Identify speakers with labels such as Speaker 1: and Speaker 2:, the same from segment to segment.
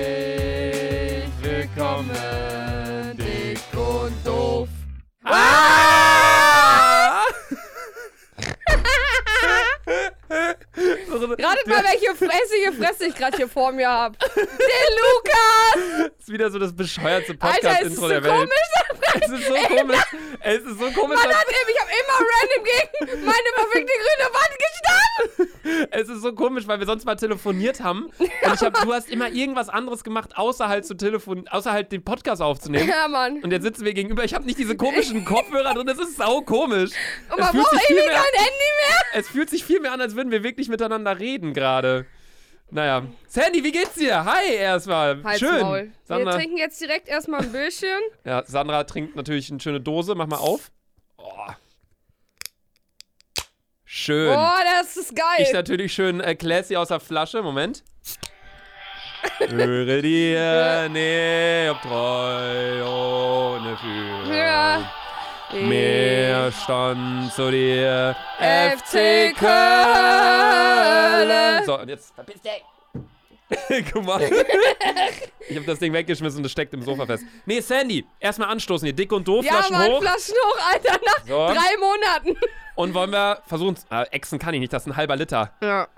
Speaker 1: Herzlich willkommen, dick und doof.
Speaker 2: Ah!
Speaker 1: Ratet mal, welche frässige Fresse ich gerade hier vor mir habe. Der Lukas!
Speaker 2: ist wieder so das bescheuerte
Speaker 1: Alter, es ist
Speaker 2: Podcast-Intro
Speaker 1: so
Speaker 2: der Welt.
Speaker 1: komisch.
Speaker 2: Es ist so komisch. Es ist so komisch.
Speaker 1: Man hat eben, ich habe immer random gegen meine verfickte grüne Wand gestanden.
Speaker 2: Weil, es ist so komisch, weil wir sonst mal telefoniert haben. Und ich hab, du hast immer irgendwas anderes gemacht, außer halt zu telefon, außer halt den Podcast aufzunehmen.
Speaker 1: Ja, Mann.
Speaker 2: Und jetzt sitzen wir gegenüber. Ich habe nicht diese komischen Kopfhörer drin. Es ist sau komisch. es,
Speaker 1: Und man
Speaker 2: fühlt
Speaker 1: braucht
Speaker 2: sich viel
Speaker 1: irgendwie
Speaker 2: mehr,
Speaker 1: kein Handy mehr.
Speaker 2: es fühlt sich viel mehr an, als würden wir wirklich miteinander reden gerade. Naja. Sandy, wie geht's dir? Hi erstmal.
Speaker 1: Halt's
Speaker 2: Schön.
Speaker 1: Maul. Wir
Speaker 2: Sandra,
Speaker 1: trinken jetzt direkt erstmal ein Bierchen.
Speaker 2: ja, Sandra trinkt natürlich eine schöne Dose. Mach mal auf. Oh. Schön.
Speaker 1: Boah, Oh, das ist geil.
Speaker 2: Ich natürlich schön äh, classy aus der Flasche. Moment. Höre dir, nee, ob treu, ohne Führung.
Speaker 1: Ja.
Speaker 2: Ah. Mehr stand zu dir,
Speaker 1: FC Köln.
Speaker 2: So, und jetzt verpiss dich. Guck mal. ich habe das Ding weggeschmissen und es steckt im Sofa fest. Nee, Sandy, erstmal anstoßen hier. Dick und doof,
Speaker 1: Ja,
Speaker 2: Flaschen
Speaker 1: Mann,
Speaker 2: hoch.
Speaker 1: Flaschen hoch, Alter, nach
Speaker 2: So.
Speaker 1: drei Monaten.
Speaker 2: Und wollen wir versuchen, äh, Echsen kann ich nicht, das ist ein halber Liter.
Speaker 1: Ja.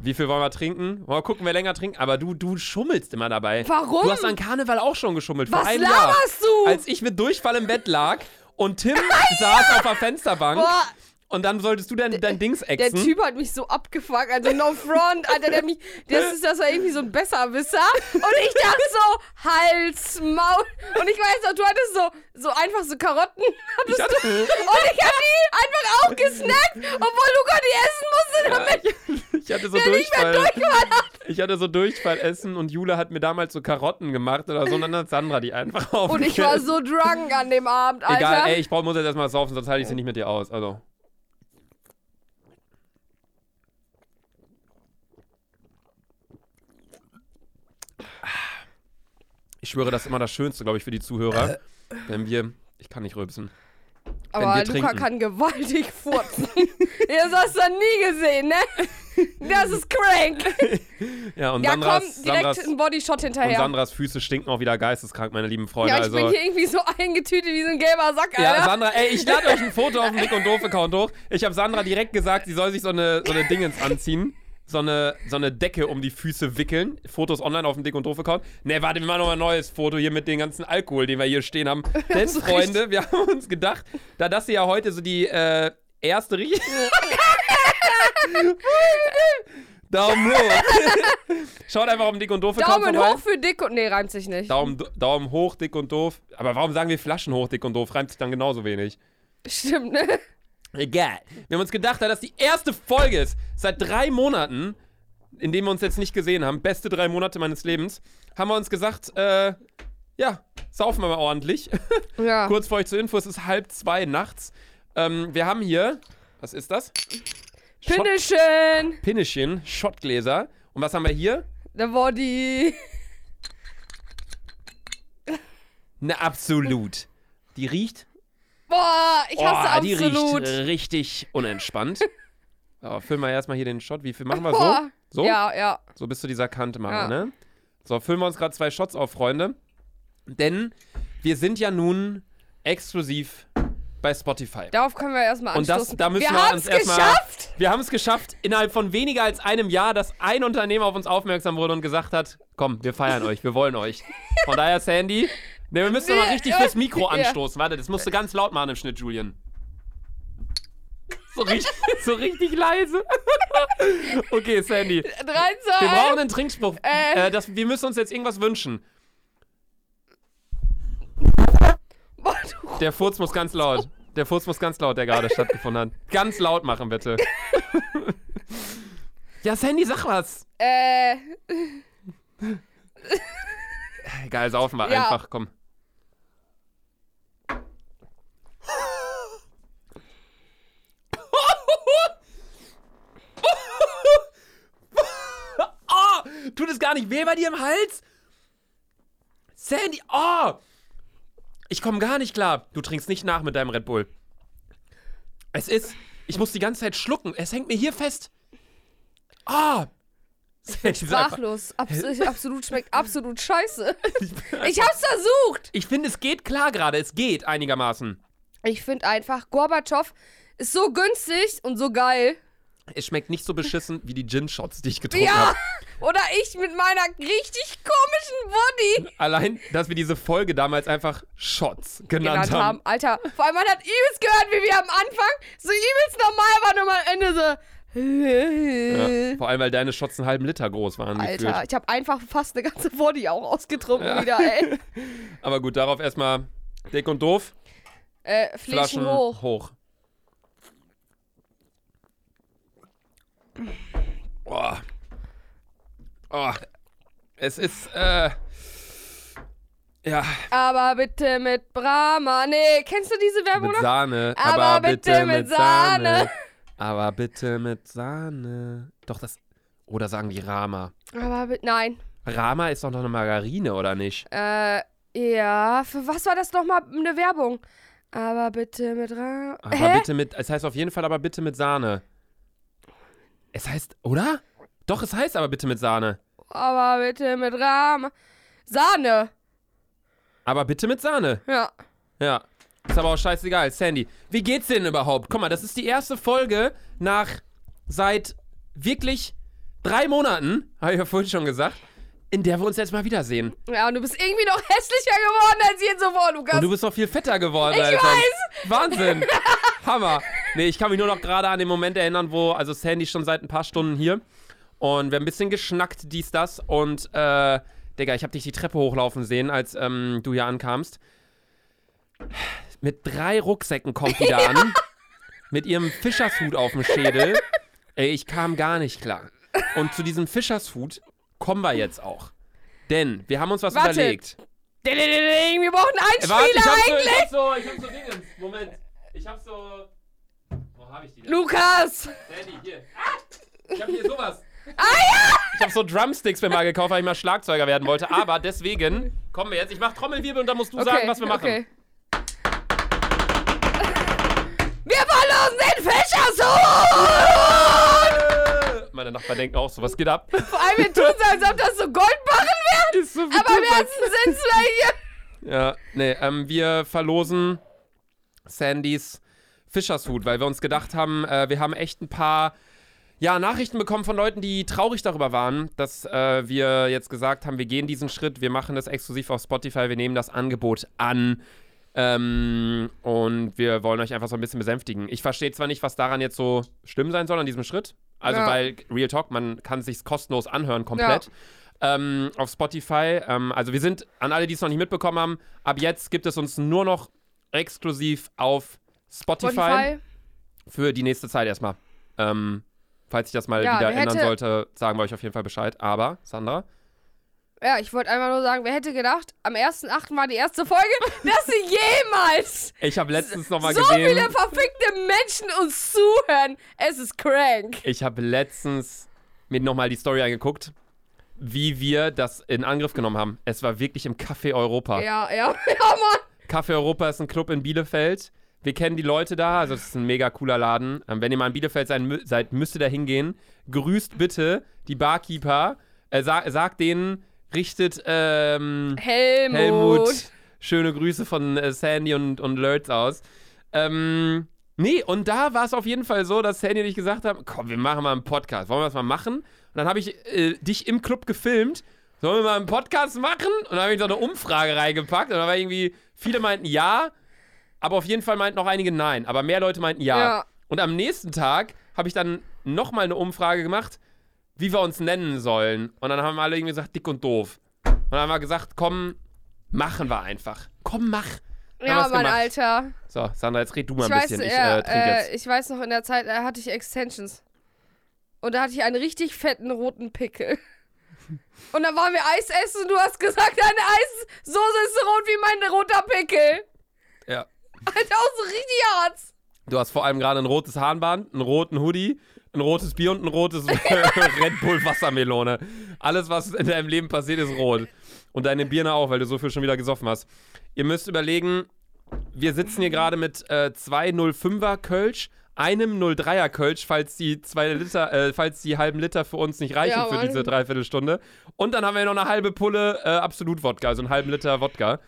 Speaker 2: Wie viel wollen wir trinken? Wollen wir gucken, wer länger trinkt? Aber du, du schummelst immer dabei.
Speaker 1: Warum?
Speaker 2: Du hast an Karneval auch schon geschummelt.
Speaker 1: Was
Speaker 2: vor einem Jahr.
Speaker 1: laberst du?
Speaker 2: Als ich mit Durchfall im Bett lag und Tim saß auf der Fensterbank
Speaker 1: Boah,
Speaker 2: und dann solltest du dein, dein Dings
Speaker 1: der
Speaker 2: exen.
Speaker 1: Typ hat mich so abgefuckt. Also no front, Alter, der hat mich. Das ist das war irgendwie so ein Besserwisser. Und ich dachte so, Hals, Maul. Und ich weiß noch, du hattest so, so einfach so Karotten.
Speaker 2: ich hatte,
Speaker 1: Und ich hab die einfach auch gesnackt, obwohl Luca die essen musste, damit
Speaker 2: ich hatte so
Speaker 1: der nicht mehr
Speaker 2: Durchfall.
Speaker 1: durchgefahren hat.
Speaker 2: ich hatte so Durchfallessen und Jule hat mir damals so Karotten gemacht oder so und dann hat Sandra die einfach auf.
Speaker 1: Und ich war so drunk an dem Abend, Alter.
Speaker 2: Egal, ey, ich brauch, muss jetzt erstmal saufen, sonst halte ich sie nicht mit dir aus. Also. Ich schwöre, das ist immer das Schönste, glaube ich, für die Zuhörer, wenn wir. Ich kann nicht rülpsen.
Speaker 1: Aber
Speaker 2: wir
Speaker 1: Luca
Speaker 2: trinken.
Speaker 1: kann gewaltig furzen. Ihr habt das noch nie gesehen, ne? Das ist crank.
Speaker 2: Ja, und
Speaker 1: Ja,
Speaker 2: Sandras,
Speaker 1: komm, direkt
Speaker 2: Sandras,
Speaker 1: ein Bodyshot
Speaker 2: und
Speaker 1: hinterher.
Speaker 2: Sandras Füße stinken auch wieder geisteskrank, meine lieben Freunde.
Speaker 1: Ah, Ja, ich
Speaker 2: also,
Speaker 1: bin hier irgendwie so eingetütet wie so ein gelber Sack,
Speaker 2: Ja,
Speaker 1: Alter.
Speaker 2: Sandra, ey, ich lade euch ein Foto auf dem Dick und Doof-Account hoch. Ich habe Sandra direkt gesagt, sie soll sich so eine, so eine Dingens anziehen. So eine, so eine Decke um die Füße wickeln. Fotos online auf dem Dick und Doof-Account. Ne, warte, wir machen noch mal ein neues Foto hier mit dem ganzen Alkohol, den wir hier stehen haben. Denn,
Speaker 1: so
Speaker 2: Freunde, wir haben uns gedacht, da das hier ja heute so die äh, erste richtige. Daumen hoch. Schaut einfach auf dem Dick und Doof-Account
Speaker 1: Daumen
Speaker 2: vorbei.
Speaker 1: hoch für dick und. Nee, reimt sich nicht.
Speaker 2: Daumen, Daumen hoch, dick und doof. Aber warum sagen wir Flaschen hoch, dick und doof? Reimt sich dann genauso wenig.
Speaker 1: Stimmt, ne?
Speaker 2: Egal. Wir haben uns gedacht, da das die erste Folge ist, seit drei Monaten, in denen wir uns jetzt nicht gesehen haben, beste drei Monate meines Lebens, haben wir uns gesagt, äh, ja, saufen wir mal ordentlich.
Speaker 1: Ja.
Speaker 2: Kurz vor euch zur Info, es ist halb zwei nachts. Ähm, wir haben hier, was ist das? Schott-
Speaker 1: Pinneschen.
Speaker 2: Pinneschen, Schottgläser. Und was haben wir hier?
Speaker 1: Der Body.
Speaker 2: Eine Absolut. Die riecht
Speaker 1: Boah, ich hasse
Speaker 2: die
Speaker 1: absolut.
Speaker 2: riecht äh, richtig unentspannt. so, füllen wir erstmal hier den Shot. Wie viel machen wir
Speaker 1: Boah.
Speaker 2: so? So?
Speaker 1: Ja, ja.
Speaker 2: So bis zu dieser Kante machen,
Speaker 1: Ja.
Speaker 2: ne? So, füllen wir uns gerade zwei Shots auf, Freunde. Denn wir sind ja nun exklusiv bei Spotify.
Speaker 1: Darauf können wir erstmal
Speaker 2: Und das,
Speaker 1: anstoßen.
Speaker 2: da müssen wir,
Speaker 1: haben's
Speaker 2: uns erstmal.
Speaker 1: geschafft.
Speaker 2: Wir haben es geschafft, innerhalb von weniger als einem Jahr, dass ein Unternehmen auf uns aufmerksam wurde und gesagt hat: Komm, wir feiern euch, wir wollen euch. Von daher, Sandy, ne, wir müssen mal richtig fürs Mikro
Speaker 1: Ja.
Speaker 2: anstoßen. Warte, das musst du ganz laut machen im Schnitt, Julian. So richtig, so richtig leise. Okay, Sandy.
Speaker 1: 3, 2,
Speaker 2: Wir brauchen einen Trinkspruch.
Speaker 1: Äh.
Speaker 2: Äh, das, wir müssen uns jetzt irgendwas wünschen.
Speaker 1: Boah, du
Speaker 2: Der Furz muss ganz laut. Der Furz muss ganz laut, der gerade stattgefunden hat. Ganz laut machen, bitte. Ja, Sandy, sag was.
Speaker 1: Äh,
Speaker 2: Egal, saufen wir
Speaker 1: Ja.
Speaker 2: einfach, komm. Oh, tut es gar nicht weh bei dir im Hals? Sandy, oh! Ich komme gar nicht klar. Du trinkst nicht nach mit deinem Red Bull. Es ist. Ich muss die ganze Zeit schlucken. Es hängt mir hier fest. Ah! Ich bin einfach-
Speaker 1: Sprachlos. Abs absolut schmeckt absolut scheiße. Ich hab's versucht.
Speaker 2: Ich finde, es geht klar gerade. Es geht einigermaßen.
Speaker 1: Ich finde einfach, Gorbatschow ist so günstig und so geil.
Speaker 2: Es schmeckt nicht so beschissen wie die Gin-Shots, die ich getrunken
Speaker 1: Ja.
Speaker 2: habe.
Speaker 1: Oder ich mit meiner richtig komischen Body
Speaker 2: Allein, dass wir diese Folge damals einfach Shots genannt,
Speaker 1: genannt
Speaker 2: haben.
Speaker 1: haben. Alter, vor allem man hat übelst gehört, wie wir am Anfang so übelst normal waren und am Ende so.
Speaker 2: Ja, vor allem, weil deine Shots einen halben Liter groß waren.
Speaker 1: Äh. Alter,
Speaker 2: Gefühlt.
Speaker 1: ich habe einfach fast eine ganze Body auch ausgetrunken
Speaker 2: Ja.
Speaker 1: wieder, ey.
Speaker 2: Aber gut, darauf erstmal dick und doof.
Speaker 1: Äh,
Speaker 2: Flaschen
Speaker 1: Flächen hoch.
Speaker 2: Oh. Oh. Es ist, äh. Ja,
Speaker 1: Aber bitte mit Brahma. Nee, kennst du diese Werbung
Speaker 2: mit
Speaker 1: noch?
Speaker 2: Sahne.
Speaker 1: Aber bitte mit Sahne.
Speaker 2: Aber bitte mit Sahne. Doch, das. Oder sagen die Rama?
Speaker 1: Aber bitte, nein.
Speaker 2: Rama ist doch noch eine Margarine, oder nicht?
Speaker 1: Äh, ja, für was war das nochmal eine Werbung? Aber bitte mit Brahma.
Speaker 2: Aber
Speaker 1: Hä?
Speaker 2: bitte mit. Es heißt auf jeden Fall aber bitte mit Sahne. Es heißt, oder? Doch, es heißt aber bitte mit Sahne.
Speaker 1: Aber bitte mit Brahma. Sahne.
Speaker 2: Aber bitte mit Sahne.
Speaker 1: Ja.
Speaker 2: Ja. Ist aber auch scheißegal. Sandy, wie geht's denn überhaupt? Guck mal, das ist die erste Folge nach seit wirklich drei Monaten, habe ich ja vorhin schon gesagt, in der wir uns jetzt mal wiedersehen.
Speaker 1: Ja, und du bist irgendwie noch hässlicher geworden als je zuvor, Lukas.
Speaker 2: Und du bist noch viel fetter geworden.
Speaker 1: Ich
Speaker 2: als
Speaker 1: weiß.
Speaker 2: sonst. Wahnsinn. Hammer. Nee, ich kann mich nur noch gerade an den Moment erinnern, wo, also Sandy ist schon seit ein paar Stunden hier und wir haben ein bisschen geschnackt, dies, das und, äh, Digga, ich habe dich die Treppe hochlaufen sehen, als ähm, du hier ankamst. Mit drei Rucksäcken kommt die da an. Mit ihrem Fischershut auf dem Schädel. Ey, ich kam gar nicht klar. Und zu diesem Fischershut kommen wir jetzt auch. Denn wir haben uns was
Speaker 1: Warte.
Speaker 2: überlegt.
Speaker 1: Ding, wir brauchen einen
Speaker 2: Äh, Warte, ich
Speaker 1: Spieler
Speaker 2: hab so, ich hab so, ich
Speaker 1: eigentlich.
Speaker 2: hab so Dingens. Moment. Ich hab so. Wo hab ich die denn?
Speaker 1: Lukas.
Speaker 2: Daddy, hier. Ich hab hier sowas. Ah ja! Ich hab so Drumsticks mir mal gekauft, weil ich mal Schlagzeuger werden wollte. Aber deswegen kommen wir jetzt. Ich mach Trommelwirbel und dann musst du sagen, was wir machen.
Speaker 1: Okay. Wir verlosen den Fischershut!
Speaker 2: Äh, Meine Nachbarn denken auch so, was geht ab?
Speaker 1: Vor allem, wir tun so, als ob das so Goldbarren wären.
Speaker 2: Ist so
Speaker 1: Aber wir sind es welche.
Speaker 2: Ja, nee, ähm, wir verlosen Sandys Fischershut, weil wir uns gedacht haben, äh, wir haben echt ein paar ja, Nachrichten bekommen von Leuten, die traurig darüber waren, dass äh, wir jetzt gesagt haben, wir gehen diesen Schritt, wir machen das exklusiv auf Spotify, wir nehmen das Angebot an. Ähm, und wir wollen euch einfach so ein bisschen besänftigen. Ich verstehe zwar nicht, was daran jetzt so schlimm sein soll an diesem Schritt. Also,
Speaker 1: Ja.
Speaker 2: weil Real Talk, man kann sich's kostenlos anhören komplett. Ähm, auf Spotify. Ähm, also, wir sind an alle, die es noch nicht mitbekommen haben, ab jetzt gibt es uns nur noch exklusiv auf Spotify,
Speaker 1: Spotify.
Speaker 2: für die nächste Zeit erstmal. Ähm, falls ich das mal
Speaker 1: Ja,
Speaker 2: wieder
Speaker 1: wer
Speaker 2: ändern
Speaker 1: hätte-
Speaker 2: sollte, sagen wir euch auf jeden Fall Bescheid. Aber, Sandra,
Speaker 1: Ja, ich wollte einfach nur sagen, wer hätte gedacht, am 1.8. war die erste Folge, dass sie jemals
Speaker 2: ich habe letztens nochmal
Speaker 1: so
Speaker 2: gesehen.
Speaker 1: viele verfickte Menschen uns zuhören. Es ist crank.
Speaker 2: Ich habe letztens mir nochmal die Story angeguckt, wie wir das in Angriff genommen haben. Es war wirklich im Café Europa.
Speaker 1: Ja, ja, ja, Mann.
Speaker 2: Café Europa ist ein Club in Bielefeld. Wir kennen die Leute da, also es ist ein mega cooler Laden. Ähm, wenn ihr mal in Bielefeld sein mü seid, müsst ihr da hingehen. Grüßt bitte die Barkeeper. Äh, sa sagt denen, richtet ähm,
Speaker 1: Helmut.
Speaker 2: Helmut schöne Grüße von äh, Sandy und, und Lurz aus. Ähm, nee, und da war es auf jeden Fall so, dass Sandy und ich gesagt haben, komm, wir machen mal einen Podcast. Wollen wir das mal machen? Und dann habe ich äh, dich im Club gefilmt. Sollen wir mal einen Podcast machen? Und dann habe ich so eine Umfrage reingepackt. Und da war irgendwie, viele meinten ja, aber auf jeden Fall meinten noch einige nein. Aber mehr Leute meinten ja.
Speaker 1: Ja.
Speaker 2: Und am nächsten Tag habe ich dann nochmal eine Umfrage gemacht, wie wir uns nennen sollen. Und dann haben alle irgendwie gesagt, dick und doof. Und dann haben wir gesagt, komm, machen wir einfach. Komm, mach. Dann haben
Speaker 1: Ja,
Speaker 2: wir's
Speaker 1: Mann,
Speaker 2: gemacht.
Speaker 1: Alter.
Speaker 2: So, Sandra, jetzt red du mal
Speaker 1: Ich
Speaker 2: ein
Speaker 1: weiß,
Speaker 2: bisschen. Ich
Speaker 1: ja,
Speaker 2: äh, trinke
Speaker 1: äh,
Speaker 2: jetzt.
Speaker 1: ich weiß noch, in der Zeit äh, hatte ich Extensions. Und da hatte ich einen richtig fetten roten Pickel. Und dann waren wir Eis essen und du hast gesagt, deine Eissoße ist so rot wie mein roter Pickel.
Speaker 2: Ja.
Speaker 1: Alter, auch so richtig hart.
Speaker 2: Du hast vor allem gerade ein rotes Harnband, einen roten Hoodie, ein rotes Bier und ein rotes Red Bull Wassermelone. Alles, was in deinem Leben passiert, ist rot. Und deine Birne auch, weil du so viel schon wieder gesoffen hast. Ihr müsst überlegen, wir sitzen hier gerade mit äh, 205er Kölsch, einem 03er Kölsch, falls die zwei Liter, äh, falls die halben Liter für uns nicht reichen
Speaker 1: Ja,
Speaker 2: für
Speaker 1: Mann.
Speaker 2: diese Dreiviertelstunde. Und dann haben wir noch eine halbe Pulle äh, absolut Wodka, also einen halben Liter Wodka.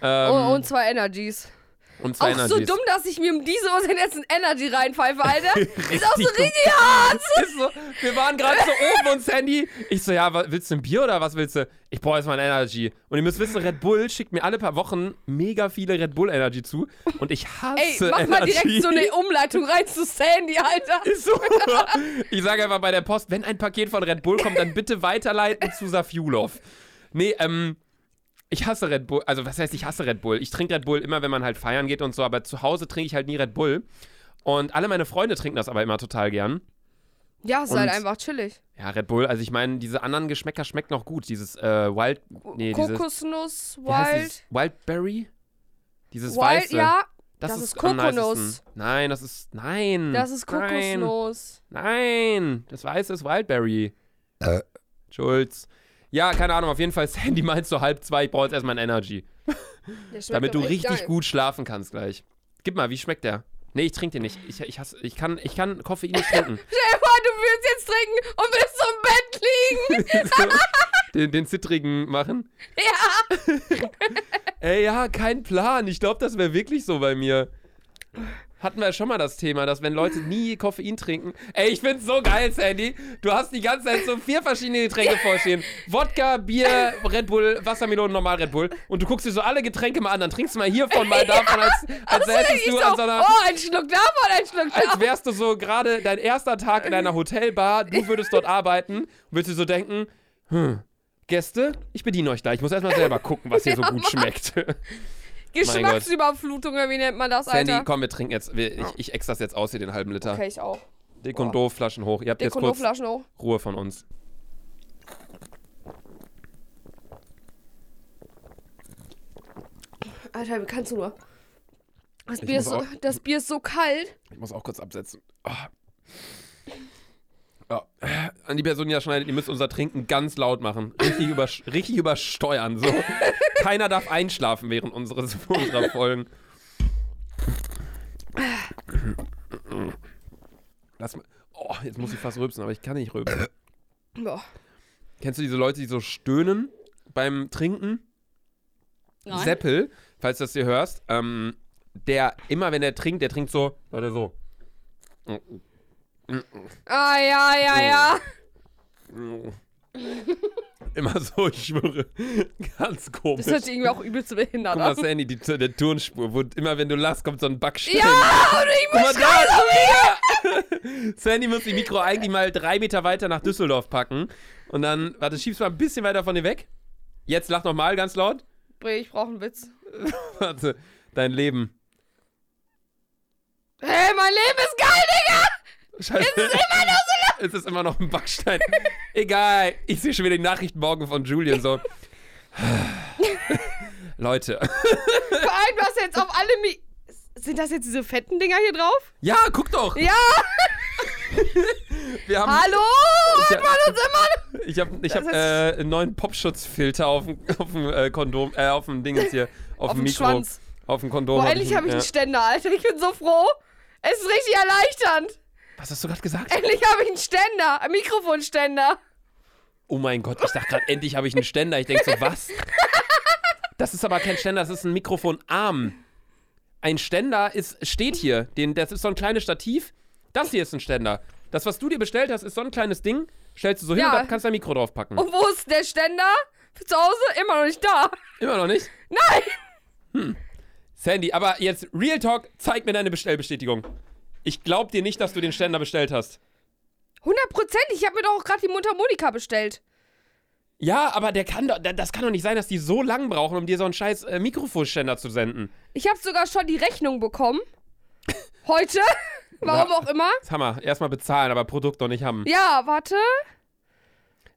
Speaker 2: Ähm,
Speaker 1: und, und zwei Energies.
Speaker 2: und
Speaker 1: Oh, Auch
Speaker 2: zwei
Speaker 1: so
Speaker 2: Energies.
Speaker 1: dumm, dass ich mir um diese Uhrzeit jetzt ein Energy reinpfeife, Alter. ist auch so
Speaker 2: Richtig dumm.
Speaker 1: richtig hart.
Speaker 2: Ist so, wir waren gerade so oben uns Handy. Ich so, ja, wa- willst du ein Bier oder was willst du? Ich brauche erstmal ein Energy. Und ihr müsst wissen, Red Bull schickt mir alle paar Wochen mega viele Red Bull Energy zu. Und ich
Speaker 1: Ey,
Speaker 2: hasse
Speaker 1: mach
Speaker 2: Energy.
Speaker 1: mal direkt so eine Umleitung rein zu Sandy, Alter.
Speaker 2: Ist so. Ich sage einfach bei der Post, wenn ein Paket von Red Bull kommt, dann bitte weiterleiten zu Safiulov. Nee, ähm, ich hasse Red Bull. Also, was heißt, ich hasse Red Bull? Ich trinke Red Bull immer, wenn man halt feiern geht und so, aber zu Hause trinke ich halt nie Red Bull. Und alle meine Freunde trinken das aber immer total gern.
Speaker 1: Ja, ist halt
Speaker 2: Und-
Speaker 1: einfach chillig.
Speaker 2: Ja, Red Bull, also ich meine, diese anderen Geschmäcker schmecken noch gut. Dieses äh, Wild. Nee, dieses.
Speaker 1: Kokosnuss,
Speaker 2: wie heißt dieses?
Speaker 1: Wild.
Speaker 2: Wildberry? Dieses
Speaker 1: Wild,
Speaker 2: Weiße.
Speaker 1: ja.
Speaker 2: das,
Speaker 1: das
Speaker 2: ist
Speaker 1: ist
Speaker 2: am
Speaker 1: Kokonuss.
Speaker 2: nicesten. Nein, das ist. Nein.
Speaker 1: Das ist
Speaker 2: Hm. Nein.
Speaker 1: Kokosnuss.
Speaker 2: Nein, das Weiße ist Wildberry. Schulz. Ja, keine Ahnung, auf jeden Fall, Sandy meint so halb zwei, ich brauche jetzt erstmal ein Energy.
Speaker 1: Der schmeckt
Speaker 2: Damit du
Speaker 1: aber echt
Speaker 2: richtig
Speaker 1: geil.
Speaker 2: gut schlafen kannst gleich. Gib mal, wie schmeckt der? Nee, ich trinke den nicht. Ich, ich, hasse, ich, kann, ich kann Koffein nicht trinken.
Speaker 1: Stell dir vor, du würdest jetzt trinken und willst so im Bett liegen.
Speaker 2: den, den zittrigen machen.
Speaker 1: Ja.
Speaker 2: Ey, ja, kein Plan. Ich glaube, das wäre wirklich so bei mir. Hatten wir ja schon mal das Thema, dass wenn Leute nie Koffein trinken. Ey, ich find's so geil, Sandy. Du hast die ganze Zeit so vier verschiedene Getränke vorstehen. Wodka, Bier, Red Bull, Wassermelone, normal Red Bull. Und du guckst dir so alle Getränke mal an, dann trinkst du mal hiervon, mal davon, als, als hättest
Speaker 1: also Ich
Speaker 2: du
Speaker 1: so,
Speaker 2: an so einer.
Speaker 1: oh, ein Schluck davon, ein Schluck davon.
Speaker 2: Als wärst du so gerade dein erster Tag in einer Hotelbar, du würdest dort arbeiten und würdest dir so denken, hm, Gäste, ich bediene euch da. Ich muss erstmal selber gucken, was hier so gut schmeckt.
Speaker 1: Geschmacksüberflutung, oder wie nennt man das,
Speaker 2: Sandy,
Speaker 1: Alter?
Speaker 2: komm, wir trinken jetzt. Wir, ich, ich ex das jetzt aus hier, den halben Liter.
Speaker 1: Okay, ich auch.
Speaker 2: Dick und doof, Flaschen hoch. Ihr habt
Speaker 1: Dick
Speaker 2: jetzt
Speaker 1: und
Speaker 2: kurz
Speaker 1: Flaschen hoch.
Speaker 2: Ruhe von uns.
Speaker 1: Alter, wie kannst du nur? Das
Speaker 2: Ich
Speaker 1: Bier, ist
Speaker 2: muss
Speaker 1: so,
Speaker 2: auch-
Speaker 1: das Bier ist so kalt.
Speaker 2: Ich muss auch kurz absetzen. Ah. Ja. An die Person, die das schneidet, ihr müsst unser Trinken ganz laut machen. Richtig, über, richtig übersteuern. So. Keiner darf einschlafen während unseres, unserer Folgen. Lass mal. Oh, jetzt muss ich fast rülpsen, aber ich kann nicht rülpsen.
Speaker 1: Boah.
Speaker 2: Kennst du diese Leute, die so stöhnen beim Trinken? Seppel, falls du das hier hörst, ähm, der immer, wenn er trinkt, der trinkt so, warte so.
Speaker 1: Ah, ja, ja, ja.
Speaker 2: Immer so, ich schwöre. Ganz komisch.
Speaker 1: Das hört sich irgendwie auch übel zu behindert
Speaker 2: Guck mal,
Speaker 1: an.
Speaker 2: Sandy, die, der Turnspur, wo immer, wenn du lachst, kommt so ein Backstein.
Speaker 1: Ja, und ich
Speaker 2: Guck mal
Speaker 1: muss
Speaker 2: da! Sandy muss die Mikro eigentlich mal drei Meter weiter nach Düsseldorf packen. Und dann, warte, schieb's mal ein bisschen weiter von dir weg. Jetzt lach nochmal ganz laut.
Speaker 1: Ich brauche einen Witz.
Speaker 2: Warte, dein Leben.
Speaker 1: Hey, mein Leben ist geil, Digga!
Speaker 2: Scheiße. Es ist immer noch so Es ist immer noch ein Backstein. Egal. Ich sehe schon wieder die Nachrichten morgen von Julian so. Leute.
Speaker 1: Vor allem, du hast jetzt auf alle Mi Sind das jetzt diese fetten Dinger hier drauf?
Speaker 2: Ja, guck doch.
Speaker 1: Ja!
Speaker 2: Wir haben,
Speaker 1: Hallo!
Speaker 2: Ich
Speaker 1: Hört man
Speaker 2: hab-
Speaker 1: uns immer?
Speaker 2: ich habe ich hab,
Speaker 1: Das ist-
Speaker 2: äh, einen neuen Popschutzfilter auf dem auf dem, äh, Kondom, äh, auf dem Ding jetzt hier, auf,
Speaker 1: Auf
Speaker 2: dem
Speaker 1: dem
Speaker 2: Mikro,
Speaker 1: Schwanz.
Speaker 2: auf dem Kondom.
Speaker 1: Boah,
Speaker 2: Oh, hab
Speaker 1: endlich habe ich
Speaker 2: einen-
Speaker 1: einen Ständer, Alter. Ich bin so froh. Es ist richtig erleichternd.
Speaker 2: ja. Was hast du gerade gesagt?
Speaker 1: Endlich habe ich einen Ständer. Ein Mikrofonständer.
Speaker 2: Oh mein Gott, ich dachte gerade, endlich habe ich einen Ständer. Ich denke so, was? Das ist aber kein Ständer, das ist ein Mikrofonarm. Ein Ständer ist, steht hier. Den, das ist so ein kleines Stativ. Das hier ist ein Ständer. Das, was du dir bestellt hast, ist so ein kleines Ding. Stellst du so hin
Speaker 1: Ja.
Speaker 2: und dann kannst du ein Mikro draufpacken.
Speaker 1: Und wo ist der Ständer? Für zu Hause? Immer noch nicht da.
Speaker 2: Immer noch nicht? Hm.
Speaker 1: Nein!
Speaker 2: Sandy, aber jetzt Real Talk, zeig mir deine Bestellbestätigung. Ich glaub dir nicht, dass du den Ständer bestellt hast.
Speaker 1: 100 Prozent. Ich habe mir doch auch gerade die Mundharmonika bestellt.
Speaker 2: Ja, aber der kann doch, da- das kann doch nicht sein, dass die so lang brauchen, um dir so einen scheiß äh, Mikrofonständer zu senden.
Speaker 1: Ich habe sogar schon die Rechnung bekommen. Heute. Warum
Speaker 2: Ja.
Speaker 1: auch immer.
Speaker 2: Das ist Hammer, erstmal bezahlen, aber Produkt noch nicht haben.
Speaker 1: Ja, warte.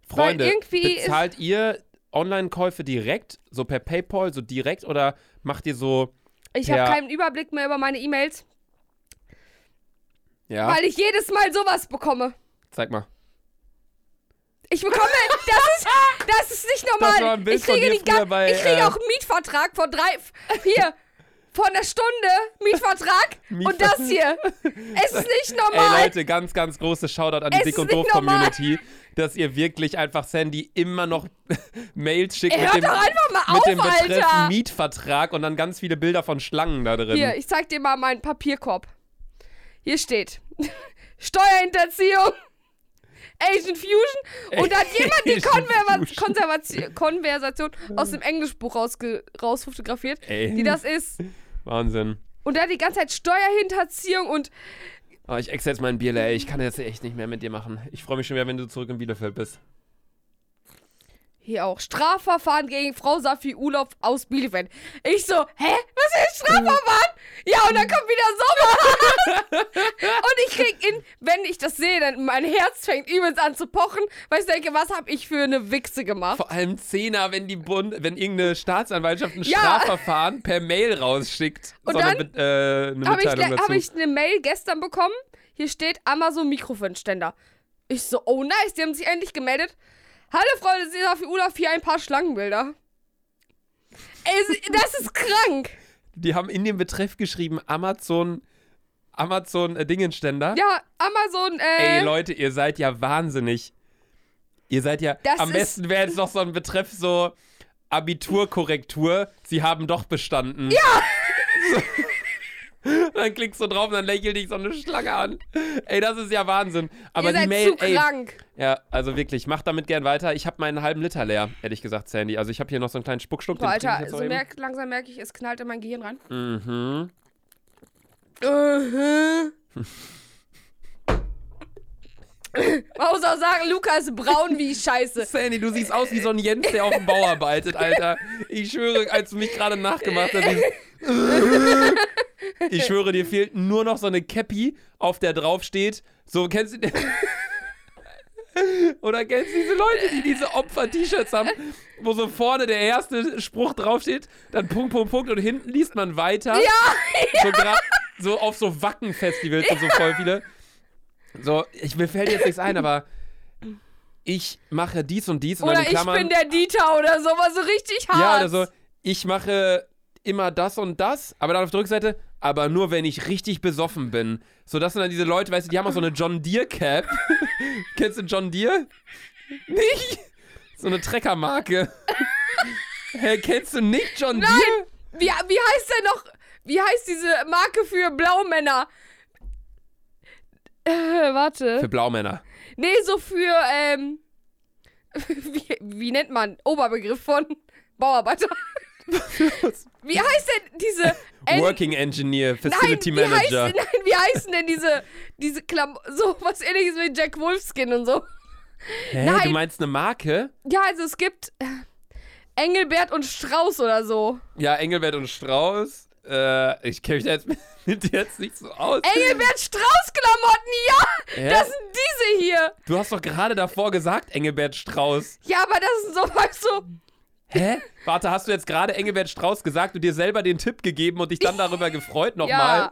Speaker 2: Freunde,
Speaker 1: Weil irgendwie ist-
Speaker 2: bezahlt ihr Online-Käufe direkt, so per PayPal, so direkt oder macht ihr so,
Speaker 1: Ich
Speaker 2: Ja.
Speaker 1: habe keinen Überblick mehr über meine E-Mails,
Speaker 2: ja,
Speaker 1: weil ich jedes Mal sowas bekomme.
Speaker 2: zeig mal.
Speaker 1: Ich bekomme, das ist, das ist nicht normal.
Speaker 2: war ein Bild
Speaker 1: ich kriege,
Speaker 2: von dir
Speaker 1: die, ga-
Speaker 2: früher bei,
Speaker 1: ich kriege
Speaker 2: äh,
Speaker 1: auch einen Mietvertrag von drei, f- hier, von der Stunde Mietvertrag und
Speaker 2: Mietver-
Speaker 1: das hier. Es ist nicht normal.
Speaker 2: Ey Leute, ganz, ganz große Shoutout an die
Speaker 1: Es
Speaker 2: Dick
Speaker 1: ist
Speaker 2: und
Speaker 1: nicht
Speaker 2: Doof Community, dass ihr wirklich einfach Sandy immer noch Mails schickt
Speaker 1: Ey,
Speaker 2: mit
Speaker 1: hört
Speaker 2: dem,
Speaker 1: doch einfach mal
Speaker 2: mit
Speaker 1: auf,
Speaker 2: dem Betreff
Speaker 1: Alter.
Speaker 2: Mietvertrag und dann ganz viele Bilder von Schlangen da drin.
Speaker 1: Hier, ich zeig dir mal meinen Papierkorb. Hier steht Steuerhinterziehung, Asian Fusion und da hat jemand die
Speaker 2: Asian
Speaker 1: Konverva-
Speaker 2: Fusion.
Speaker 1: Konservati- Konversation aus dem Englischbuch rausge rausfotografiert,
Speaker 2: Ey.
Speaker 1: die das ist.
Speaker 2: Wahnsinn.
Speaker 1: Und da hat die ganze Zeit Steuerhinterziehung und
Speaker 2: Oh, ich exe jetzt mein Bier leer. ey. Ich kann jetzt echt nicht mehr mit dir machen. Ich freue mich schon wieder, wenn du zurück in Bielefeld bist.
Speaker 1: hier auch Strafverfahren gegen Frau Safi Urlaub aus Bielefeld. Ich so, hä? Was ist Strafverfahren? Ja, und dann kommt wieder Sommer. und ich krieg in, wenn ich das sehe, dann mein Herz fängt übelst an zu pochen, weil ich denke, was hab ich für eine Wichse gemacht?
Speaker 2: Vor allem Zehner, wenn die Bund, wenn irgendeine Staatsanwaltschaft ein
Speaker 1: Ja.
Speaker 2: Strafverfahren per Mail rausschickt.
Speaker 1: Und
Speaker 2: so eine,
Speaker 1: dann
Speaker 2: Be- äh, eine
Speaker 1: Habe ich,
Speaker 2: Mitteilung
Speaker 1: gleich-
Speaker 2: dazu.
Speaker 1: hab ich eine Mail gestern bekommen. Hier steht Amazon Mikrofonständer. Ich so, oh nice, die haben sich endlich gemeldet. Hallo Freunde, Sie Safi Urlaub, hier ein paar Schlangenbilder. Ey, sie- das ist krank.
Speaker 2: die haben in dem Betreff geschrieben Amazon, Amazon äh, Dingenständer.
Speaker 1: Ja, Amazon, äh,
Speaker 2: Ey Leute, ihr seid ja wahnsinnig. Ihr seid ja.
Speaker 1: Das
Speaker 2: am
Speaker 1: ist-
Speaker 2: besten wäre jetzt noch so ein Betreff so Abiturkorrektur. Sie haben doch bestanden. Ja. So. Dann klickst du drauf und dann lächelt dich so eine Schlange an. Ey, das ist ja Wahnsinn. Aber
Speaker 1: ihr
Speaker 2: die
Speaker 1: seid
Speaker 2: Mail,
Speaker 1: zu
Speaker 2: ey,
Speaker 1: krank.
Speaker 2: ja, also wirklich, mach damit gern weiter. Ich habe meinen halben Liter leer, ehrlich gesagt, Sandy. Also ich habe hier noch so einen kleinen Spuckschluck.
Speaker 1: Boah,
Speaker 2: den trinke ich
Speaker 1: Alter,
Speaker 2: jetzt
Speaker 1: so
Speaker 2: noch eben.
Speaker 1: merk, langsam merke ich, es knallt in mein Gehirn rein.
Speaker 2: Mhm.
Speaker 1: Man muss auch sagen, Luca ist braun wie Scheiße.
Speaker 2: Sandy, du siehst aus wie so ein Jens, der auf dem Bau arbeitet, Alter. Ich schwöre, als du mich gerade nachgemacht hast, dieses ich schwöre, dir fehlt nur noch so eine Cappy, auf der drauf steht, so kennst du Oder kennst du diese Leute, die diese Opfer-T-Shirts haben, wo so vorne der erste Spruch draufsteht, dann Punkt, Punkt, Punkt und hinten liest man weiter. Ja! So, gra- so auf so Wacken-Festivals und so voll viele. So, ich, mir fällt jetzt nichts ein, aber ich mache dies und dies und
Speaker 1: Oder
Speaker 2: dann in
Speaker 1: ich
Speaker 2: Klammern.
Speaker 1: bin der Dieter oder so, war so richtig hart.
Speaker 2: Ja, oder so, ich mache immer das und das, aber dann auf der Rückseite, aber nur wenn ich richtig besoffen bin. So, das sind dann diese Leute, weißt du, die haben auch so eine John Deere Cap. Kennst du John Deere? Nicht? So eine Treckermarke. Hä, kennst du nicht John Deere?
Speaker 1: Nein, wie, wie heißt denn noch, wie heißt diese Marke für Blaumänner? Äh,
Speaker 2: Für
Speaker 1: warte.
Speaker 2: Blaumänner.
Speaker 1: Nee, so für, ähm, wie, wie nennt man Oberbegriff von Bauarbeiter? Wie heißt denn diese... N-
Speaker 2: Working Engineer,
Speaker 1: Nein,
Speaker 2: Facility
Speaker 1: wie
Speaker 2: Manager.
Speaker 1: Heißt, nein, wie heißen denn diese, diese Klam so was ähnliches wie Jack Wolfskin und so?
Speaker 2: Hä, du
Speaker 1: nein.
Speaker 2: meinst eine Marke?
Speaker 1: Ja, also es gibt äh, Engelbert und Strauß oder so.
Speaker 2: Ja, Engelbert und Strauß. Äh, ich kenne mich da jetzt mit jetzt nicht so aus.
Speaker 1: Engelbert Strauß Klamotten, ja!
Speaker 2: Hä?
Speaker 1: Das sind diese hier.
Speaker 2: Du hast doch gerade davor gesagt, Engelbert Strauß.
Speaker 1: Ja, aber das sind so, weißt du,
Speaker 2: Hä? Warte, hast du jetzt gerade Engelbert Strauß gesagt und dir selber den Tipp gegeben und dich dann darüber gefreut nochmal?
Speaker 1: ja.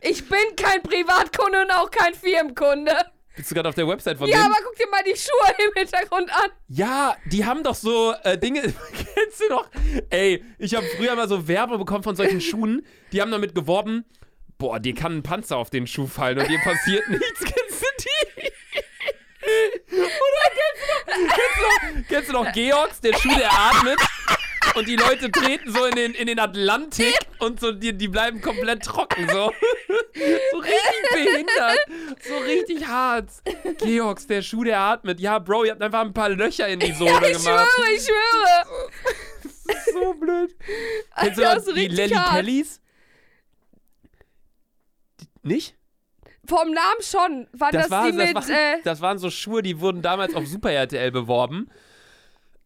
Speaker 1: Ich bin kein Privatkunde und auch kein Firmenkunde.
Speaker 2: Bist du gerade auf der Website von
Speaker 1: Ja,
Speaker 2: denen?
Speaker 1: aber guck dir mal die Schuhe im Hintergrund an.
Speaker 2: Ja, die haben doch so äh, Dinge. Kennst du noch? Ey, ich habe früher mal so Werbung bekommen von solchen Schuhen. Die haben damit geworben, boah, dir kann ein Panzer auf den Schuh fallen und dir passiert nichts. Kennst du die? Oder kennst du noch, kennst du noch, kennst du noch Georgs, der Schuh, der atmet? Und die Leute treten so in den, in den Atlantik und so, die, die bleiben komplett trocken, so. So richtig behindert. So richtig hart. Georgs, der Schuh, der atmet. Ja, Bro, ihr habt einfach ein paar Löcher in die Sohle
Speaker 1: Ich
Speaker 2: gemacht.
Speaker 1: schwöre, ich schwöre.
Speaker 2: Das ist so blöd. Kennst
Speaker 1: Alter,
Speaker 2: du
Speaker 1: das
Speaker 2: noch
Speaker 1: ist
Speaker 2: die
Speaker 1: richtig
Speaker 2: Lelly
Speaker 1: hart.
Speaker 2: Kellys? Die- Nicht?
Speaker 1: Vom Namen schon. War das,
Speaker 2: war-
Speaker 1: die mit.
Speaker 2: das, waren,
Speaker 1: äh,
Speaker 2: das waren so Schuhe, die wurden damals auf Super RTL beworben.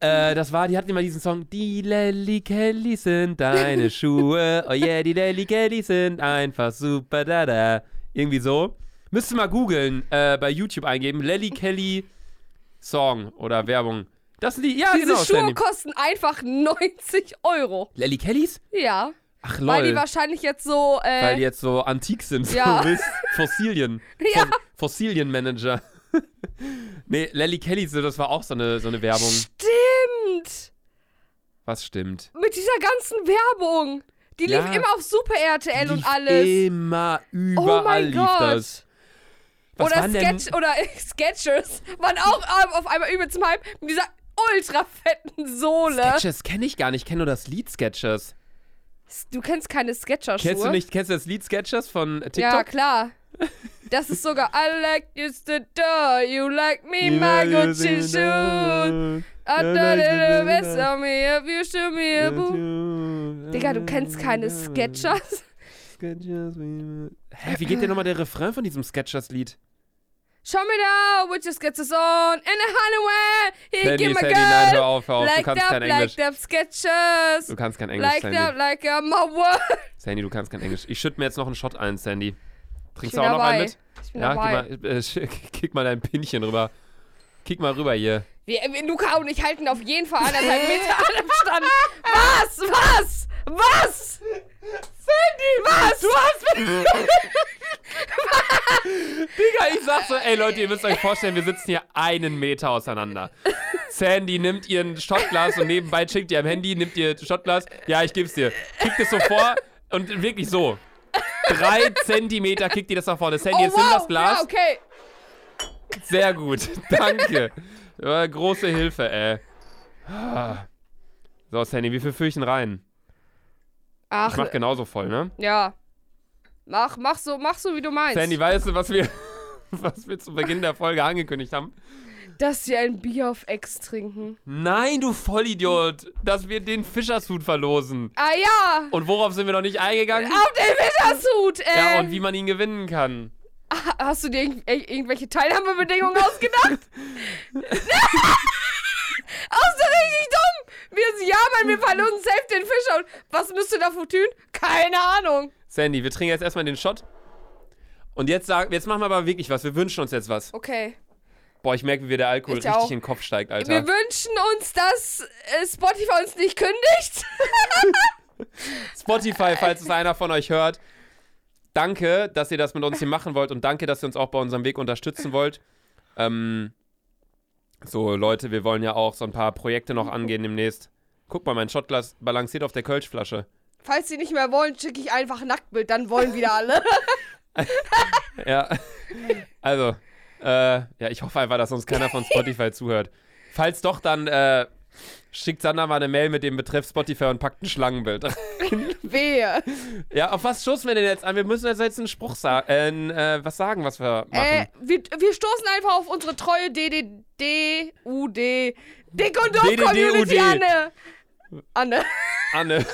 Speaker 2: Äh, das war, die hatten immer diesen Song, die Lelly Kellys sind deine Schuhe, oh yeah, die Lelly Kellys sind einfach super, da da. Irgendwie so. Müsst ihr mal googeln, äh, bei YouTube eingeben, Lelly Kelly Song oder Werbung. Das sind die, ja
Speaker 1: diese
Speaker 2: genau,
Speaker 1: Schuhe
Speaker 2: Sandy.
Speaker 1: kosten einfach 90 Euro.
Speaker 2: Lelly Kellys?
Speaker 1: Ja.
Speaker 2: Ach lol.
Speaker 1: Weil die wahrscheinlich jetzt so. Äh,
Speaker 2: Weil die jetzt so antik sind,
Speaker 1: Ja.
Speaker 2: so willst. Fossilien.
Speaker 1: Ja.
Speaker 2: Fos- Fossilienmanager. nee, Lelly Kelly, so, das war auch so eine, so eine Werbung.
Speaker 1: Stimmt!
Speaker 2: Was stimmt?
Speaker 1: Mit dieser ganzen Werbung. Die
Speaker 2: Ja.
Speaker 1: lief immer auf Super RTL und
Speaker 2: Lief
Speaker 1: alles. Oh
Speaker 2: Immer, überall
Speaker 1: mein
Speaker 2: lief
Speaker 1: Gott.
Speaker 2: das. Was
Speaker 1: oder
Speaker 2: waren denn,
Speaker 1: Sketch ne? oder Sketchers waren auch ähm, auf einmal übel zum Hype mit dieser ultra fetten Sohle.
Speaker 2: Sketches kenne ich gar nicht, ich kenne nur das Lied Sketches.
Speaker 1: Du kennst keine Sketcher-Schuhe.
Speaker 2: Kennst du nicht, kennst du das Lied Sketches von äh,
Speaker 1: Ja,
Speaker 2: TikTok?
Speaker 1: klar. Das ist sogar I like you to do, you like me, my Gucci shoes. I thought it the best of me if you show me a boo. Digga, du kennst keine Sketchers?
Speaker 2: Hä, wie geht denn nochmal der Refrain von diesem Sketchers-Lied?
Speaker 1: Show me now, we just get this on in a Honeywell. Here,
Speaker 2: Sandy,
Speaker 1: give my
Speaker 2: Sandy, nein, hör
Speaker 1: girl.
Speaker 2: auf, hör auf, du
Speaker 1: Like
Speaker 2: kannst kein
Speaker 1: that,
Speaker 2: Englisch.
Speaker 1: like that, Sketchers.
Speaker 2: Du kannst kein Englisch,
Speaker 1: Like
Speaker 2: Sandy.
Speaker 1: that, like a my world.
Speaker 2: Sandy, du kannst kein Englisch. Ich schütte mir jetzt noch einen Shot ein, Sandy.
Speaker 1: Ich
Speaker 2: Trinkst
Speaker 1: bin
Speaker 2: du auch noch einen
Speaker 1: dabei.
Speaker 2: mit?
Speaker 1: Ich bin
Speaker 2: Ja, gib
Speaker 1: dabei.
Speaker 2: mal, äh, sch- kick mal dein Pinchen rüber. Kick mal rüber hier.
Speaker 1: Wir, wir, Luca und ich halten auf jeden Fall anderthalb Meter an dem Stand. Was? Was? Was? Sandy! Was? Oh, Du hast mich...
Speaker 2: Digga, ich sag so, ey Leute, ihr müsst euch vorstellen, wir sitzen hier einen Meter auseinander. Sandy nimmt ihren Shotglas und nebenbei schickt ihr am Handy, nimmt ihr Shotglas. Ja, ich geb's dir. Kickt es so vor und wirklich so. Drei Zentimeter kickt ihr das nach vorne. Sandy,
Speaker 1: Oh,
Speaker 2: jetzt nimm das Glas.
Speaker 1: Ja, okay.
Speaker 2: Sehr gut. Danke. Ja, große Hilfe, ey. Ah. So, Sandy, wie viel Fürchen rein? Ich
Speaker 1: Ach,
Speaker 2: mach genauso voll, ne?
Speaker 1: ja. Mach, mach so, mach so, wie du meinst.
Speaker 2: Sandy, weißt du, was wir, was wir zu Beginn der Folge angekündigt haben?
Speaker 1: Dass sie ein Bier auf Ex trinken.
Speaker 2: Nein, du Vollidiot, dass wir den Fischershut verlosen.
Speaker 1: Ah ja!
Speaker 2: Und worauf sind wir noch nicht eingegangen?
Speaker 1: Auf den Wintersuit! Ähm,
Speaker 2: Ja, und wie man ihn gewinnen kann.
Speaker 1: ha- Hast du dir irgend- ir- irgendwelche Teilnahmebedingungen ausgedacht? Auch so richtig dumm! Wir, ja, Mann, wir verlosen safe den Fischer. Und was müsst ihr dafür tun? Keine Ahnung.
Speaker 2: Sandy, wir trinken jetzt erstmal den Shot. Und jetzt sagen, jetzt machen wir aber wirklich was. Wir wünschen uns jetzt was.
Speaker 1: Okay.
Speaker 2: Boah, ich merke, wie mir der Alkohol
Speaker 1: Ich
Speaker 2: richtig
Speaker 1: auch.
Speaker 2: in den Kopf steigt,
Speaker 1: Wir
Speaker 2: Alter.
Speaker 1: wünschen uns, dass äh, Spotify uns nicht kündigt.
Speaker 2: Spotify, falls es einer von euch hört. Danke, dass ihr das mit uns hier machen wollt und danke, dass ihr uns auch bei unserem Weg unterstützen wollt. Ähm, so, Leute, wir wollen ja auch so ein paar Projekte noch angehen demnächst. Guck mal, mein Shotglas balanciert auf der Kölschflasche.
Speaker 1: Falls sie nicht mehr wollen, schicke ich einfach ein Nacktbild, dann wollen wieder alle.
Speaker 2: Ja. Also, äh, ja, ich hoffe einfach, dass uns keiner von Spotify zuhört. Falls doch, dann äh, schickt Sander mal eine Mail mit dem Betreff Spotify und packt ein Schlangenbild.
Speaker 1: Wehe.
Speaker 2: ja, auf was stoßen wir denn jetzt an? Wir müssen jetzt jetzt einen Spruch sagen, äh, ein, äh, was sagen, was wir machen.
Speaker 1: Äh, wir, wir stoßen einfach auf unsere treue DDD-UD. Dick und
Speaker 2: DDD.
Speaker 1: doof Community, Anne. Anne.
Speaker 2: Anne.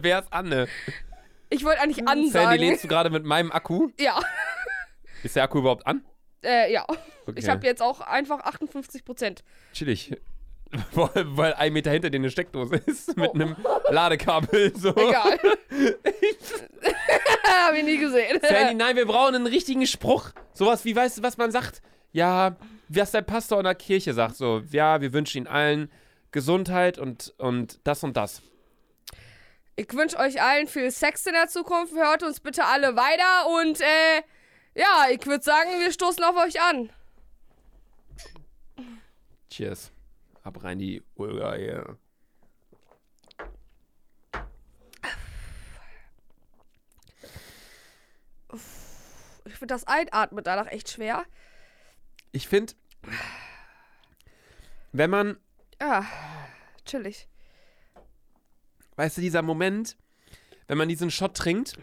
Speaker 2: Wer ist Anne?
Speaker 1: Ich wollte eigentlich ansagen.
Speaker 2: Sandy, lädst du gerade mit meinem Akku?
Speaker 1: Ja.
Speaker 2: Ist der Akku überhaupt an?
Speaker 1: Äh, ja.
Speaker 2: Okay.
Speaker 1: Ich habe jetzt auch einfach 58 Prozent.
Speaker 2: Chillig. Weil, weil ein Meter hinter dir eine Steckdose ist mit einem Ladekabel. So.
Speaker 1: Egal. Hab ich nie gesehen.
Speaker 2: Sandy, nein, wir brauchen einen richtigen Spruch. Sowas wie, weißt du, was man sagt? Ja, was der Pastor in der Kirche sagt. So, ja, wir wünschen ihnen allen Gesundheit und, und das und das.
Speaker 1: Ich wünsche euch allen viel Sex in der Zukunft. Hört uns bitte alle weiter und äh, ja, ich würde sagen, wir stoßen auf euch an.
Speaker 2: Cheers. Ab rein die Ulga, yeah.
Speaker 1: Ich finde das Einatmen danach echt schwer.
Speaker 2: Ich finde, wenn man
Speaker 1: Ja, chillig.
Speaker 2: weißt du, dieser Moment, wenn man diesen Shot trinkt,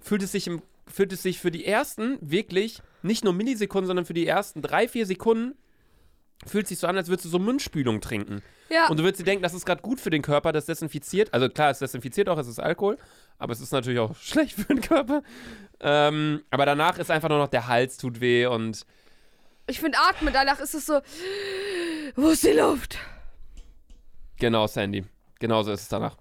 Speaker 2: fühlt es sich, im, fühlt es sich für die ersten wirklich, nicht nur Millisekunden, sondern für die ersten drei, vier Sekunden, fühlt sich so an, als würdest du so Mundspülung trinken.
Speaker 1: Ja,
Speaker 2: Und du würdest dir denken, das ist gerade gut für den Körper, das desinfiziert. Also klar, es desinfiziert auch, es ist Alkohol, aber es ist natürlich auch schlecht für den Körper. Ähm, aber danach ist einfach nur noch der Hals tut weh und
Speaker 1: ich finde Atmen danach ist es so, wo ist die Luft?
Speaker 2: genau, Sandy. Genauso ist es danach.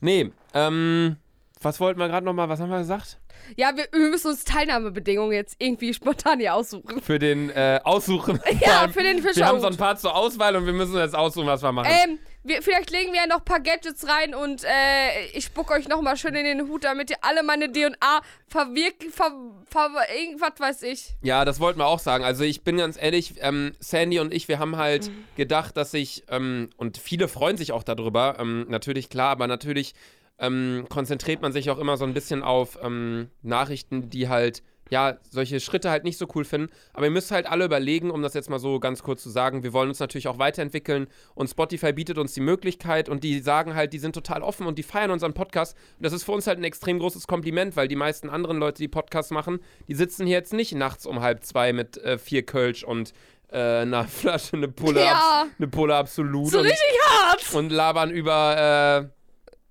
Speaker 2: Nee, ähm, was wollten wir gerade nochmal, was haben wir gesagt?
Speaker 1: Ja, wir, wir müssen uns Teilnahmebedingungen jetzt irgendwie spontan hier aussuchen.
Speaker 2: Für den äh, Aussuchen.
Speaker 1: Ja, für den
Speaker 2: Wir haben so
Speaker 1: Fischerhut.
Speaker 2: ein paar zur Auswahl und wir müssen jetzt aussuchen, was wir machen.
Speaker 1: ähm, wir, vielleicht legen wir ja noch ein paar Gadgets rein und äh, ich spuck euch nochmal schön in den Hut, damit ihr alle meine DNA verwirken, ver, ver, irgendwas weiß ich.
Speaker 2: Ja, das wollten wir auch sagen. Also ich bin ganz ehrlich, ähm, Sandy und ich, wir haben halt
Speaker 1: Mhm.
Speaker 2: gedacht, dass ich, ähm, und viele freuen sich auch darüber, ähm, natürlich klar, aber natürlich ähm, konzentriert man sich auch immer so ein bisschen auf ähm, Nachrichten, die halt, ja, solche Schritte halt nicht so cool finden. Aber ihr müsst halt alle überlegen, um das jetzt mal so ganz kurz zu sagen, wir wollen uns natürlich auch weiterentwickeln und Spotify bietet uns die Möglichkeit und die sagen halt, die sind total offen und die feiern unseren Podcast. Und das ist für uns halt ein extrem großes Kompliment, weil die meisten anderen Leute, die Podcasts machen, die sitzen hier jetzt nicht nachts um halb zwei mit äh, vier Kölsch und äh, einer Flasche, eine Pulle,
Speaker 1: Ja.
Speaker 2: Abs- eine Pulle Absolut
Speaker 1: So
Speaker 2: und
Speaker 1: richtig hart.
Speaker 2: und labern über äh,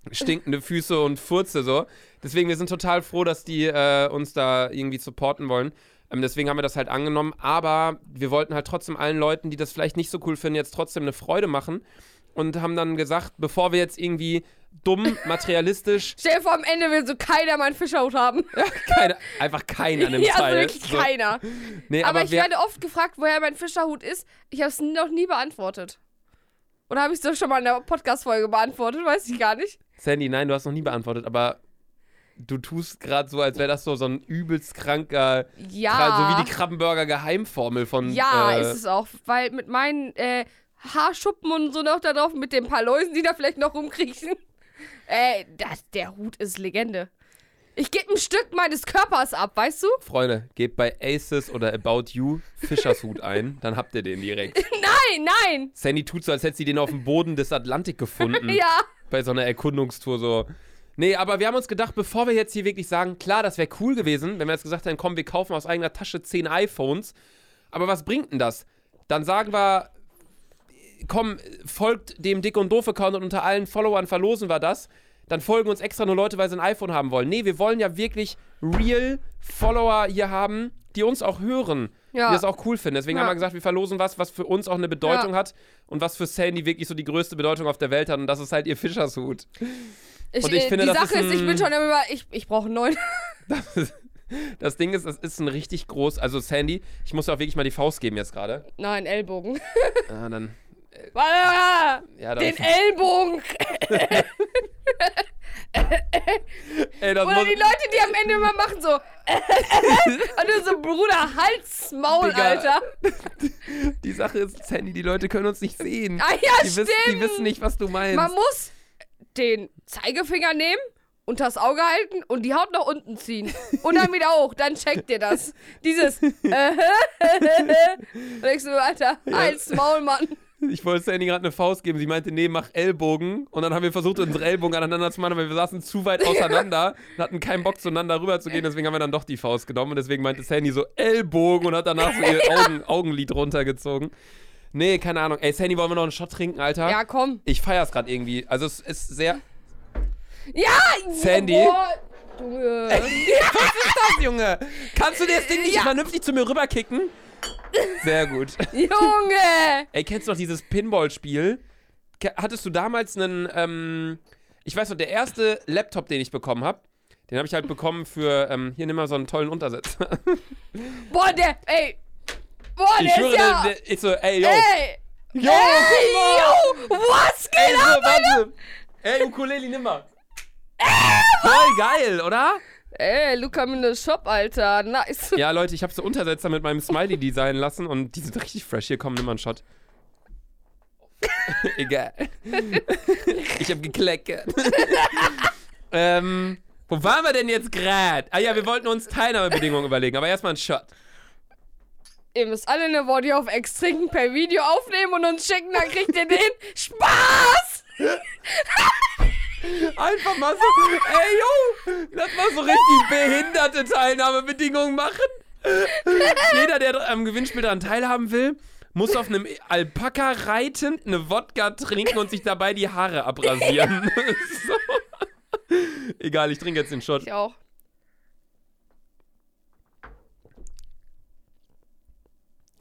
Speaker 2: stinkende Füße und Furze so. Deswegen, wir sind total froh, dass die äh, uns da irgendwie supporten wollen. Ähm, deswegen haben wir das halt angenommen. Aber wir wollten halt trotzdem allen Leuten, die das vielleicht nicht so cool finden, jetzt trotzdem eine Freude machen. Und haben dann gesagt, bevor wir jetzt irgendwie dumm, materialistisch,
Speaker 1: Stell dir vor, am Ende will so keiner meinen Fischerhut haben.
Speaker 2: keine, einfach keinen an dem
Speaker 1: Ja, also
Speaker 2: Teil.
Speaker 1: wirklich
Speaker 2: so.
Speaker 1: keiner.
Speaker 2: Nee,
Speaker 1: Aber,
Speaker 2: aber,
Speaker 1: ich
Speaker 2: wir,
Speaker 1: werde oft gefragt, woher mein Fischerhut ist. Ich habe es noch nie beantwortet. Oder habe ich es doch schon mal in der Podcast-Folge beantwortet? Weiß ich gar nicht.
Speaker 2: Sandy, nein, du hast noch nie beantwortet, aber du tust gerade so, als wäre das so, so ein übelst kranker,
Speaker 1: Ja.
Speaker 2: so wie die Krabbenburger Geheimformel von
Speaker 1: ja,
Speaker 2: äh,
Speaker 1: ist es auch. Weil mit meinen äh, Haarschuppen und so noch da drauf, mit den paar Läusen, die da vielleicht noch rumkriechen. Äh, das, der Hut ist Legende. Ich gebe ein Stück meines Körpers ab, weißt du?
Speaker 2: Freunde, gebt bei Aces oder About You Fischershut ein, dann habt ihr den direkt.
Speaker 1: Nein, nein.
Speaker 2: Sandy tut so, als hätte sie den auf dem Boden des Atlantik gefunden.
Speaker 1: Ja.
Speaker 2: Bei so einer Erkundungstour so. Nee, aber wir haben uns gedacht, bevor wir jetzt hier wirklich sagen, klar, das wäre cool gewesen, wenn wir jetzt gesagt hätten, komm, wir kaufen aus eigener Tasche 10 iPhones. Aber was bringt denn das? Dann sagen wir, komm, folgt dem Dick und Doof-Account und unter allen Followern verlosen wir das. Dann folgen uns extra nur Leute, weil sie ein iPhone haben wollen. Nee, wir wollen ja wirklich real Follower hier haben, die uns auch hören,
Speaker 1: Ja.
Speaker 2: die das auch cool finden. Deswegen
Speaker 1: Ja.
Speaker 2: haben wir gesagt, wir verlosen was, was für uns auch eine Bedeutung
Speaker 1: Ja.
Speaker 2: hat und was für Sandy wirklich so die größte Bedeutung auf der Welt hat. Und das ist halt ihr Fischershut.
Speaker 1: Ich,
Speaker 2: Und ich
Speaker 1: äh,
Speaker 2: finde,
Speaker 1: die
Speaker 2: das
Speaker 1: Sache
Speaker 2: ist
Speaker 1: ist, ich
Speaker 2: ein-
Speaker 1: bin schon immer, ich, ich brauche einen neuen.
Speaker 2: Das Ding ist, das ist ein richtig groß. Also, Sandy, ich muss dir auch wirklich mal die Faust geben jetzt gerade.
Speaker 1: Nein, Ellbogen.
Speaker 2: Ah, dann.
Speaker 1: Ah,
Speaker 2: Ja, dann.
Speaker 1: Den Ellbogen.
Speaker 2: ey, das
Speaker 1: Oder
Speaker 2: muss,
Speaker 1: die Leute, die am Ende immer machen so. Und du so, Bruder, Hals, Maul,
Speaker 2: Digga.
Speaker 1: Alter.
Speaker 2: die Sache ist, Sandy, die Leute können uns nicht sehen.
Speaker 1: Ah ja,
Speaker 2: die,
Speaker 1: stimmt.
Speaker 2: wissen, die wissen nicht, was du meinst.
Speaker 1: Man muss den Zeigefinger nehmen, unters Auge halten und die Haut nach unten ziehen. Und dann wieder hoch, dann checkt ihr das. Dieses. äh, Und denkst du, Alter, Hals, Maul, Mann.
Speaker 2: Ich wollte Sandy gerade eine Faust geben. Sie meinte, nee, mach Ellbogen. Und dann haben wir versucht, unsere Ellbogen aneinander zu machen, aber wir saßen zu weit auseinander und hatten keinen Bock, zueinander rüber zu gehen. Deswegen haben wir dann doch die Faust genommen. Und deswegen meinte Sandy so Ellbogen und hat danach so ihr Augen, Augenlid runtergezogen. Nee, keine Ahnung. Ey, Sandy, wollen wir noch einen Shot trinken, Alter?
Speaker 1: Ja, komm.
Speaker 2: Ich feiere es gerade irgendwie. Also, es ist sehr.
Speaker 1: Ja!
Speaker 2: Sandy?
Speaker 1: Boah, Junge.
Speaker 2: Was, Junge? Kannst du dir das Ding nicht
Speaker 1: Ja.
Speaker 2: vernünftig zu mir rüberkicken? Sehr gut.
Speaker 1: Junge!
Speaker 2: Ey, kennst du noch dieses Pinball-Spiel? Ke- Hattest du damals einen, ähm, ich weiß noch, der erste Laptop, den ich bekommen habe, den habe ich halt bekommen für, ähm, hier nimm mal so einen tollen Untersetzer.
Speaker 1: Boah, der, ey. Boah,
Speaker 2: Ich
Speaker 1: der
Speaker 2: schwöre,
Speaker 1: ist ja. Äh,
Speaker 2: der, der, ich so, ey, yo,
Speaker 1: ey.
Speaker 2: yo,
Speaker 1: ey,
Speaker 2: guck mal.
Speaker 1: yo, was
Speaker 2: Ey,
Speaker 1: geht
Speaker 2: so,
Speaker 1: ab?
Speaker 2: warte. Ey, Ukulele, nimm mal.
Speaker 1: Äh,
Speaker 2: Voll geil, oder?
Speaker 1: Ey, Luca Mine Shop, Alter. Nice.
Speaker 2: Ja, Leute, ich habe so Untersetzer mit meinem Smiley designen lassen und die sind richtig fresh. Hier, komm, nimm mal einen Shot. Egal. ich habe gekleckert. ähm, wo waren wir denn jetzt gerade? Ah ja, wir wollten uns Teilnahmebedingungen überlegen, aber erstmal einen Shot.
Speaker 1: Ihr müsst alle eine Body auf Ex trinken, per Video aufnehmen und uns schicken, dann kriegt ihr den Spaß!
Speaker 2: Einfach mal so, ey, yo, lass mal so richtig behinderte Teilnahmebedingungen machen. Jeder, der am Gewinnspiel daran teilhaben will, muss auf einem Alpaka reitend eine Wodka trinken und sich dabei die Haare abrasieren. so. Egal, ich trinke jetzt den Shot.
Speaker 1: Ich auch.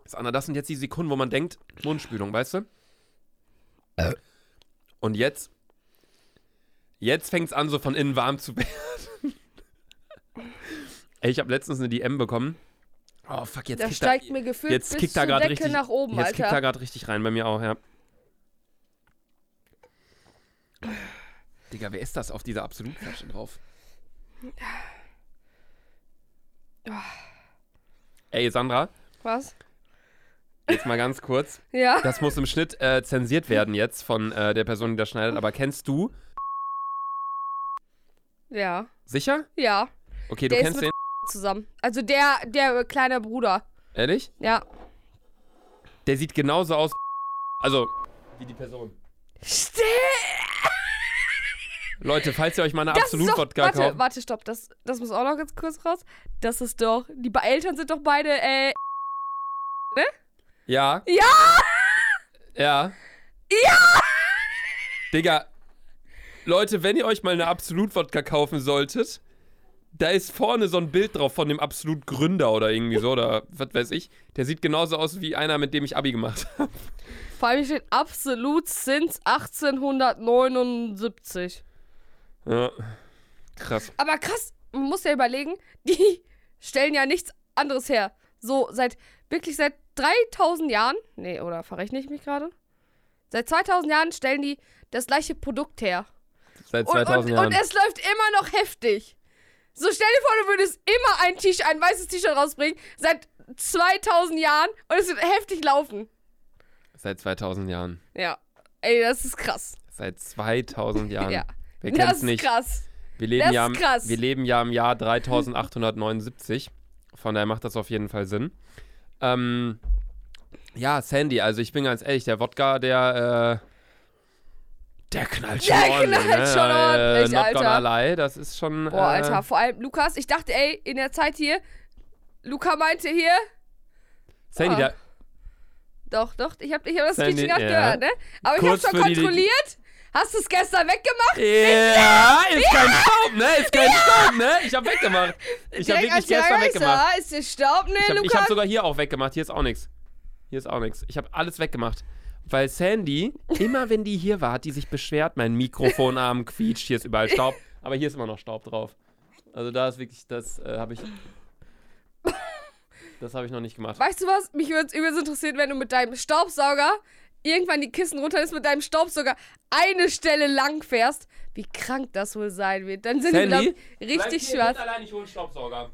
Speaker 2: Das Anna, das sind jetzt die Sekunden, wo man denkt, Mundspülung, weißt du? Und jetzt, jetzt fängt es an, so von innen warm zu werden. Ey, ich habe letztens eine DM bekommen. Oh, fuck, jetzt
Speaker 1: Da
Speaker 2: kickt
Speaker 1: steigt
Speaker 2: da,
Speaker 1: mir gefühlt
Speaker 2: jetzt
Speaker 1: bis
Speaker 2: kickt
Speaker 1: zur
Speaker 2: da gerade
Speaker 1: Decke
Speaker 2: richtig
Speaker 1: nach oben,
Speaker 2: Jetzt kickt da
Speaker 1: Alter.
Speaker 2: gerade richtig rein, bei mir auch, ja. Digga, wer ist das auf dieser Absolutflasche drauf? Ey, Sandra,
Speaker 1: Was?
Speaker 2: jetzt mal ganz kurz.
Speaker 1: Ja.
Speaker 2: Das muss im Schnitt äh, zensiert werden jetzt von äh, der Person, die das schneidet. Aber kennst du
Speaker 1: Ja.
Speaker 2: Sicher?
Speaker 1: Ja.
Speaker 2: Okay,
Speaker 1: Der
Speaker 2: du
Speaker 1: ist
Speaker 2: kennst
Speaker 1: mit-
Speaker 2: den.
Speaker 1: Zusammen. Also der, der äh, kleine Bruder.
Speaker 2: Ehrlich?
Speaker 1: Ja.
Speaker 2: Der sieht genauso aus. Also, wie die Person.
Speaker 1: Still!
Speaker 2: Leute, falls ihr euch mal eine
Speaker 1: Das ist doch,
Speaker 2: Absolut-Wodka
Speaker 1: warte,
Speaker 2: kauft.
Speaker 1: warte, stopp. Das, das muss auch noch ganz kurz raus. Das ist doch. Die be- Eltern sind doch beide, äh.
Speaker 2: Ja.
Speaker 1: Ja!
Speaker 2: Ja. Ja! Digga. Leute, wenn ihr euch mal eine Absolut-Wodka kaufen solltet, da ist vorne so ein Bild drauf von dem Absolut-Gründer oder irgendwie so, oder was weiß ich. Der sieht genauso aus wie einer, mit dem ich Abi gemacht habe.
Speaker 1: Vor allem steht absolut since 1879.
Speaker 2: Ja. Krass.
Speaker 1: Aber krass, man muss ja überlegen, die stellen ja nichts anderes her. So seit, wirklich seit 3000 Jahren, nee, oder verrechne ich mich gerade? Seit 2000 Jahren stellen die das gleiche Produkt her.
Speaker 2: Seit
Speaker 1: Und,
Speaker 2: 2000
Speaker 1: und,
Speaker 2: Jahren.
Speaker 1: und es läuft immer noch heftig. So stell dir vor, du würdest immer ein T-Shirt, ein weißes T-Shirt rausbringen, seit 2000 Jahren und es wird heftig laufen.
Speaker 2: Seit 2000 Jahren.
Speaker 1: Ja, ey, das ist krass.
Speaker 2: Seit 2000 Jahren.
Speaker 1: Ja.
Speaker 2: Wir kennen
Speaker 1: das
Speaker 2: es
Speaker 1: ist
Speaker 2: nicht.
Speaker 1: krass.
Speaker 2: Wir
Speaker 1: Das
Speaker 2: leben,
Speaker 1: ist
Speaker 2: ja, im-
Speaker 1: krass.
Speaker 2: wir leben ja im Jahr 3879. Von daher macht das auf jeden Fall Sinn. Ähm, ja, Sandy, also ich bin ganz ehrlich, der Wodka, der, äh, der knallt schon
Speaker 1: Der
Speaker 2: ordentlich.
Speaker 1: knallt
Speaker 2: ne?
Speaker 1: schon ordentlich,
Speaker 2: äh, not Gonna
Speaker 1: Alter.
Speaker 2: lie, das ist schon.
Speaker 1: Boah,
Speaker 2: äh,
Speaker 1: Alter, vor allem Lukas, ich dachte, ey, in der Zeit hier, Luca meinte hier,
Speaker 2: Sandy,
Speaker 1: Ah.
Speaker 2: da,
Speaker 1: doch, doch, ich habe ich hab das
Speaker 2: Sandy,
Speaker 1: Quietschen gerade
Speaker 2: ja.
Speaker 1: gehört, ne? Aber
Speaker 2: Kurz
Speaker 1: ich habe
Speaker 2: für
Speaker 1: schon
Speaker 2: die- die-
Speaker 1: kontrolliert. Hast du es gestern weggemacht?
Speaker 2: Ja, ist kein Staub, ne? Ist kein Staub, ne? Ich hab weggemacht. Ich hab wirklich
Speaker 1: Direkt als der
Speaker 2: gestern
Speaker 1: Reis,
Speaker 2: weggemacht.
Speaker 1: ah, Ist der Staub? Nee,
Speaker 2: Ich habe
Speaker 1: Lukas.
Speaker 2: hab sogar hier auch weggemacht. Hier ist auch nichts. Hier ist auch nichts. Ich habe alles weggemacht. Weil Sandy, immer wenn die hier war, hat die sich beschwert, mein Mikrofonarm quietscht, hier ist überall Staub. Aber hier ist immer noch Staub drauf. Also da ist wirklich, das äh, habe ich. Das habe ich noch nicht gemacht.
Speaker 1: weißt du was? Mich würde es übelst interessieren, wenn du mit deinem Staubsauger irgendwann die Kissen runter ist, mit deinem Staubsauger eine Stelle lang fährst. Wie krank das wohl sein wird. Dann sind
Speaker 2: Sandy?
Speaker 1: die wieder richtig schwarz.
Speaker 2: allein, ich hole einen Staubsauger.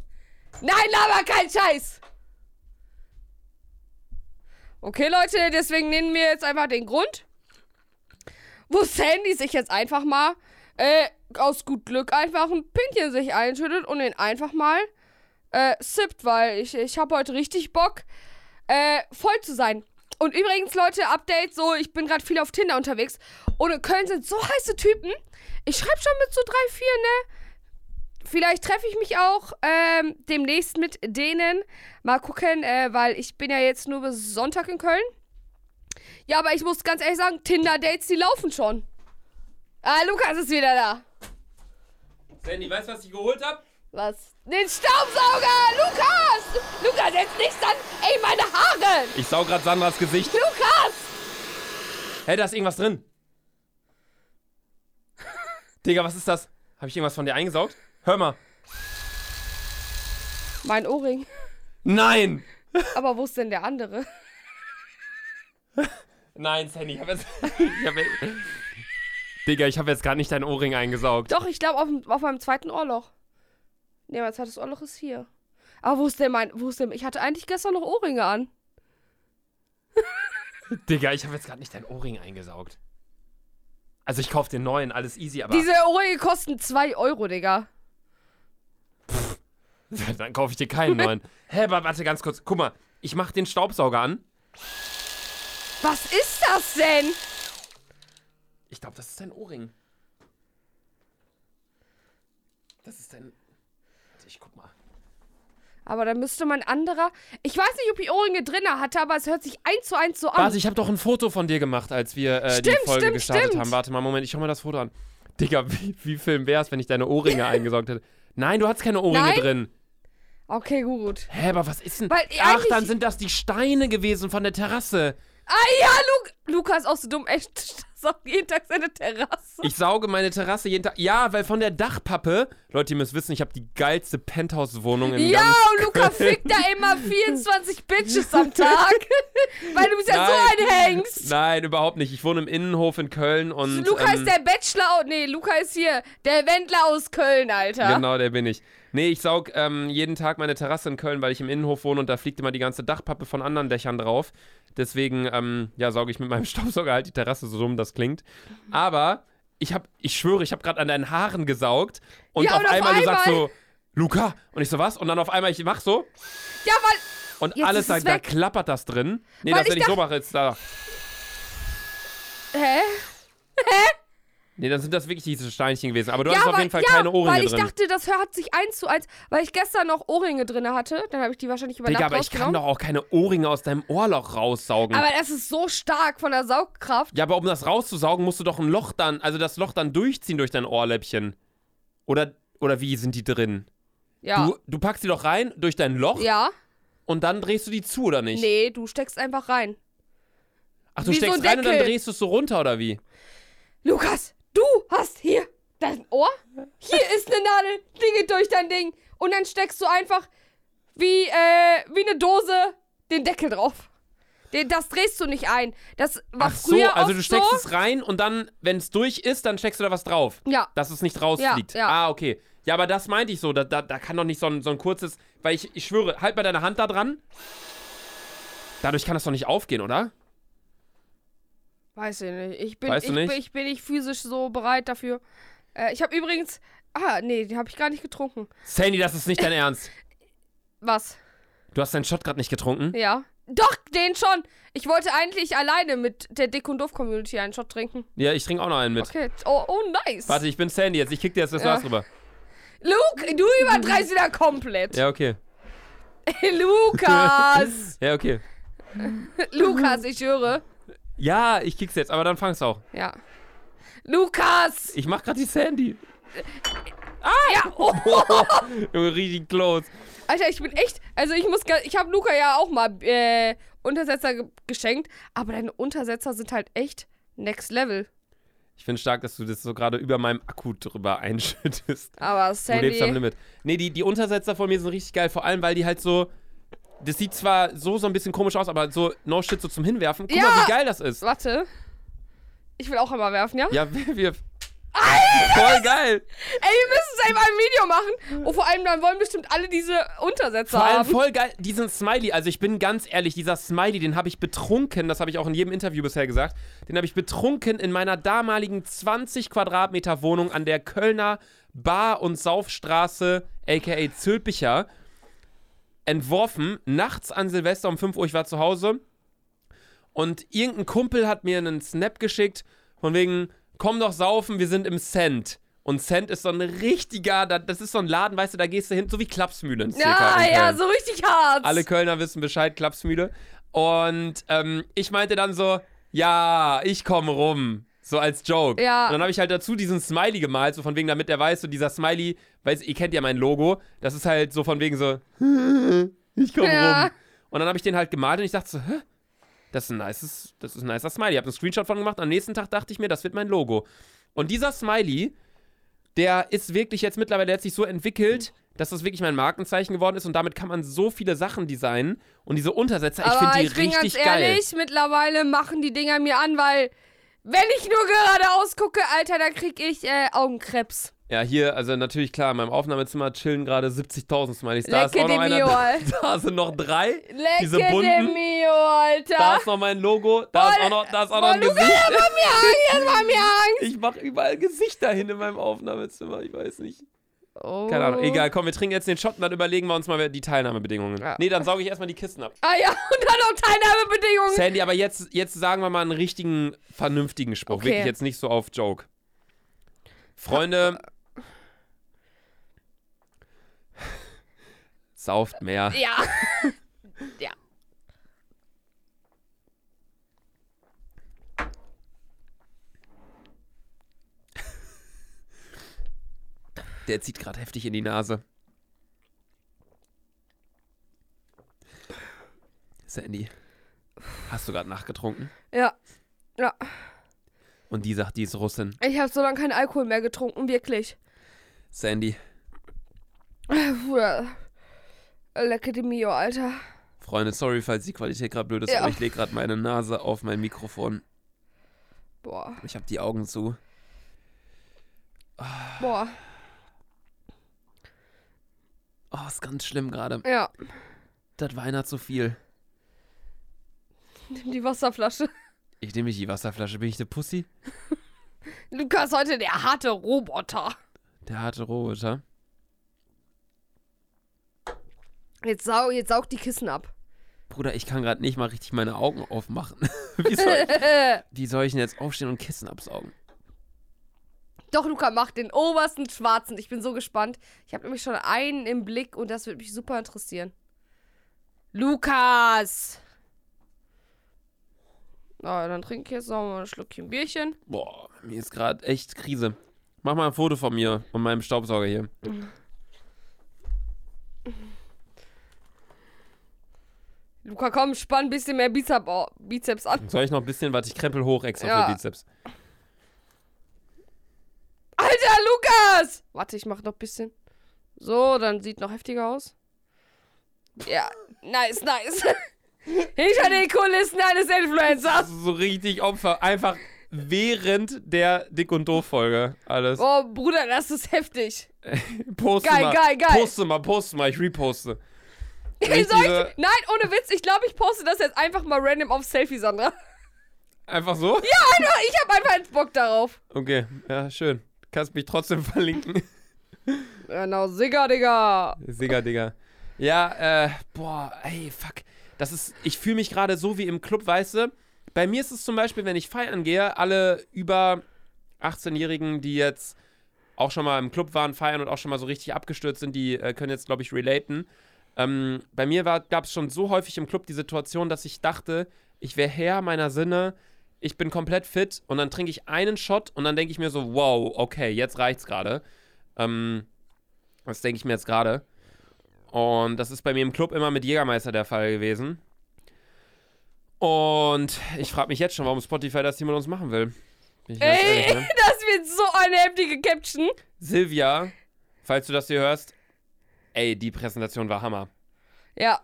Speaker 1: Nein, laber kein Scheiß! Okay, Leute, deswegen nennen wir jetzt einfach den Grund, wo Sandy sich jetzt einfach mal äh, aus gut Glück einfach ein Pinchen sich einschüttet und ihn einfach mal äh, sippt, weil ich, ich habe heute richtig Bock, äh, voll zu sein. Und übrigens, Leute, Update, so, ich bin gerade viel auf Tinder unterwegs und in Köln sind so heiße Typen. Ich schreibe schon mit so drei, vier, ne? Vielleicht treffe ich mich auch ähm, demnächst mit denen. Mal gucken, äh, weil ich bin ja jetzt nur bis Sonntag in Köln. Ja, aber ich muss ganz ehrlich sagen, Tinder-Dates, die laufen schon. Ah, Lukas ist wieder da.
Speaker 2: Sandy, weißt du, was ich geholt habe?
Speaker 1: Was? Den Staubsauger! Lukas! Lukas, jetzt nichts an! Ey, meine Haare!
Speaker 2: Ich sau gerade Sandras Gesicht.
Speaker 1: Lukas!
Speaker 2: Hä, da ist irgendwas drin. Digga, was ist das? Habe ich irgendwas von dir eingesaugt? Hör mal.
Speaker 1: Mein Ohrring.
Speaker 2: Nein!
Speaker 1: Aber wo ist denn der andere?
Speaker 2: Nein, Sandy, ich habe jetzt. ich hab jetzt Digga, ich habe jetzt gerade nicht deinen Ohrring eingesaugt.
Speaker 1: Doch, ich glaube, auf, dem- auf meinem zweiten Ohrloch. Nee, mein zweites Ohrloch ist hier. Aber wo ist denn mein. Wo ist denn. Ich hatte eigentlich gestern noch Ohrringe an.
Speaker 2: Digga, ich habe jetzt gerade nicht deinen Ohrring eingesaugt. Also ich kauf den neuen, alles easy, aber
Speaker 1: Diese Ohrringe kosten 2 Euro, Digga.
Speaker 2: dann kaufe ich dir keinen neuen. Hä, aber warte ganz kurz. Guck mal, ich mach den Staubsauger an.
Speaker 1: Was ist das denn?
Speaker 2: Ich glaube, das ist dein Ohrring. Das ist dein. Warte, ich guck mal.
Speaker 1: Aber da müsste mein anderer. Ich weiß nicht, ob ich Ohrringe drin hatte, aber es hört sich eins zu eins so an.
Speaker 2: Warte, ich habe doch ein Foto von dir gemacht, als wir äh, die
Speaker 1: Ah. Stimmt,
Speaker 2: Folge
Speaker 1: stimmt,
Speaker 2: gestartet
Speaker 1: stimmt.
Speaker 2: haben. Warte mal, Moment, ich schau mal das Foto an. Digga, wie, wie Film wär's, wenn ich deine Ohrringe eingesaugt hätte? Nein, du hattest keine Ohrringe
Speaker 1: Nein?
Speaker 2: drin.
Speaker 1: Okay, gut.
Speaker 2: Hä, aber was ist denn?
Speaker 1: Weil
Speaker 2: Ach,
Speaker 1: eigentlich-
Speaker 2: dann sind das die Steine gewesen von der Terrasse.
Speaker 1: Ah ja, Lu Lukas, auch so dumm. Echt, das auf jeden Tag seine Terrasse.
Speaker 2: Ich sauge meine Terrasse jeden Tag. Ja, weil von der Dachpappe. Leute, ihr müsst wissen, ich habe die geilste Penthouse-Wohnung im
Speaker 1: ja,
Speaker 2: ganzen
Speaker 1: und Luca
Speaker 2: Köln.
Speaker 1: fickt da immer 24 Bitches am Tag. weil du bist ja so
Speaker 2: Nein.
Speaker 1: ein Hengst.
Speaker 2: Nein, überhaupt nicht. Ich wohne im Innenhof in Köln und.
Speaker 1: Luca
Speaker 2: ähm,
Speaker 1: ist der Bachelor. Oh, nee, Luca ist hier. Der Wendler aus Köln, Alter.
Speaker 2: Genau, der bin ich. Nee, ich saug ähm, jeden Tag meine Terrasse in Köln, weil ich im Innenhof wohne und da fliegt immer die ganze Dachpappe von anderen Dächern drauf. Deswegen, ähm, ja, sauge ich mit meinem Staubsauger halt die Terrasse, so dumm das klingt. Aber ich hab, ich schwöre, ich habe gerade an deinen Haaren gesaugt und,
Speaker 1: Ja,
Speaker 2: auf,
Speaker 1: und auf
Speaker 2: einmal, du sagst
Speaker 1: einmal-
Speaker 2: so, Luca, und ich so, was? Und dann auf einmal, ich mach so
Speaker 1: Ja, weil.
Speaker 2: und
Speaker 1: Jetzt
Speaker 2: alles
Speaker 1: ist es
Speaker 2: sagt, da
Speaker 1: weg.
Speaker 2: klappert das drin. Nee,
Speaker 1: Weil
Speaker 2: das,
Speaker 1: ich
Speaker 2: wenn ich so mache, ist da.
Speaker 1: Hä?
Speaker 2: Nee, dann sind das wirklich diese Steinchen gewesen. Aber du
Speaker 1: ja,
Speaker 2: hast auf
Speaker 1: weil,
Speaker 2: jeden Fall
Speaker 1: ja,
Speaker 2: keine
Speaker 1: weil
Speaker 2: Ohrringe
Speaker 1: ich
Speaker 2: drin.
Speaker 1: dachte, das hat sich eins zu eins, weil ich gestern noch Ohrringe drin hatte, dann habe ich die wahrscheinlich über
Speaker 2: Digga,
Speaker 1: Nacht
Speaker 2: aber ich kann
Speaker 1: rausgenommen.
Speaker 2: doch auch keine Ohrringe aus deinem Ohrloch raussaugen.
Speaker 1: aber das ist so stark von der Saugkraft.
Speaker 2: ja, aber um das rauszusaugen, musst du doch ein Loch dann, also das Loch dann durchziehen durch dein Ohrläppchen. Oder, oder wie sind die drin?
Speaker 1: Ja.
Speaker 2: Du, du packst die doch rein durch dein Loch
Speaker 1: ja.
Speaker 2: und dann drehst du die zu, oder nicht?
Speaker 1: Nee, du steckst einfach rein.
Speaker 2: Ach, du
Speaker 1: wie so
Speaker 2: steckst
Speaker 1: ein
Speaker 2: rein und dann
Speaker 1: Deckel.
Speaker 2: drehst du es so runter, oder wie?
Speaker 1: Lukas, du hast hier dein Ohr. Hier ist eine Nadel, die geht durch dein Ding. Und dann steckst du einfach wie, äh, wie eine Dose den Deckel drauf. Den, das drehst du nicht ein. Das war
Speaker 2: Ach so,
Speaker 1: früher
Speaker 2: also
Speaker 1: oft
Speaker 2: du steckst
Speaker 1: so.
Speaker 2: es rein und dann, wenn es durch ist, dann steckst du da was drauf.
Speaker 1: Ja.
Speaker 2: Dass es nicht rausfliegt.
Speaker 1: Ja, ja.
Speaker 2: Ah, okay. Ja, aber das meinte ich so. Da, da, da kann doch nicht so ein, so ein kurzes. Weil ich, ich schwöre, halt mal deine Hand da dran. Dadurch kann das doch nicht aufgehen, oder?
Speaker 1: Weiß ich nicht. Ich bin,
Speaker 2: Weißt
Speaker 1: ich,
Speaker 2: du nicht?
Speaker 1: bin ich bin nicht physisch so bereit dafür. Äh, ich habe übrigens. Ah, nee, den habe ich gar nicht getrunken.
Speaker 2: Sandy, das ist nicht dein Ernst.
Speaker 1: Was?
Speaker 2: Du hast deinen Shot gerade nicht getrunken.
Speaker 1: Ja. Doch, den schon. Ich wollte eigentlich alleine mit der Dick- und Doof-Community einen Shot trinken.
Speaker 2: Ja, ich trinke auch noch einen mit.
Speaker 1: Okay. Oh, oh nice.
Speaker 2: Warte, ich bin Sandy jetzt. Ich kick dir jetzt das
Speaker 1: Ja.
Speaker 2: Glas rüber.
Speaker 1: Luke, du übertreibst wieder komplett.
Speaker 2: Ja, okay.
Speaker 1: Lukas.
Speaker 2: Ja, okay.
Speaker 1: Lukas, ich höre.
Speaker 2: Ja, ich kick's jetzt, aber dann fang's auch.
Speaker 1: Ja. Lukas!
Speaker 2: Ich mach gerade die Sandy.
Speaker 1: Ja, oh,
Speaker 2: Junge, richtig close.
Speaker 1: Alter, ich bin echt. Also ich muss, gar- ich habe Luca ja auch mal äh, Untersetzer ge geschenkt, aber deine Untersetzer sind halt echt Next Level.
Speaker 2: Ich finde stark, dass du das so gerade über meinem Akku drüber einschüttest.
Speaker 1: Aber
Speaker 2: Du lebst am
Speaker 1: Sandy,
Speaker 2: Limit. Nee, die, die Untersetzer von mir sind richtig geil, vor allem, weil die halt so. Das sieht zwar so so ein bisschen komisch aus, aber so no shit so zum Hinwerfen. Guck mal,
Speaker 1: Ja.
Speaker 2: wie geil das ist.
Speaker 1: warte. Ich will auch einmal werfen, ja?
Speaker 2: Ja, wir. wir Voll geil.
Speaker 1: Ey, wir müssen es einmal ein Video machen. Und vor allem, dann wollen bestimmt alle diese Untersetzer
Speaker 2: Vor allem
Speaker 1: haben.
Speaker 2: voll geil. Diesen Smiley, also ich bin ganz ehrlich, dieser Smiley, den habe ich betrunken, das habe ich auch in jedem Interview bisher gesagt, den habe ich betrunken in meiner damaligen 20 Quadratmeter Wohnung an der Kölner Bar- und Saufstraße, aka Zülpicher, entworfen. Nachts an Silvester um 5 Uhr, ich war zu Hause. Und irgendein Kumpel hat mir einen Snap geschickt, von wegen, komm doch saufen, wir sind im Cent. Und Cent ist so ein richtiger, da- das ist so ein Laden, weißt du, da gehst du hin, so wie Klapsmühlen. circa
Speaker 1: ja,
Speaker 2: in halt.
Speaker 1: ja,
Speaker 2: Köln.
Speaker 1: so richtig hart.
Speaker 2: Alle Kölner wissen Bescheid, Klapsmühle. Und ähm, ich meinte dann so, ja, ich komme rum. So als Joke.
Speaker 1: Ja.
Speaker 2: Und dann habe ich halt dazu diesen Smiley gemalt, so von wegen, damit er weiß, so dieser Smiley, weiß, ihr kennt ja mein Logo, das ist halt so von wegen so, ich komme
Speaker 1: Ja.
Speaker 2: rum. Und dann habe ich den halt gemalt und ich dachte so, hä? Das ist ein nices, das ist ein nicer Smiley. Ich habe einen Screenshot von gemacht. Am nächsten Tag dachte ich mir, das wird mein Logo. Und dieser Smiley, der ist wirklich jetzt mittlerweile, der hat sich so entwickelt, dass das wirklich mein Markenzeichen geworden ist und damit kann man so viele Sachen designen. Und diese Untersetzer, ich
Speaker 1: aber
Speaker 2: finde die
Speaker 1: ich bin
Speaker 2: richtig
Speaker 1: ganz
Speaker 2: geil.
Speaker 1: ehrlich, mittlerweile machen die Dinger mir an, weil wenn ich nur geradeaus gucke, Alter, dann krieg ich äh, Augenkrebs.
Speaker 2: Ja, hier, also natürlich klar, in meinem Aufnahmezimmer chillen gerade 70.000 Smileys. Da ist
Speaker 1: Lecke
Speaker 2: auch noch
Speaker 1: de
Speaker 2: einer.
Speaker 1: mio,
Speaker 2: Da,
Speaker 1: Alter.
Speaker 2: da sind noch drei.
Speaker 1: Lecke
Speaker 2: diese
Speaker 1: de
Speaker 2: bunten.
Speaker 1: mio, Alter.
Speaker 2: Da ist noch mein Logo. Da ist
Speaker 1: Boah,
Speaker 2: auch noch, da ist auch noch
Speaker 1: Boah,
Speaker 2: ein
Speaker 1: Luca,
Speaker 2: Gesicht.
Speaker 1: jetzt mach mir Angst, jetzt mach mir Angst.
Speaker 2: Ich mache überall Gesichter hin in meinem Aufnahmezimmer. Ich weiß nicht.
Speaker 1: Oh.
Speaker 2: Keine Ahnung. Egal, komm, wir trinken jetzt den Shot und dann überlegen wir uns mal die Teilnahmebedingungen.
Speaker 1: Ja.
Speaker 2: Nee, dann sauge ich erstmal die Kisten ab.
Speaker 1: Ah ja, und dann noch Teilnahmebedingungen.
Speaker 2: Sandy, aber jetzt, jetzt sagen wir mal einen richtigen, vernünftigen Spruch.
Speaker 1: Okay.
Speaker 2: Wirklich jetzt nicht so auf Joke. Freunde. Sauft mehr.
Speaker 1: Ja. ja.
Speaker 2: Der zieht gerade heftig in die Nase. Sandy, hast du gerade nachgetrunken?
Speaker 1: Ja. Ja.
Speaker 2: Und die sagt, die ist Russin.
Speaker 1: Ich habe so lange keinen Alkohol mehr getrunken, wirklich.
Speaker 2: Sandy,
Speaker 1: Bruder. Lecke de mio, Alter.
Speaker 2: Freunde, sorry, falls die Qualität gerade blöd ist,
Speaker 1: Ja.
Speaker 2: aber ich lege gerade meine Nase auf mein Mikrofon.
Speaker 1: Boah.
Speaker 2: Ich habe die Augen zu.
Speaker 1: Boah.
Speaker 2: Oh, ist ganz schlimm gerade.
Speaker 1: Ja.
Speaker 2: Das Weihnacht so viel.
Speaker 1: Nimm die Wasserflasche.
Speaker 2: Ich nehme nicht die Wasserflasche. Bin ich eine Pussy?
Speaker 1: Lukas heute der harte Roboter.
Speaker 2: Der harte Roboter.
Speaker 1: Jetzt, sau, jetzt saugt die Kissen ab.
Speaker 2: Bruder, ich kann gerade nicht mal richtig meine Augen aufmachen. wie, soll ich, wie soll ich denn jetzt aufstehen und Kissen absaugen?
Speaker 1: Doch, Luca, mach den obersten schwarzen. Ich bin so gespannt. Ich habe nämlich schon einen im Blick und das würde mich super interessieren. Lukas! Na, dann trinke ich jetzt noch mal ein Schluckchen Bierchen.
Speaker 2: Boah, mir ist gerade echt Krise. Mach mal ein Foto von mir und meinem Staubsauger hier.
Speaker 1: Luca, komm, spann ein bisschen mehr Bizep, au- Bizeps an.
Speaker 2: Soll ich noch ein bisschen, warte, ich krempel hoch extra
Speaker 1: Ja.
Speaker 2: für Bizeps.
Speaker 1: Alter, Lukas! Warte, ich mach noch ein bisschen. So, dann sieht noch heftiger aus. Ja, nice, nice. Hinter den Kulissen eines Influencers.
Speaker 2: Also So richtig Opfer. Einfach während der Dick- und Doof-Folge alles.
Speaker 1: Oh, Bruder, das ist heftig.
Speaker 2: Poste
Speaker 1: Geil,
Speaker 2: mal,
Speaker 1: geil, geil.
Speaker 2: Poste mal, poste mal, ich reposte.
Speaker 1: Soll
Speaker 2: Richtige-
Speaker 1: ich, nein, ohne Witz, ich glaube, ich poste das jetzt einfach mal random auf Selfie, Sandra.
Speaker 2: Einfach so?
Speaker 1: Ja, einfach, ich habe einfach jetzt Bock darauf.
Speaker 2: Okay, ja, schön. Kannst mich trotzdem verlinken.
Speaker 1: Genau, Sigga, Digga.
Speaker 2: Digga, Digga. Ja, äh, boah, ey, fuck. Das ist, ich fühle mich gerade so wie im Club, weißt du? Bei mir ist es zum Beispiel, wenn ich feiern gehe, alle über 18-Jährigen, die jetzt auch schon mal im Club waren, feiern und auch schon mal so richtig abgestürzt sind, die äh, können jetzt, glaube ich, relaten. Ähm, bei mir gab es schon so häufig im Club die Situation, dass ich dachte, ich wäre Herr meiner Sinne, ich bin komplett fit und dann trinke ich einen Shot und dann denke ich mir so, wow, okay, jetzt reicht's gerade. Ähm, das denke ich mir jetzt gerade. Und das ist bei mir im Club immer mit Jägermeister der Fall gewesen. Und ich frage mich jetzt schon, warum Spotify das hier mit uns machen will. Bin ich ganz
Speaker 1: Ey,
Speaker 2: ehrlich, ne?
Speaker 1: das wird so eine heftige Caption.
Speaker 2: Silvia, falls du das hier hörst, ey, die Präsentation war Hammer.
Speaker 1: Ja,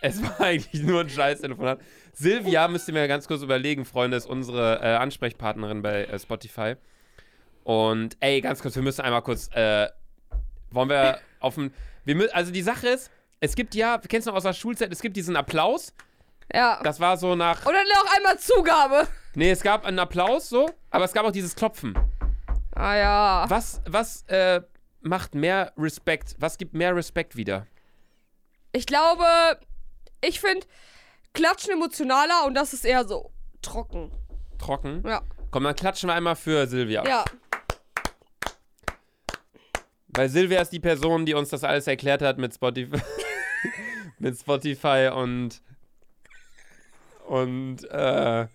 Speaker 2: Es war eigentlich nur ein scheiß Telefonat. Silvia, müsst ihr mir ganz kurz überlegen, Freunde, ist unsere äh, Ansprechpartnerin bei äh, Spotify. Und ey, ganz kurz, wir müssen einmal kurz, äh, wollen wir auf dem, wir mü- also die Sache ist, es gibt ja, kennst du noch aus der Schulzeit, es gibt diesen Applaus,
Speaker 1: ja.
Speaker 2: das war so nach,
Speaker 1: Und dann noch einmal Zugabe.
Speaker 2: nee, es gab einen Applaus so, aber es gab auch dieses Klopfen.
Speaker 1: Ah ja.
Speaker 2: Was, was, äh, macht mehr Respekt, was gibt mehr Respekt wieder?
Speaker 1: Ich glaube, ich finde Klatschen emotionaler und das ist eher so trocken.
Speaker 2: Trocken?
Speaker 1: Ja,
Speaker 2: Komm, dann klatschen wir einmal für Silvia.
Speaker 1: ja.
Speaker 2: Weil Silvia ist die Person, die uns das alles erklärt hat mit Spotify, mit Spotify und und äh,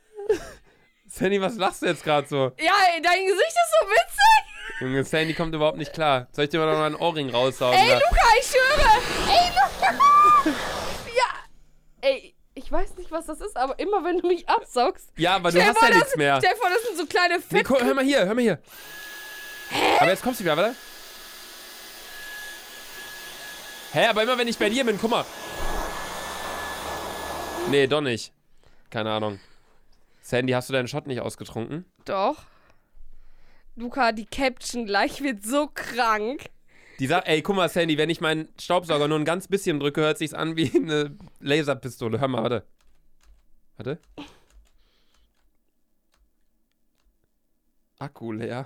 Speaker 2: Sandy, was lachst du jetzt gerade so?
Speaker 1: Ja, ey, dein Gesicht ist so witzig.
Speaker 2: Junge, Sandy kommt überhaupt nicht klar. Soll ich dir mal noch mal einen Ohrring raushauen?
Speaker 1: Ey,
Speaker 2: da?
Speaker 1: Luca, ich schwöre. Ey, Luca. Ja. Ey, ich weiß nicht, was das ist, aber immer wenn du mich absaugst.
Speaker 2: ja, aber du
Speaker 1: Stell
Speaker 2: hast
Speaker 1: vor,
Speaker 2: ja
Speaker 1: das-
Speaker 2: nichts mehr.
Speaker 1: Stell vor, das sind so kleine
Speaker 2: Nee,
Speaker 1: Fett.
Speaker 2: guck, hör mal hier, hör mal hier. Aber jetzt kommst du wieder, warte. Hä, aber immer wenn ich bei dir bin, guck mal. Nee, doch nicht. Keine Ahnung. Sandy, hast du deinen Shot nicht ausgetrunken?
Speaker 1: Doch. Luca, die Caption gleich wird so krank.
Speaker 2: Die sagt, ey, guck mal, Sandy, wenn ich meinen Staubsauger nur ein ganz bisschen drücke, hört sich's an wie eine Laserpistole. Hör mal, warte. Warte. Akku leer.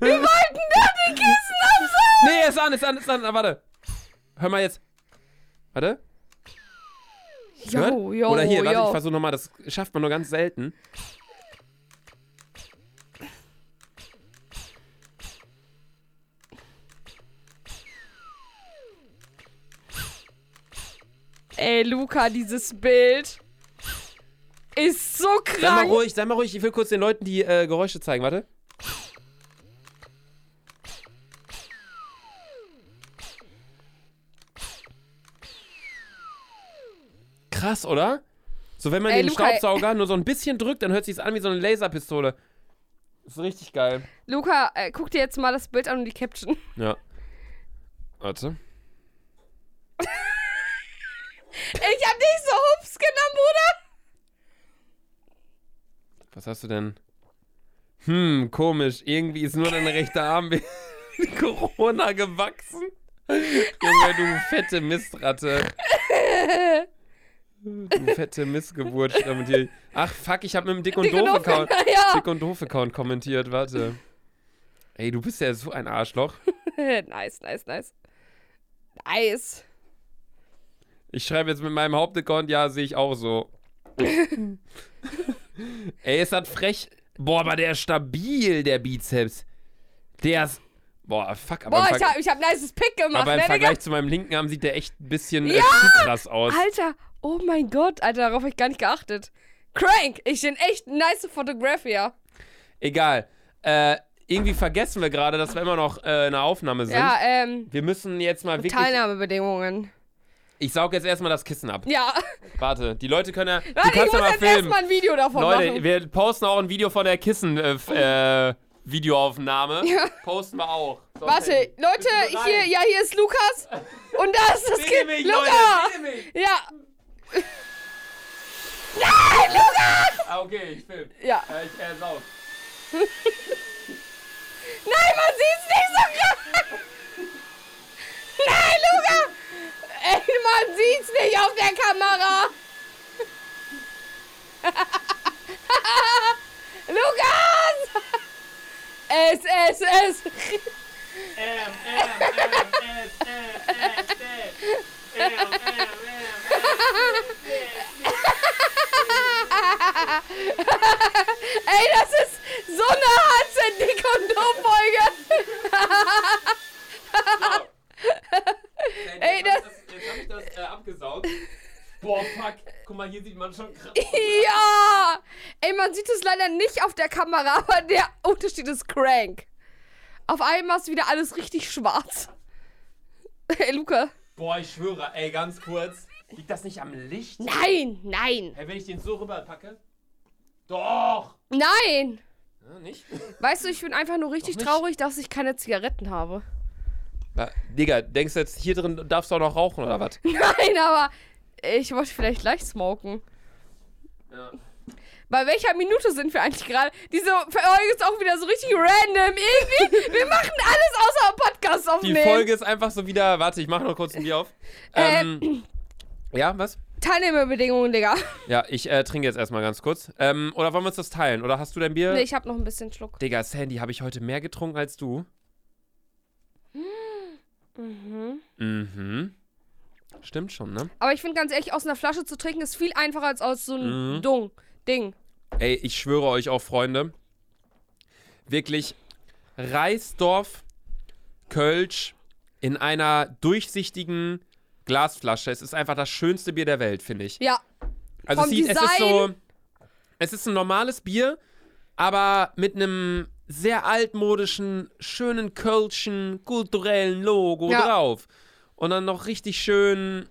Speaker 1: Wir wollten da die Kissen absaugen.
Speaker 2: Nee, ist an, ist an, ist an. Ah, warte. Hör mal jetzt. Warte.
Speaker 1: Jo,
Speaker 2: Gehört?
Speaker 1: jo,
Speaker 2: Oder hier, warte, ich
Speaker 1: jo.
Speaker 2: versuche nochmal, das schafft man nur ganz selten.
Speaker 1: Ey, Luca, dieses Bild ist so
Speaker 2: Sei mal
Speaker 1: krank.
Speaker 2: ruhig, sei mal ruhig, ich will kurz den Leuten die äh, Geräusche zeigen, warte. Krass, oder? So, wenn man
Speaker 1: Ey,
Speaker 2: den
Speaker 1: Luca, ey.
Speaker 2: Staubsauger nur so ein bisschen drückt, dann hört sich's an wie so eine Laserpistole. Ist richtig geil.
Speaker 1: Luca, äh, guck dir jetzt mal das Bild an und die Caption.
Speaker 2: Ja. Warte.
Speaker 1: Ich hab dich so hups genommen, Bruder.
Speaker 2: Was hast du denn? Hm, komisch. Irgendwie ist nur dein rechter Arm wegen Corona gewachsen. Junge, du fette Mistratte. Du fette Missgeburt damit hier. Ach fuck, ich habe mit dem Dick und
Speaker 1: Dick und
Speaker 2: Doof
Speaker 1: doof,
Speaker 2: Account
Speaker 1: ja.
Speaker 2: Dick und Doof Account kommentiert, warte. Ey, du bist ja so ein Arschloch.
Speaker 1: nice, nice, nice. Nice.
Speaker 2: Ich schreibe jetzt mit meinem Hauptaccount, ja, sehe ich auch so. Ey, ist das frech. Boah, aber der ist stabil, der Bizeps. Der ist. Boah, fuck, aber,
Speaker 1: Boah,
Speaker 2: im,
Speaker 1: ich
Speaker 2: Ver-
Speaker 1: hab, ich hab nices Pick gemacht,
Speaker 2: aber im
Speaker 1: ne, Digga?
Speaker 2: Vergleich zu meinem linken Arm sieht der echt ein bisschen äh,
Speaker 1: Ja!
Speaker 2: zu krass aus.
Speaker 1: Alter, oh mein Gott, Alter, darauf hab ich gar nicht geachtet. Crank, ich bin echt nice Fotografier.
Speaker 2: Egal. Äh, irgendwie vergessen wir gerade, dass wir immer noch äh, in der Aufnahme sind.
Speaker 1: Ja, ähm,
Speaker 2: Wir müssen jetzt mal wirklich.
Speaker 1: Teilnahmebedingungen.
Speaker 2: Ich saug jetzt erstmal das Kissen ab.
Speaker 1: Ja,
Speaker 2: Warte, die Leute können ja. Du
Speaker 1: warte, ich
Speaker 2: kannst ja
Speaker 1: muss
Speaker 2: mal
Speaker 1: jetzt erstmal
Speaker 2: filmen.
Speaker 1: ein Video davon
Speaker 2: Leute,
Speaker 1: machen.
Speaker 2: wir posten auch ein Video von der Kissen äh, f- äh, Videoaufnahme. Posten wir auch. So,
Speaker 1: Warte,
Speaker 2: okay.
Speaker 1: Leute,
Speaker 2: Bist du bereit?
Speaker 1: hier, ja, hier ist Lukas und da ist das
Speaker 2: Filme
Speaker 1: Kind.
Speaker 2: mich,
Speaker 1: Luca!
Speaker 2: Leute, filme mich.
Speaker 1: Ja,
Speaker 2: Ah, okay, ich film.
Speaker 1: ja.
Speaker 2: Äh, ich äh, saug.
Speaker 1: Nein, man sieht's nicht so krass. Nein, Luca! Ey, man sieht's nicht auf der Kamera. Lukas! Es, es, es. Ey, das ist so eine harte Dick- und Doof-Folge. Ey,
Speaker 2: Ey, das. Jetzt hab ich das äh, abgesaugt. Boah, fuck. Guck mal, hier sieht man schon krass.
Speaker 1: Ja! Ey, man sieht es leider nicht auf der Kamera, aber der Unterschied ist crank. Auf einmal ist wieder alles richtig schwarz. Ey, Luca.
Speaker 2: Boah, ich schwöre, ey, ganz kurz. Liegt das nicht am Licht?
Speaker 1: Nein, nein,
Speaker 2: Hey, wenn ich den so rüberpacke? Doch!
Speaker 1: nein.
Speaker 2: Ja, nicht?
Speaker 1: Weißt du, ich bin einfach nur richtig
Speaker 2: Doch nicht.
Speaker 1: traurig, dass ich keine Zigaretten habe.
Speaker 2: Äh, Digga, denkst du jetzt, hier drin darfst du auch noch rauchen oder was?
Speaker 1: Nein, aber ich wollte vielleicht gleich smoken.
Speaker 2: Ja.
Speaker 1: Bei welcher Minute sind wir eigentlich gerade? Diese Folge ist auch wieder so richtig random. Irgendwie, wir machen alles außer Podcast
Speaker 2: Die
Speaker 1: aufnehmen.
Speaker 2: Folge ist einfach so wieder. Warte, ich mache noch kurz ein Bier auf.
Speaker 1: Äh.
Speaker 2: Ähm, ja, was?
Speaker 1: Teilnehmerbedingungen, Digga.
Speaker 2: Ja, ich äh, trinke jetzt erstmal ganz kurz. Ähm, oder wollen wir uns das teilen? Oder hast du dein Bier?
Speaker 1: Nee, ich habe noch ein bisschen Schluck.
Speaker 2: Digga, Sandy, habe ich heute mehr getrunken als du? Mhm. Mhm. Stimmt schon, ne?
Speaker 1: Aber ich finde ganz ehrlich, aus einer Flasche zu trinken ist viel einfacher als aus so einem
Speaker 2: Mhm.
Speaker 1: Dung. Ding.
Speaker 2: Ey, ich schwöre euch auch, Freunde. Wirklich, Reisdorf, Kölsch in einer durchsichtigen Glasflasche. Es ist einfach das schönste Bier der Welt, finde ich.
Speaker 1: Ja,
Speaker 2: Also es,
Speaker 1: Vom
Speaker 2: sieht, es ist so,
Speaker 1: Design.
Speaker 2: es ist ein normales Bier, aber mit einem sehr altmodischen, schönen kölschen, kulturellen Logo
Speaker 1: Ja.
Speaker 2: drauf. Und dann noch richtig schön,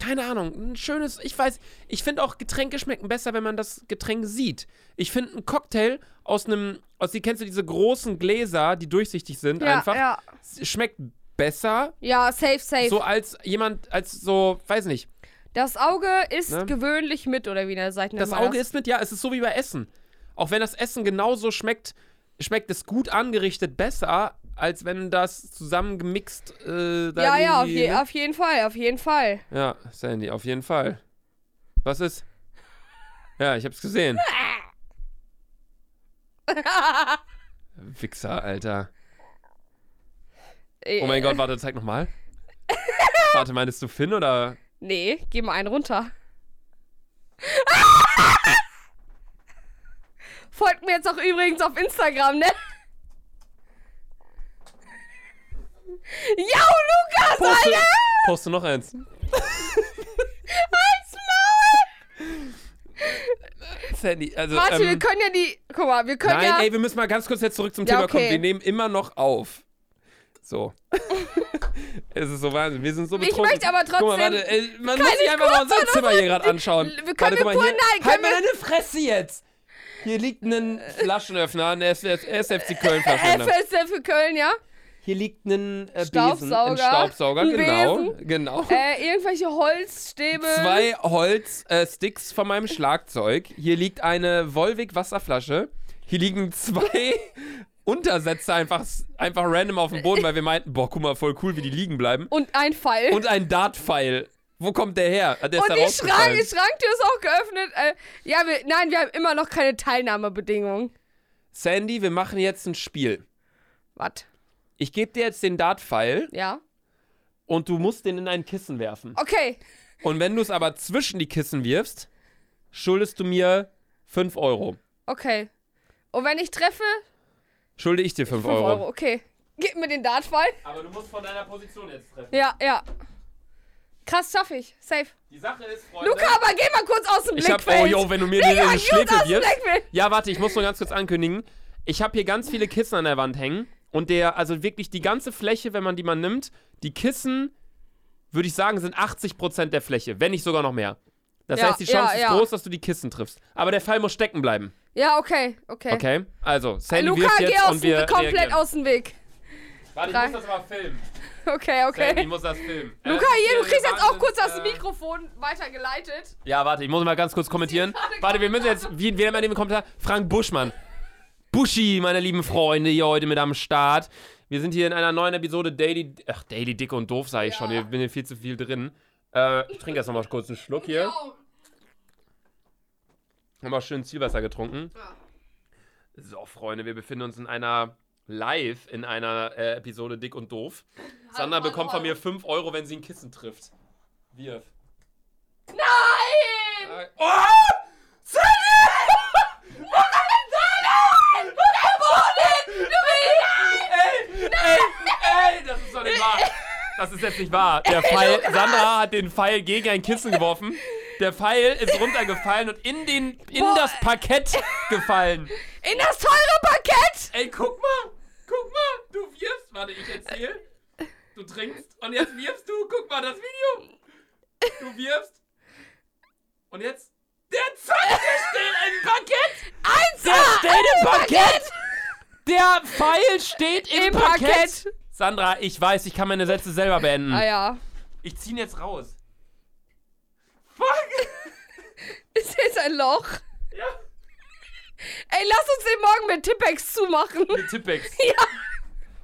Speaker 2: keine Ahnung, ein schönes, ich weiß, ich finde auch Getränke schmecken besser, wenn man das Getränk sieht. Ich finde einen Cocktail aus einem, aus, die kennst du diese großen Gläser, die durchsichtig sind
Speaker 1: ja,
Speaker 2: einfach,
Speaker 1: ja.
Speaker 2: schmeckt besser,
Speaker 1: Ja, safe, safe.
Speaker 2: so als jemand, als so, weiß nicht,
Speaker 1: das Auge ist
Speaker 2: Ne?
Speaker 1: gewöhnlich mit, oder wie in der Seite
Speaker 2: Das Auge ist mit, ja, es ist so wie bei Essen. Auch wenn das Essen genauso schmeckt, schmeckt es gut angerichtet besser, als wenn das zusammengemixt äh, da
Speaker 1: Ja, ja, auf,
Speaker 2: irgendwie,
Speaker 1: je,
Speaker 2: ne?
Speaker 1: auf jeden Fall, auf jeden Fall.
Speaker 2: Ja, Sandy, auf jeden Fall. Was ist? Ja, ich hab's gesehen. Wichser, Alter.
Speaker 1: Äh,
Speaker 2: Oh mein Gott, warte, zeig nochmal. Warte, meinst du Finn oder?
Speaker 1: Nee, geh mal einen runter. Folgt mir jetzt auch übrigens auf Instagram, ne? Ja, Lukas,
Speaker 2: Poste,
Speaker 1: Alter!
Speaker 2: poste noch eins.
Speaker 1: Halt's Maul!
Speaker 2: Sandy, also.
Speaker 1: Warte,
Speaker 2: ähm,
Speaker 1: wir können ja die. Guck mal, wir können
Speaker 2: Nein,
Speaker 1: ja.
Speaker 2: ey, wir müssen mal ganz kurz jetzt zurück zum
Speaker 1: Ja,
Speaker 2: Thema
Speaker 1: okay.
Speaker 2: kommen. Wir nehmen immer noch auf. So. es ist so Wahnsinn. Wir sind so
Speaker 1: Ich
Speaker 2: betrunken.
Speaker 1: möchte aber
Speaker 2: Guck mal,
Speaker 1: trotzdem-
Speaker 2: warte, ey, man
Speaker 1: Kann
Speaker 2: muss sich
Speaker 1: ich
Speaker 2: einfach mal
Speaker 1: kurz
Speaker 2: unser Zimmer hier gerade anschauen.
Speaker 1: Wir können
Speaker 2: warte, guck mal
Speaker 1: wir-
Speaker 2: hier.
Speaker 1: nein,
Speaker 2: halt
Speaker 1: können
Speaker 2: mal
Speaker 1: wir-
Speaker 2: deine Fresse jetzt! Hier liegt ein Flaschenöffner, ein SF SFC Köln Flaschenöffner.
Speaker 1: FSL für Köln, ja?
Speaker 2: Hier liegt ein äh, Besen,
Speaker 1: Staubsauger.
Speaker 2: ein Staubsauger,
Speaker 1: Ein
Speaker 2: genau,
Speaker 1: Besen.
Speaker 2: genau.
Speaker 1: Äh, irgendwelche Holzstäbe.
Speaker 2: Zwei Holzsticks äh, Sticks von meinem Schlagzeug. Hier liegt eine Volvic Wasserflasche. Hier liegen zwei Untersätze einfach, einfach random auf dem Boden, weil wir meinten, boah, guck mal, voll cool, wie die liegen bleiben.
Speaker 1: Und ein Pfeil.
Speaker 2: Und ein Dartpfeil, Wo kommt der her? Der ist
Speaker 1: Und
Speaker 2: da
Speaker 1: die
Speaker 2: rausgefallen.
Speaker 1: Schrank, die Schranktür ist auch geöffnet. Äh, ja, wir, nein, wir haben immer noch keine Teilnahmebedingungen.
Speaker 2: Sandy, wir machen jetzt ein Spiel.
Speaker 1: Was?
Speaker 2: Ich gebe dir jetzt den Dart-Pfeil
Speaker 1: Ja.
Speaker 2: und du musst den in ein Kissen werfen.
Speaker 1: Okay.
Speaker 2: Und wenn du es aber zwischen die Kissen wirfst, schuldest du mir 5 Euro.
Speaker 1: Okay. Und wenn ich treffe,
Speaker 2: Schulde ich dir 5
Speaker 1: 5
Speaker 2: Euro.
Speaker 1: Euro. Okay. Gib mir den Dartfall.
Speaker 2: Aber du musst von deiner Position jetzt treffen.
Speaker 1: Ja, ja. Krass, schaffe ich. Safe.
Speaker 2: Die Sache ist, Freunde.
Speaker 1: Luca, aber geh mal kurz aus dem
Speaker 2: ich hab,
Speaker 1: Blickfeld.
Speaker 2: oh, yo, wenn du mir den
Speaker 1: Digga,
Speaker 2: in die
Speaker 1: geh kurz
Speaker 2: Schläfe
Speaker 1: aus dem
Speaker 2: wirfst.
Speaker 1: Blickfeld.
Speaker 2: Ja, warte, ich muss nur ganz kurz ankündigen. Ich habe hier ganz viele Kissen an der Wand hängen. Und der, also wirklich die ganze Fläche, wenn man die mal nimmt, die Kissen, würde ich sagen, sind 80% der Fläche, wenn nicht sogar noch mehr. Das
Speaker 1: Ja,
Speaker 2: heißt, die Chance
Speaker 1: ja,
Speaker 2: ist
Speaker 1: ja.
Speaker 2: groß, dass du die Kissen triffst. Aber der Fall muss stecken bleiben.
Speaker 1: Ja, okay, okay.
Speaker 2: Okay? Also, Sandy
Speaker 1: Äh. Luca,
Speaker 2: wirft
Speaker 1: geh
Speaker 2: jetzt
Speaker 1: aus
Speaker 2: und wir
Speaker 1: dem, komplett
Speaker 2: reagieren.
Speaker 1: aus dem Weg.
Speaker 2: Warte, ich
Speaker 1: Drei.
Speaker 2: muss das mal filmen.
Speaker 1: Okay, okay.
Speaker 2: Sandy muss das filmen. Äh,
Speaker 1: Luca,
Speaker 2: das ist
Speaker 1: hier, du
Speaker 2: der
Speaker 1: kriegst jetzt auch
Speaker 2: Wahnsinn,
Speaker 1: kurz das
Speaker 2: äh,
Speaker 1: Mikrofon weitergeleitet.
Speaker 2: Ja, warte, ich muss mal ganz kurz kommentieren.
Speaker 1: gerade
Speaker 2: Warte, wir müssen jetzt, wie, wer mal den Kommentar? Frank Buschmann. Buschi, meine lieben Freunde, hier heute mit am Start. Wir sind hier in einer neuen Episode Daily, ach, Daily Dick und Doof, sage ich
Speaker 1: Ja.
Speaker 2: schon. Ich bin hier viel zu viel drin. Äh, ich trinke jetzt nochmal kurz einen Schluck hier.
Speaker 1: Oh,
Speaker 2: Nochmal schön Zielwasser getrunken.
Speaker 1: Ja.
Speaker 2: So, Freunde, wir befinden uns in einer live in einer äh, Episode Dick und Doof. Sandra
Speaker 1: hallo,
Speaker 2: bekommt von
Speaker 1: hallo.
Speaker 2: mir 5 Euro, wenn sie ein Kissen trifft. Wirf.
Speaker 1: Nein!
Speaker 2: Äh, Oh! Ey, ey, das ist doch nicht wahr. Das ist jetzt nicht wahr. Der Pfeil, Sandra hat den Pfeil gegen ein Kissen geworfen. Der Pfeil ist runtergefallen und in, den, in
Speaker 1: Boah.
Speaker 2: das Parkett gefallen.
Speaker 1: In das teure Parkett!
Speaker 2: Ey, guck mal. Guck mal. Du wirfst. Warte, ich erzähl. Du trinkst und jetzt wirfst du. Guck mal das Video. Du wirfst. Und jetzt. Der Zeug, der steht im Parkett.
Speaker 1: Eins!
Speaker 2: Der steht im Parkett. Der Pfeil steht im,
Speaker 1: Im
Speaker 2: Parkett.
Speaker 1: Parkett.
Speaker 2: Sandra, ich weiß, ich kann meine Sätze selber beenden.
Speaker 1: Ah ja.
Speaker 2: Ich zieh ihn jetzt raus. Fuck!
Speaker 1: Ist jetzt ein Loch.
Speaker 2: Ja.
Speaker 1: Ey, lass uns den morgen mit Tippex zumachen.
Speaker 2: Mit Tippex. Ja.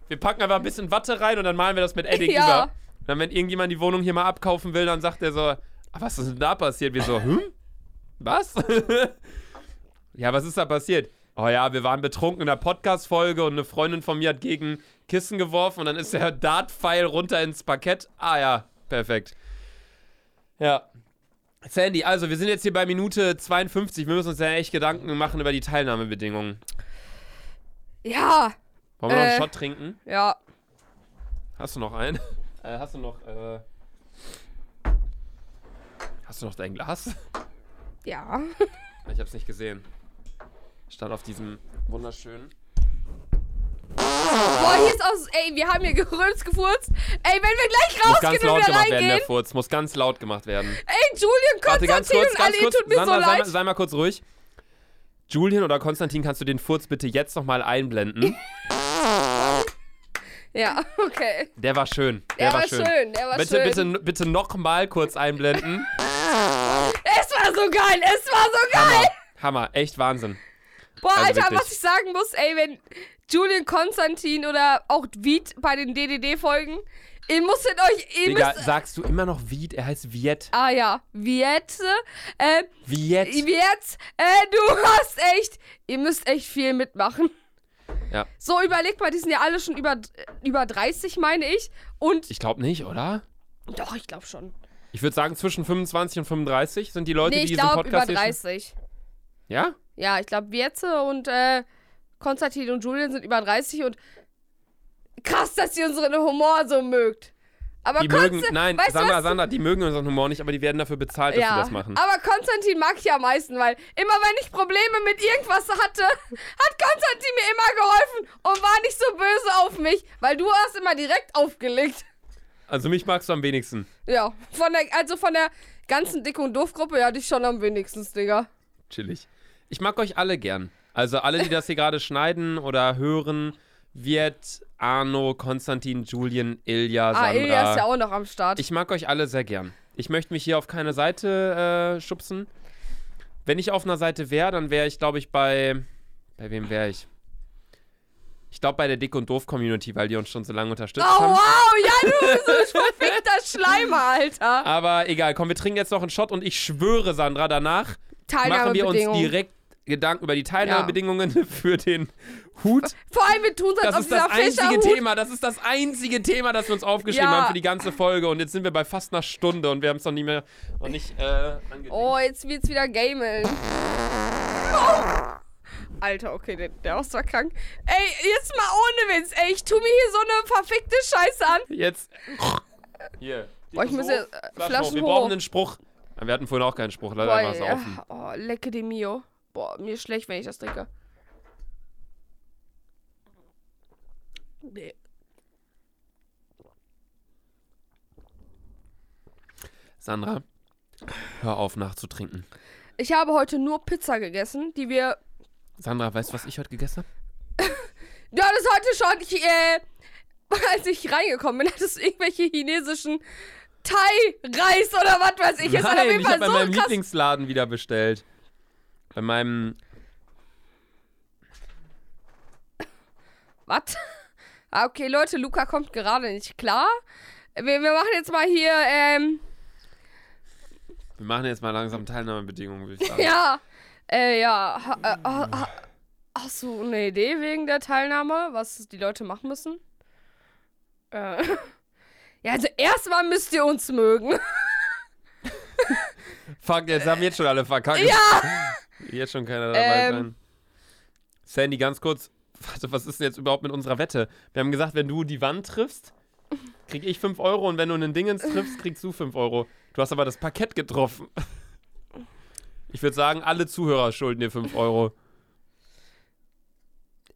Speaker 2: Wir packen einfach ein bisschen Watte rein und dann malen wir das mit Edding
Speaker 1: Ja.
Speaker 2: über. Und dann, wenn irgendjemand die Wohnung hier mal abkaufen will, dann sagt er so, "Ah, was ist denn da passiert? Wir so, hm? Was? ja, was ist da passiert? Oh ja, wir waren betrunken in der Podcast-Folge und eine Freundin von mir hat gegen Kissen geworfen und dann ist der Dart-Pfeil runter ins Parkett. Ah ja, perfekt. Ja. Sandy, also wir sind jetzt hier bei Minute 52. Wir müssen uns ja echt Gedanken machen über die Teilnahmebedingungen.
Speaker 1: Ja,
Speaker 2: Wollen wir noch
Speaker 1: Äh.
Speaker 2: einen Shot trinken?
Speaker 1: ja.
Speaker 2: Hast du noch einen? Äh, hast du noch, äh. Hast du noch dein Glas?
Speaker 1: Ja.
Speaker 2: Ich hab's nicht gesehen. Stand auf diesem wunderschönen.
Speaker 1: Boah, hier ist aus. Ey, wir haben hier gerülpst, gefurzt. Ey, wenn wir gleich
Speaker 2: Muss ganz
Speaker 1: rausgehen und
Speaker 2: laut gemacht
Speaker 1: wieder
Speaker 2: werden, ne? der
Speaker 1: reingehen.
Speaker 2: Furz. Muss ganz laut gemacht werden.
Speaker 1: Ey, Julian, Konstantin und Ali, tut mir
Speaker 2: Sandra,
Speaker 1: so
Speaker 2: sei,
Speaker 1: leid.
Speaker 2: mal- sei mal kurz ruhig. Julian oder Konstantin, kannst du den Furz bitte jetzt nochmal einblenden?
Speaker 1: Ja, okay.
Speaker 2: Der war schön. Der
Speaker 1: Der war schön, der war
Speaker 2: bitte,
Speaker 1: schön.
Speaker 2: Bitte, bitte nochmal kurz einblenden.
Speaker 1: Es war so geil, es war so geil.
Speaker 2: Hammer. Genau. Hammer. Echt Wahnsinn.
Speaker 1: Boah,
Speaker 2: Also
Speaker 1: Alter,
Speaker 2: wirklich.
Speaker 1: was ich sagen muss, ey, wenn Julian Konstantin oder auch Viet bei den DDD-Folgen, ihr musstet euch, ihr
Speaker 2: Digga,
Speaker 1: müsst...
Speaker 2: sagst du immer noch Viet? Er heißt Viet.
Speaker 1: Ah ja, Viet, äh,
Speaker 2: Viet.
Speaker 1: Viet, äh, du hast echt, ihr müsst echt viel mitmachen.
Speaker 2: Ja.
Speaker 1: So, überlegt mal, die sind ja alle schon über, über 30, meine ich. Und,
Speaker 2: Ich glaube nicht, oder?
Speaker 1: doch, ich glaube schon.
Speaker 2: Ich würde sagen, zwischen 25 und 35 sind die Leute,
Speaker 1: Nee,
Speaker 2: die diesen
Speaker 1: ich glaube über
Speaker 2: Podcast hier
Speaker 1: 30.
Speaker 2: schon- Ja?
Speaker 1: Ja, ich glaube, Wietze und äh, Konstantin und Julian sind über 30 und krass, dass ihr unseren Humor so mögt. Aber
Speaker 2: Die
Speaker 1: Konstantin,
Speaker 2: mögen, nein,
Speaker 1: Oh weißt du
Speaker 2: Sandra,
Speaker 1: was?
Speaker 2: Sandra, die mögen unseren Humor nicht, aber die werden dafür bezahlt, dass
Speaker 1: ja, Ah.
Speaker 2: sie das machen.
Speaker 1: aber Konstantin mag ich am meisten, weil immer wenn ich Probleme mit irgendwas hatte, hat Konstantin mir immer geholfen und war nicht so böse auf mich, weil du hast immer direkt aufgelegt.
Speaker 2: Also mich magst du am wenigsten.
Speaker 1: Ja, von der, also von der ganzen Dick- und Doof-Gruppe, ja, dich schon am wenigsten, Digga.
Speaker 2: Chillig. Ich mag euch alle gern. Also alle, die das hier gerade schneiden oder hören, Viet, Arno, Konstantin, Julian, Ilja, Sandra.
Speaker 1: Ah, Ilja ist ja auch noch am Start.
Speaker 2: Ich mag euch alle sehr gern. Ich möchte mich hier auf keine Seite äh, schubsen. Wenn ich auf einer Seite wäre, dann wäre ich, glaube ich, bei. Bei wem wäre ich? Ich glaube, bei der Dick- und Doof-Community, weil die uns schon so lange unterstützt
Speaker 1: Oh
Speaker 2: haben.
Speaker 1: wow, ja du, so ein alter Schleimer, Alter.
Speaker 2: Aber egal, komm, wir trinken jetzt noch einen Shot und ich schwöre, Sandra, danach machen wir uns
Speaker 1: Teilnahmebedingungen.
Speaker 2: direkt Gedanken über die Teilnahmebedingungen für den Hut.
Speaker 1: Vor allem, wir tun es, als
Speaker 2: Das
Speaker 1: ob
Speaker 2: ist das
Speaker 1: dieser
Speaker 2: einzige
Speaker 1: Fischerhut...
Speaker 2: Thema, das ist das einzige Thema, das wir uns aufgeschrieben
Speaker 1: Ja.
Speaker 2: haben für die ganze Folge. Und jetzt sind wir bei fast einer Stunde und wir haben es noch nicht mehr noch nicht äh, angedingt.
Speaker 1: Oh, jetzt wird's wieder gameln. Alter, okay, der, der Ost war krank. Ey, jetzt mal ohne Witz. Ey, ich tu mir hier so eine verfickte Scheiße an.
Speaker 2: Jetzt. Hier.
Speaker 1: Boah, ich muss
Speaker 2: Flaschen
Speaker 1: jetzt, äh, Flaschen
Speaker 2: Wir
Speaker 1: hoch.
Speaker 2: brauchen einen Spruch. Ah, Wir hatten vorhin auch keinen Spruch, leider
Speaker 1: Boah,
Speaker 2: war es
Speaker 1: ja.
Speaker 2: offen.
Speaker 1: oh, lecke de mio. Boah, mir ist schlecht, wenn ich das trinke. Nee.
Speaker 2: Sandra, hör auf nachzutrinken.
Speaker 1: Ich habe heute nur Pizza gegessen, die wir
Speaker 2: Sandra, weißt du, was ich heute gegessen habe?
Speaker 1: Du hattest heute schon, ich, äh, als ich reingekommen bin, hattest du irgendwelche chinesischen Thai-Reis oder was weiß ich. Es hat auf
Speaker 2: Nein,
Speaker 1: jeden
Speaker 2: ich habe
Speaker 1: Fall
Speaker 2: bei
Speaker 1: so
Speaker 2: meinem
Speaker 1: krass.
Speaker 2: Lieblingsladen wieder bestellt. Bei meinem.
Speaker 1: was? Ah, okay, Leute, Luca kommt gerade nicht klar. Wir, wir machen jetzt mal hier, ähm,
Speaker 2: Wir machen jetzt mal langsam Teilnahmebedingungen, würde ich sagen.
Speaker 1: ja, äh, ja. Ha, äh, ha, ha, hast du eine Idee wegen der Teilnahme, was die Leute machen müssen? Äh. Ja, also erstmal müsst ihr uns mögen.
Speaker 2: Fuck, jetzt haben jetzt schon alle verkackt.
Speaker 1: Ja!
Speaker 2: Jetzt schon keiner dabei
Speaker 1: Ähm.
Speaker 2: sein. Sandy, ganz kurz. Warte, was ist denn jetzt überhaupt mit unserer Wette? Wir haben gesagt, wenn du die Wand triffst, krieg ich 5 Euro und wenn du einen Dingens triffst, kriegst du 5 Euro. Du hast aber das Parkett getroffen. Ich würde sagen, alle Zuhörer schulden dir 5 Euro.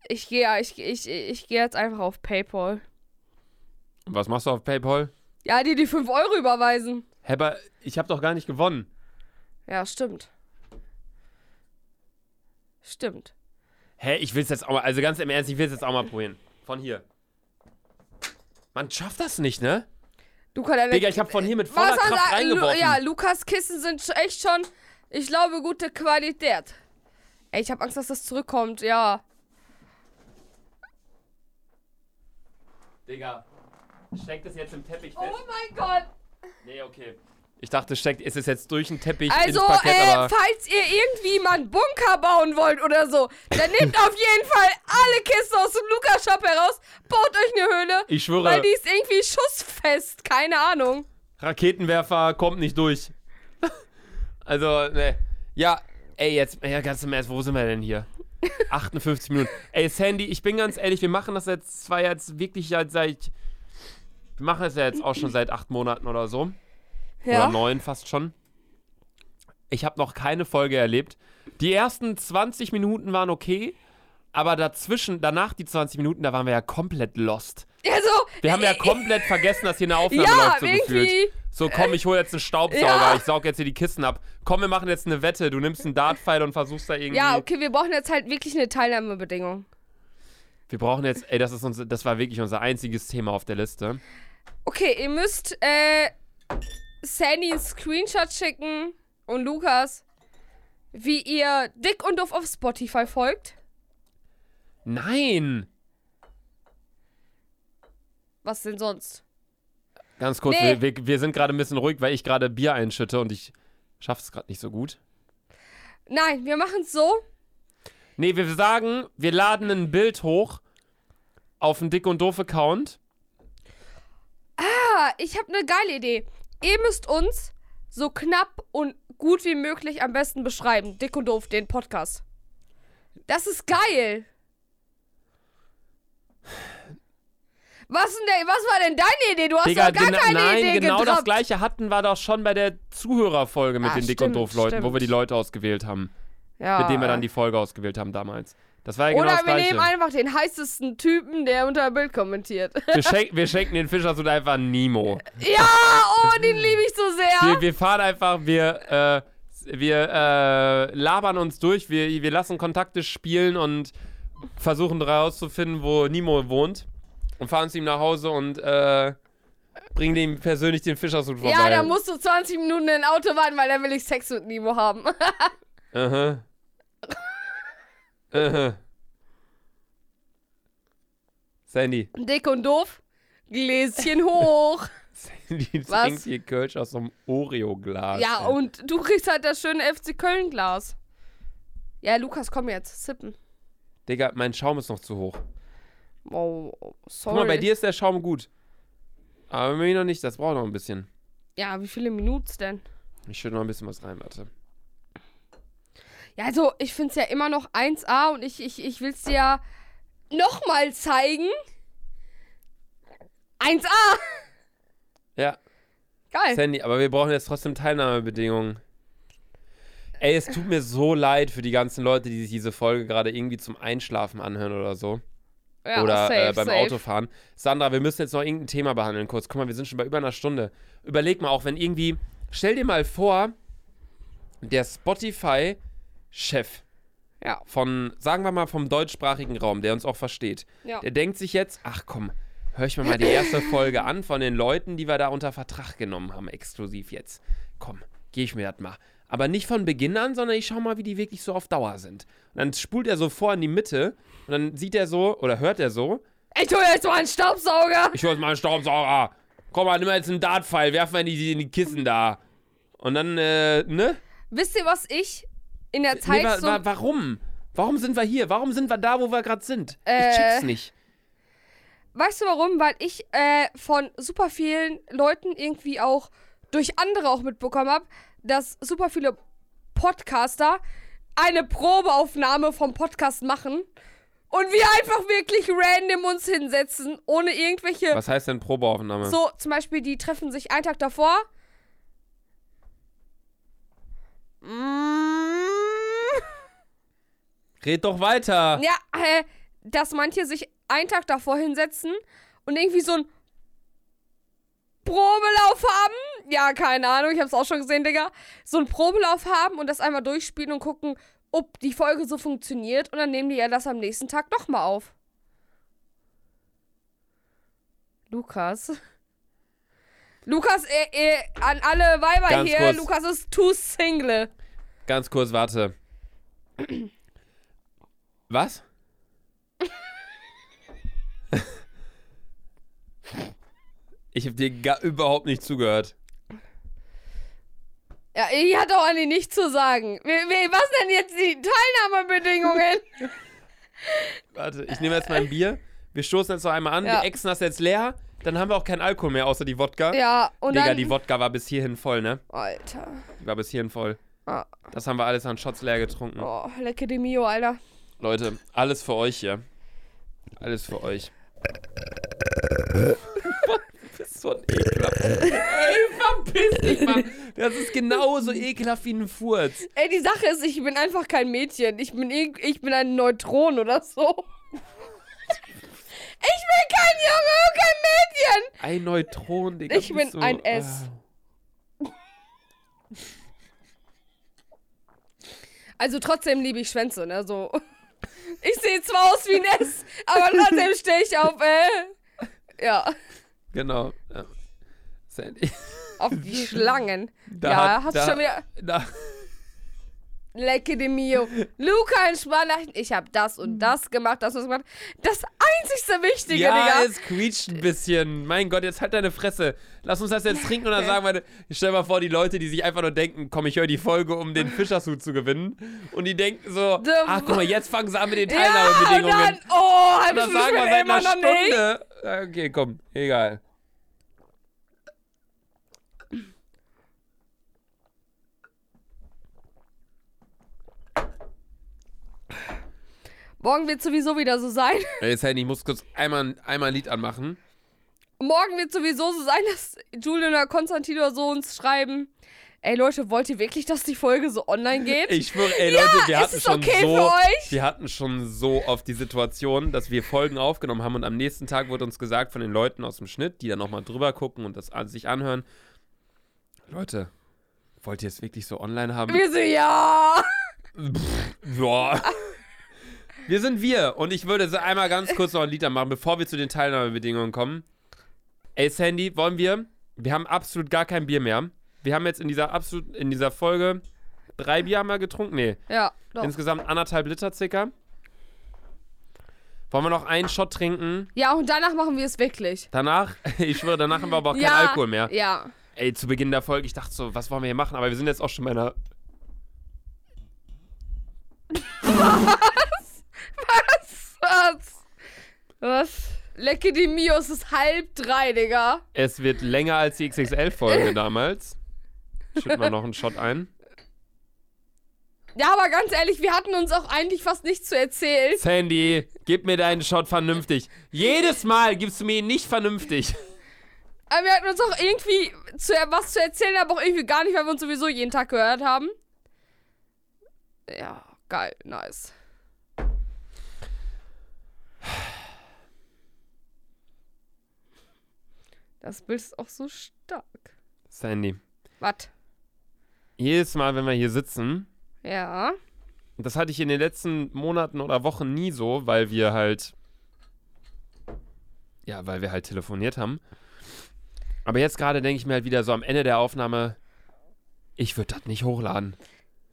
Speaker 1: Ich gehe ich, ich, ich geh jetzt einfach auf Paypal.
Speaker 2: Und was machst du auf PayPal?
Speaker 1: Ja, die die 5 Euro überweisen.
Speaker 2: Hä, aber ich habe doch gar nicht gewonnen.
Speaker 1: Ja, stimmt. Stimmt.
Speaker 2: Hä, ich will's jetzt auch mal, also ganz im Ernst, ich will's jetzt auch mal probieren. Von hier. Man schafft das nicht, ne?
Speaker 1: Du kannst ja
Speaker 2: Digga, ich habe von hier mit voller
Speaker 1: man
Speaker 2: Kraft
Speaker 1: sagt, Lu-
Speaker 2: reingeworfen.
Speaker 1: äh, Ja, Lukas Kissen sind sch- echt schon, ich glaube, gute Qualität. Ey, ich habe Angst, dass das zurückkommt, ja.
Speaker 2: Digga, steckt das jetzt im Teppich
Speaker 1: Oh mein Gott.
Speaker 2: Nee, okay. Ich dachte, steckt, ist es jetzt durch den Teppich
Speaker 1: Also,
Speaker 2: ins Parkett,
Speaker 1: äh,
Speaker 2: aber
Speaker 1: falls ihr irgendwie mal einen Bunker bauen wollt oder so, dann nehmt auf jeden Fall alle Kisten aus dem Lukas-Shop heraus, baut euch eine Höhle,
Speaker 2: ich
Speaker 1: weil
Speaker 2: schwöre,
Speaker 1: die ist irgendwie schussfest, keine Ahnung.
Speaker 2: Raketenwerfer kommt nicht durch. also, ne. Ja, ey, jetzt, ja, ganz im Ernst, wo sind wir denn hier? 58 Minuten. Ey, Sandy, ich bin ganz ehrlich, wir machen das jetzt zwar jetzt wirklich ja seit. Wir machen das ja jetzt auch schon seit acht Monaten oder so.
Speaker 1: Ja.
Speaker 2: Oder neun fast schon. Ich habe noch keine Folge erlebt. Die ersten 20 Minuten waren okay, aber dazwischen, danach die 20 Minuten, da waren wir ja komplett lost.
Speaker 1: Also,
Speaker 2: Wir haben ja komplett vergessen, dass hier eine Aufnahme
Speaker 1: ja,
Speaker 2: läuft, so gefühlt.
Speaker 1: irgendwie.
Speaker 2: So, komm, ich hole jetzt einen Staubsauger,
Speaker 1: Ja.
Speaker 2: ich saug jetzt hier die Kissen ab. Komm, wir machen jetzt eine Wette. Du nimmst einen Dartpfeil und versuchst da irgendwie.
Speaker 1: Ja, okay, wir brauchen jetzt halt wirklich eine Teilnahmebedingung.
Speaker 2: Wir brauchen jetzt, ey, das ist uns, das war wirklich unser einziges Thema auf der Liste.
Speaker 1: Okay, ihr müsst äh, Sandy einen Screenshot schicken und Lukas, wie ihr dick und doof auf Spotify folgt.
Speaker 2: Nein!
Speaker 1: Was denn sonst?
Speaker 2: Ganz kurz,
Speaker 1: Nee.
Speaker 2: wir, wir, wir sind gerade ein bisschen ruhig, weil ich gerade Bier einschütte und ich schaff's gerade nicht so gut.
Speaker 1: Nein, wir machen es so.
Speaker 2: Nee, wir sagen, wir laden ein Bild hoch auf einen Dick und Doof-Account.
Speaker 1: Ah, ich habe eine geile Idee. Ihr müsst uns so knapp und gut wie möglich am besten beschreiben. Dick und doof, den Podcast. Das ist geil. Was, denn, der- was war denn deine Idee? Du hast
Speaker 2: Digga,
Speaker 1: doch gar
Speaker 2: gena-
Speaker 1: keine
Speaker 2: nein,
Speaker 1: Idee
Speaker 2: genau
Speaker 1: gedroppt.
Speaker 2: das gleiche hatten wir doch schon bei der Zuhörerfolge mit
Speaker 1: Ah,
Speaker 2: den Dick und
Speaker 1: stimmt,
Speaker 2: Doof-Leuten, wo wir
Speaker 1: stimmt. Ah,
Speaker 2: die Leute ausgewählt haben,
Speaker 1: Ja.
Speaker 2: mit denen wir dann die Folge ausgewählt haben damals. Das war ja genau
Speaker 1: Oder
Speaker 2: das
Speaker 1: wir
Speaker 2: gleiche.
Speaker 1: nehmen einfach den heißesten Typen, der unter dem Bild kommentiert.
Speaker 2: wir, schenken, wir schenken den Fischers und einfach Nemo.
Speaker 1: ja, oh, den liebe ich so sehr.
Speaker 2: Wir, wir fahren einfach, wir, äh, wir äh, labern uns durch, wir, wir lassen Kontakte spielen und versuchen herauszufinden, wo Nimo wohnt. Und fahren zu ihm nach Hause und äh, bringen ihm persönlich den Fischershut vorbei.
Speaker 1: Ja, da musst du 20 Minuten in Auto warten, weil dann will ich Sex mit Nemo haben.
Speaker 2: Aha. Aha. Sandy.
Speaker 1: Dick und doof. Gläschen hoch.
Speaker 2: Die
Speaker 1: Was?
Speaker 2: trinkt ihr Kölsch aus so einem Oreo-Glas.
Speaker 1: Ja,
Speaker 2: ey.
Speaker 1: und du kriegst halt das schöne FC Köln-Glas. Ja, Lukas, komm jetzt, sippen.
Speaker 2: Digga, mein Schaum ist noch zu hoch.
Speaker 1: Oh, oh,
Speaker 2: Guck
Speaker 1: sorry.
Speaker 2: mal, bei dir ist der Schaum gut. Aber bei mir noch nicht, das braucht noch ein bisschen.
Speaker 1: Ja, wie viele Minuten denn?
Speaker 2: Ich schütte noch ein bisschen was rein, warte.
Speaker 1: Ja, also ich finde es ja immer noch 1A und ich, ich, ich will es dir ja nochmal zeigen. 1A!
Speaker 2: Ja,
Speaker 1: Geil.
Speaker 2: Sandy, aber wir brauchen jetzt trotzdem Teilnahmebedingungen. Ey, es tut mir so leid für die ganzen Leute, die sich diese Folge gerade irgendwie zum Einschlafen anhören oder so.
Speaker 1: Ja,
Speaker 2: oder äh, beim Autofahren. Sandra, wir müssen jetzt noch irgendein Thema behandeln kurz. Guck mal, wir sind schon bei über einer Stunde. Überleg mal auch, wenn irgendwie, stell dir mal vor, der Spotify-Chef
Speaker 1: Ja,
Speaker 2: von, sagen wir mal, vom deutschsprachigen Raum, der uns auch versteht,
Speaker 1: ja.
Speaker 2: der denkt sich jetzt, ach komm, hör ich mir mal die erste Folge an von den Leuten, die wir da unter Vertrag genommen haben, exklusiv jetzt. Komm, geh ich mir das mal. Aber nicht von Beginn an, sondern ich schau mal, wie die wirklich so auf Dauer sind. Und dann spult er so vor in die Mitte und dann sieht er so oder hört er so,
Speaker 1: Ich hole jetzt mal einen Staubsauger.
Speaker 2: ich hol jetzt mal einen Staubsauger. Komm mal, nimm mal jetzt einen Dartpfeil, werf mal in die, in die Kissen da. Und dann, äh, ne?
Speaker 1: Wisst ihr, was ich in der
Speaker 2: Nee,
Speaker 1: Zeit
Speaker 2: wa
Speaker 1: so...
Speaker 2: wa warum? Warum sind wir hier? Warum sind wir da, wo wir gerade sind?
Speaker 1: Äh,
Speaker 2: ich check's nicht.
Speaker 1: Weißt du warum? Weil ich äh, von super vielen Leuten irgendwie auch durch andere auch mitbekommen habe, dass super viele Podcaster eine Probeaufnahme vom Podcast machen und wir einfach wirklich random uns hinsetzen, ohne irgendwelche.
Speaker 2: Was heißt denn Probeaufnahme?
Speaker 1: So, zum Beispiel, die treffen sich einen Tag davor. Mm.
Speaker 2: Red doch weiter.
Speaker 1: Ja, äh, dass manche sich einen Tag davor hinsetzen und irgendwie so ein Probelauf haben. Ja, keine Ahnung, ich hab's auch schon gesehen, Digga. So einen Probelauf haben und das einmal durchspielen und gucken, ob die Folge so funktioniert. Und dann nehmen die ja das am nächsten Tag nochmal auf. Lukas. Lukas, äh, äh, an alle Weiber
Speaker 2: Ganz
Speaker 1: hier,
Speaker 2: kurz.
Speaker 1: Lukas ist too single.
Speaker 2: Ganz kurz, warte. Was? ich habe dir gar überhaupt nicht zugehört.
Speaker 1: Ja, ich hatte auch eigentlich nichts zu sagen. Wir- wir- Was denn jetzt die Teilnahmebedingungen?
Speaker 2: Warte, ich nehme jetzt mein Bier. Wir stoßen jetzt noch einmal an.
Speaker 1: Ja.
Speaker 2: Wir exen das jetzt leer. Dann haben wir auch keinen Alkohol mehr, außer die Wodka.
Speaker 1: ja, und
Speaker 2: Digga,
Speaker 1: dann.
Speaker 2: die Wodka war bis hierhin voll, ne?
Speaker 1: Alter.
Speaker 2: Die war bis hierhin voll.
Speaker 1: Ah.
Speaker 2: Das haben wir alles an Shots leer getrunken.
Speaker 1: Oh, lecke de Mio, Alter.
Speaker 2: Leute, alles für euch hier. Alles für euch. Was bist so ein ekelhaft. Ey, verpiss dich mal. Das ist genauso ekelhaft wie ein Furz.
Speaker 1: Ey, die Sache ist, ich bin einfach kein Mädchen. Ich bin, irg- ich bin ein Neutron oder so. Ich bin kein Junge und kein Mädchen.
Speaker 2: Ein Neutron, Digga.
Speaker 1: Ich
Speaker 2: bist
Speaker 1: bin
Speaker 2: so,
Speaker 1: ein S.
Speaker 2: ah.
Speaker 1: Also trotzdem liebe ich Schwänze, ne? So. Ich sehe zwar aus wie ein S, aber trotzdem stehe ich auf, äh. Ja,
Speaker 2: Genau. Ja. Sandy.
Speaker 1: auf die Schlangen.
Speaker 2: Da
Speaker 1: ja,
Speaker 2: hat-
Speaker 1: hast
Speaker 2: da-
Speaker 1: du schon wieder.
Speaker 2: Na,
Speaker 1: Lecke de Mio. Luca entspann nach- Ich habe das und das gemacht, das und das gemacht. Das einzigste Wichtige,
Speaker 2: Hm. ja,
Speaker 1: Digga.
Speaker 2: es quietscht ein bisschen. Mein Gott, jetzt halt deine Fresse. Lass uns das jetzt trinken und dann sagen wir, ich stell mal vor, die Leute, die sich einfach nur denken, komm, ich höre die Folge, um den Fischershut zu gewinnen. Und die denken so,
Speaker 1: The-
Speaker 2: ach guck mal, jetzt fangen sie an mit den
Speaker 1: ja, und
Speaker 2: Teilnahmebedingungen.
Speaker 1: dann, oh, hab
Speaker 2: Und
Speaker 1: ich
Speaker 2: dann
Speaker 1: mich
Speaker 2: sagen wir
Speaker 1: mit
Speaker 2: seit
Speaker 1: immer
Speaker 2: einer
Speaker 1: noch nicht.
Speaker 2: Stunde. Okay, komm, egal.
Speaker 1: Morgen wird sowieso wieder so sein.
Speaker 2: Ey, Sandy, ich muss kurz einmal, einmal ein Lied anmachen.
Speaker 1: Morgen wird sowieso so sein, dass Julian oder Konstantin oder so uns schreiben. Ey Leute, wollt ihr wirklich, dass die Folge so online geht?
Speaker 2: Ich schwöre, ey Leute, wir
Speaker 1: es
Speaker 2: hatten
Speaker 1: ist
Speaker 2: schon
Speaker 1: okay
Speaker 2: so,
Speaker 1: für euch.
Speaker 2: wir hatten schon so oft die Situation, dass wir Folgen aufgenommen haben und am nächsten Tag wurde uns gesagt von den Leuten aus dem Schnitt, die dann nochmal drüber gucken und das an sich anhören. Leute, wollt ihr es wirklich so online haben?
Speaker 1: Wir so, ja.
Speaker 2: Boah. Wir sind wir und ich würde so einmal ganz kurz noch ein Lied anmachen, bevor wir zu den Teilnahmebedingungen kommen. Ey Sandy, wollen wir? Wir haben absolut gar kein Bier mehr. Wir haben jetzt in dieser absolut in dieser Folge drei Bier haben wir getrunken. Nee,
Speaker 1: Ja, doch.
Speaker 2: insgesamt anderthalb Liter circa. Wollen wir noch einen Shot trinken?
Speaker 1: Ja, und danach machen wir es wirklich.
Speaker 2: Danach, ich schwöre, danach haben wir aber auch
Speaker 1: ja,
Speaker 2: keinen Alkohol mehr.
Speaker 1: Ja.
Speaker 2: Ey, zu Beginn der Folge, ich dachte so, was wollen wir hier machen? Aber wir sind jetzt auch schon bei einer.
Speaker 1: Was? Was? Lecke die Mios ist halb drei, Digga.
Speaker 2: Es wird länger als die XXL-Folge damals. Schütten wir noch einen Shot ein.
Speaker 1: Ja, aber ganz ehrlich, wir hatten uns auch eigentlich fast nichts zu erzählen.
Speaker 2: Sandy, gib mir deinen Shot vernünftig. Jedes Mal gibst du mir ihn nicht vernünftig.
Speaker 1: Aber wir hatten uns auch irgendwie zu, was zu erzählen, aber auch irgendwie gar nicht, weil wir uns sowieso jeden Tag gehört haben. Ja, geil, nice. Das Bild ist auch so stark.
Speaker 2: Sandy,
Speaker 1: Was?
Speaker 2: jedes Mal, wenn wir hier sitzen,
Speaker 1: Ja.
Speaker 2: und das hatte ich in den letzten Monaten oder Wochen nie so, weil wir halt. Ja, weil wir halt telefoniert haben. Aber jetzt gerade denke ich mir halt wieder so am Ende der Aufnahme, ich würde das nicht hochladen.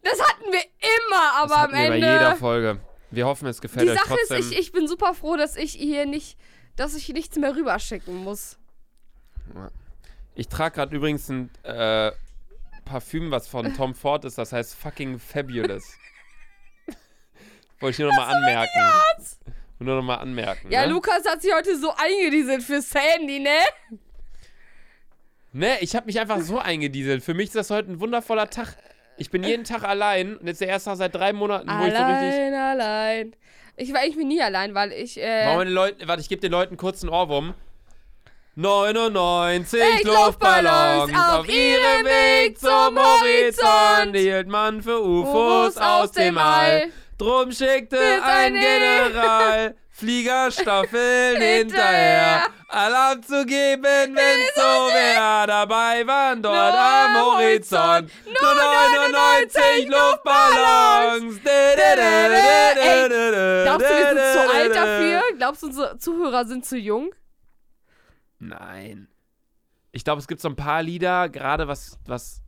Speaker 1: Das hatten wir immer, aber
Speaker 2: das hatten
Speaker 1: am
Speaker 2: wir
Speaker 1: Ende.
Speaker 2: bei jeder Folge. Wir hoffen, es gefällt
Speaker 1: Die
Speaker 2: euch
Speaker 1: Sache ist,
Speaker 2: trotzdem.
Speaker 1: ich, ich bin super froh, dass ich hier nicht, dass ich nichts mehr rüberschicken muss.
Speaker 2: Ich trage gerade übrigens ein äh, Parfüm, was von Tom Ford ist, das heißt fucking fabulous. Wollte ich nur nochmal anmerken. Nur nochmal anmerken.
Speaker 1: Ja,
Speaker 2: ne?
Speaker 1: Lukas hat sich heute so eingedieselt für Sandy, ne?
Speaker 2: Ne, ich habe mich einfach so eingedieselt. Für mich ist das heute ein wundervoller Tag. Ich bin jeden Tag allein und jetzt der erste Tag seit drei Monaten, wo ich so richtig.
Speaker 1: Allein, allein. Ich war irgendwie nie allein, weil ich.
Speaker 2: Warum
Speaker 1: Äh,
Speaker 2: meine Leute, warte, ich gebe den Leuten kurz einen Ohrwurm. 99
Speaker 1: Ich
Speaker 2: Luftballons auf ihrem Weg zum Horizont
Speaker 1: Horizont.
Speaker 2: hielt man für UFOs aus dem All. Drum schickte
Speaker 1: Bis
Speaker 2: ein
Speaker 1: ein Engel.
Speaker 2: General Fliegerstaffeln hinterher.
Speaker 1: Hinterher.
Speaker 2: Alarm zu geben, wenn's so wär. Dabei waren dort
Speaker 1: Nur
Speaker 2: am
Speaker 1: am
Speaker 2: Horizont
Speaker 1: Horizont
Speaker 2: nur 99
Speaker 1: 99
Speaker 2: Luftballons.
Speaker 1: Glaubst du, wir sind zu
Speaker 2: alt
Speaker 1: alt dafür? Glaubst du, unsere Zuhörer sind zu jung?
Speaker 2: Nein. Ich glaube, es gibt so ein paar Lieder, gerade was, was.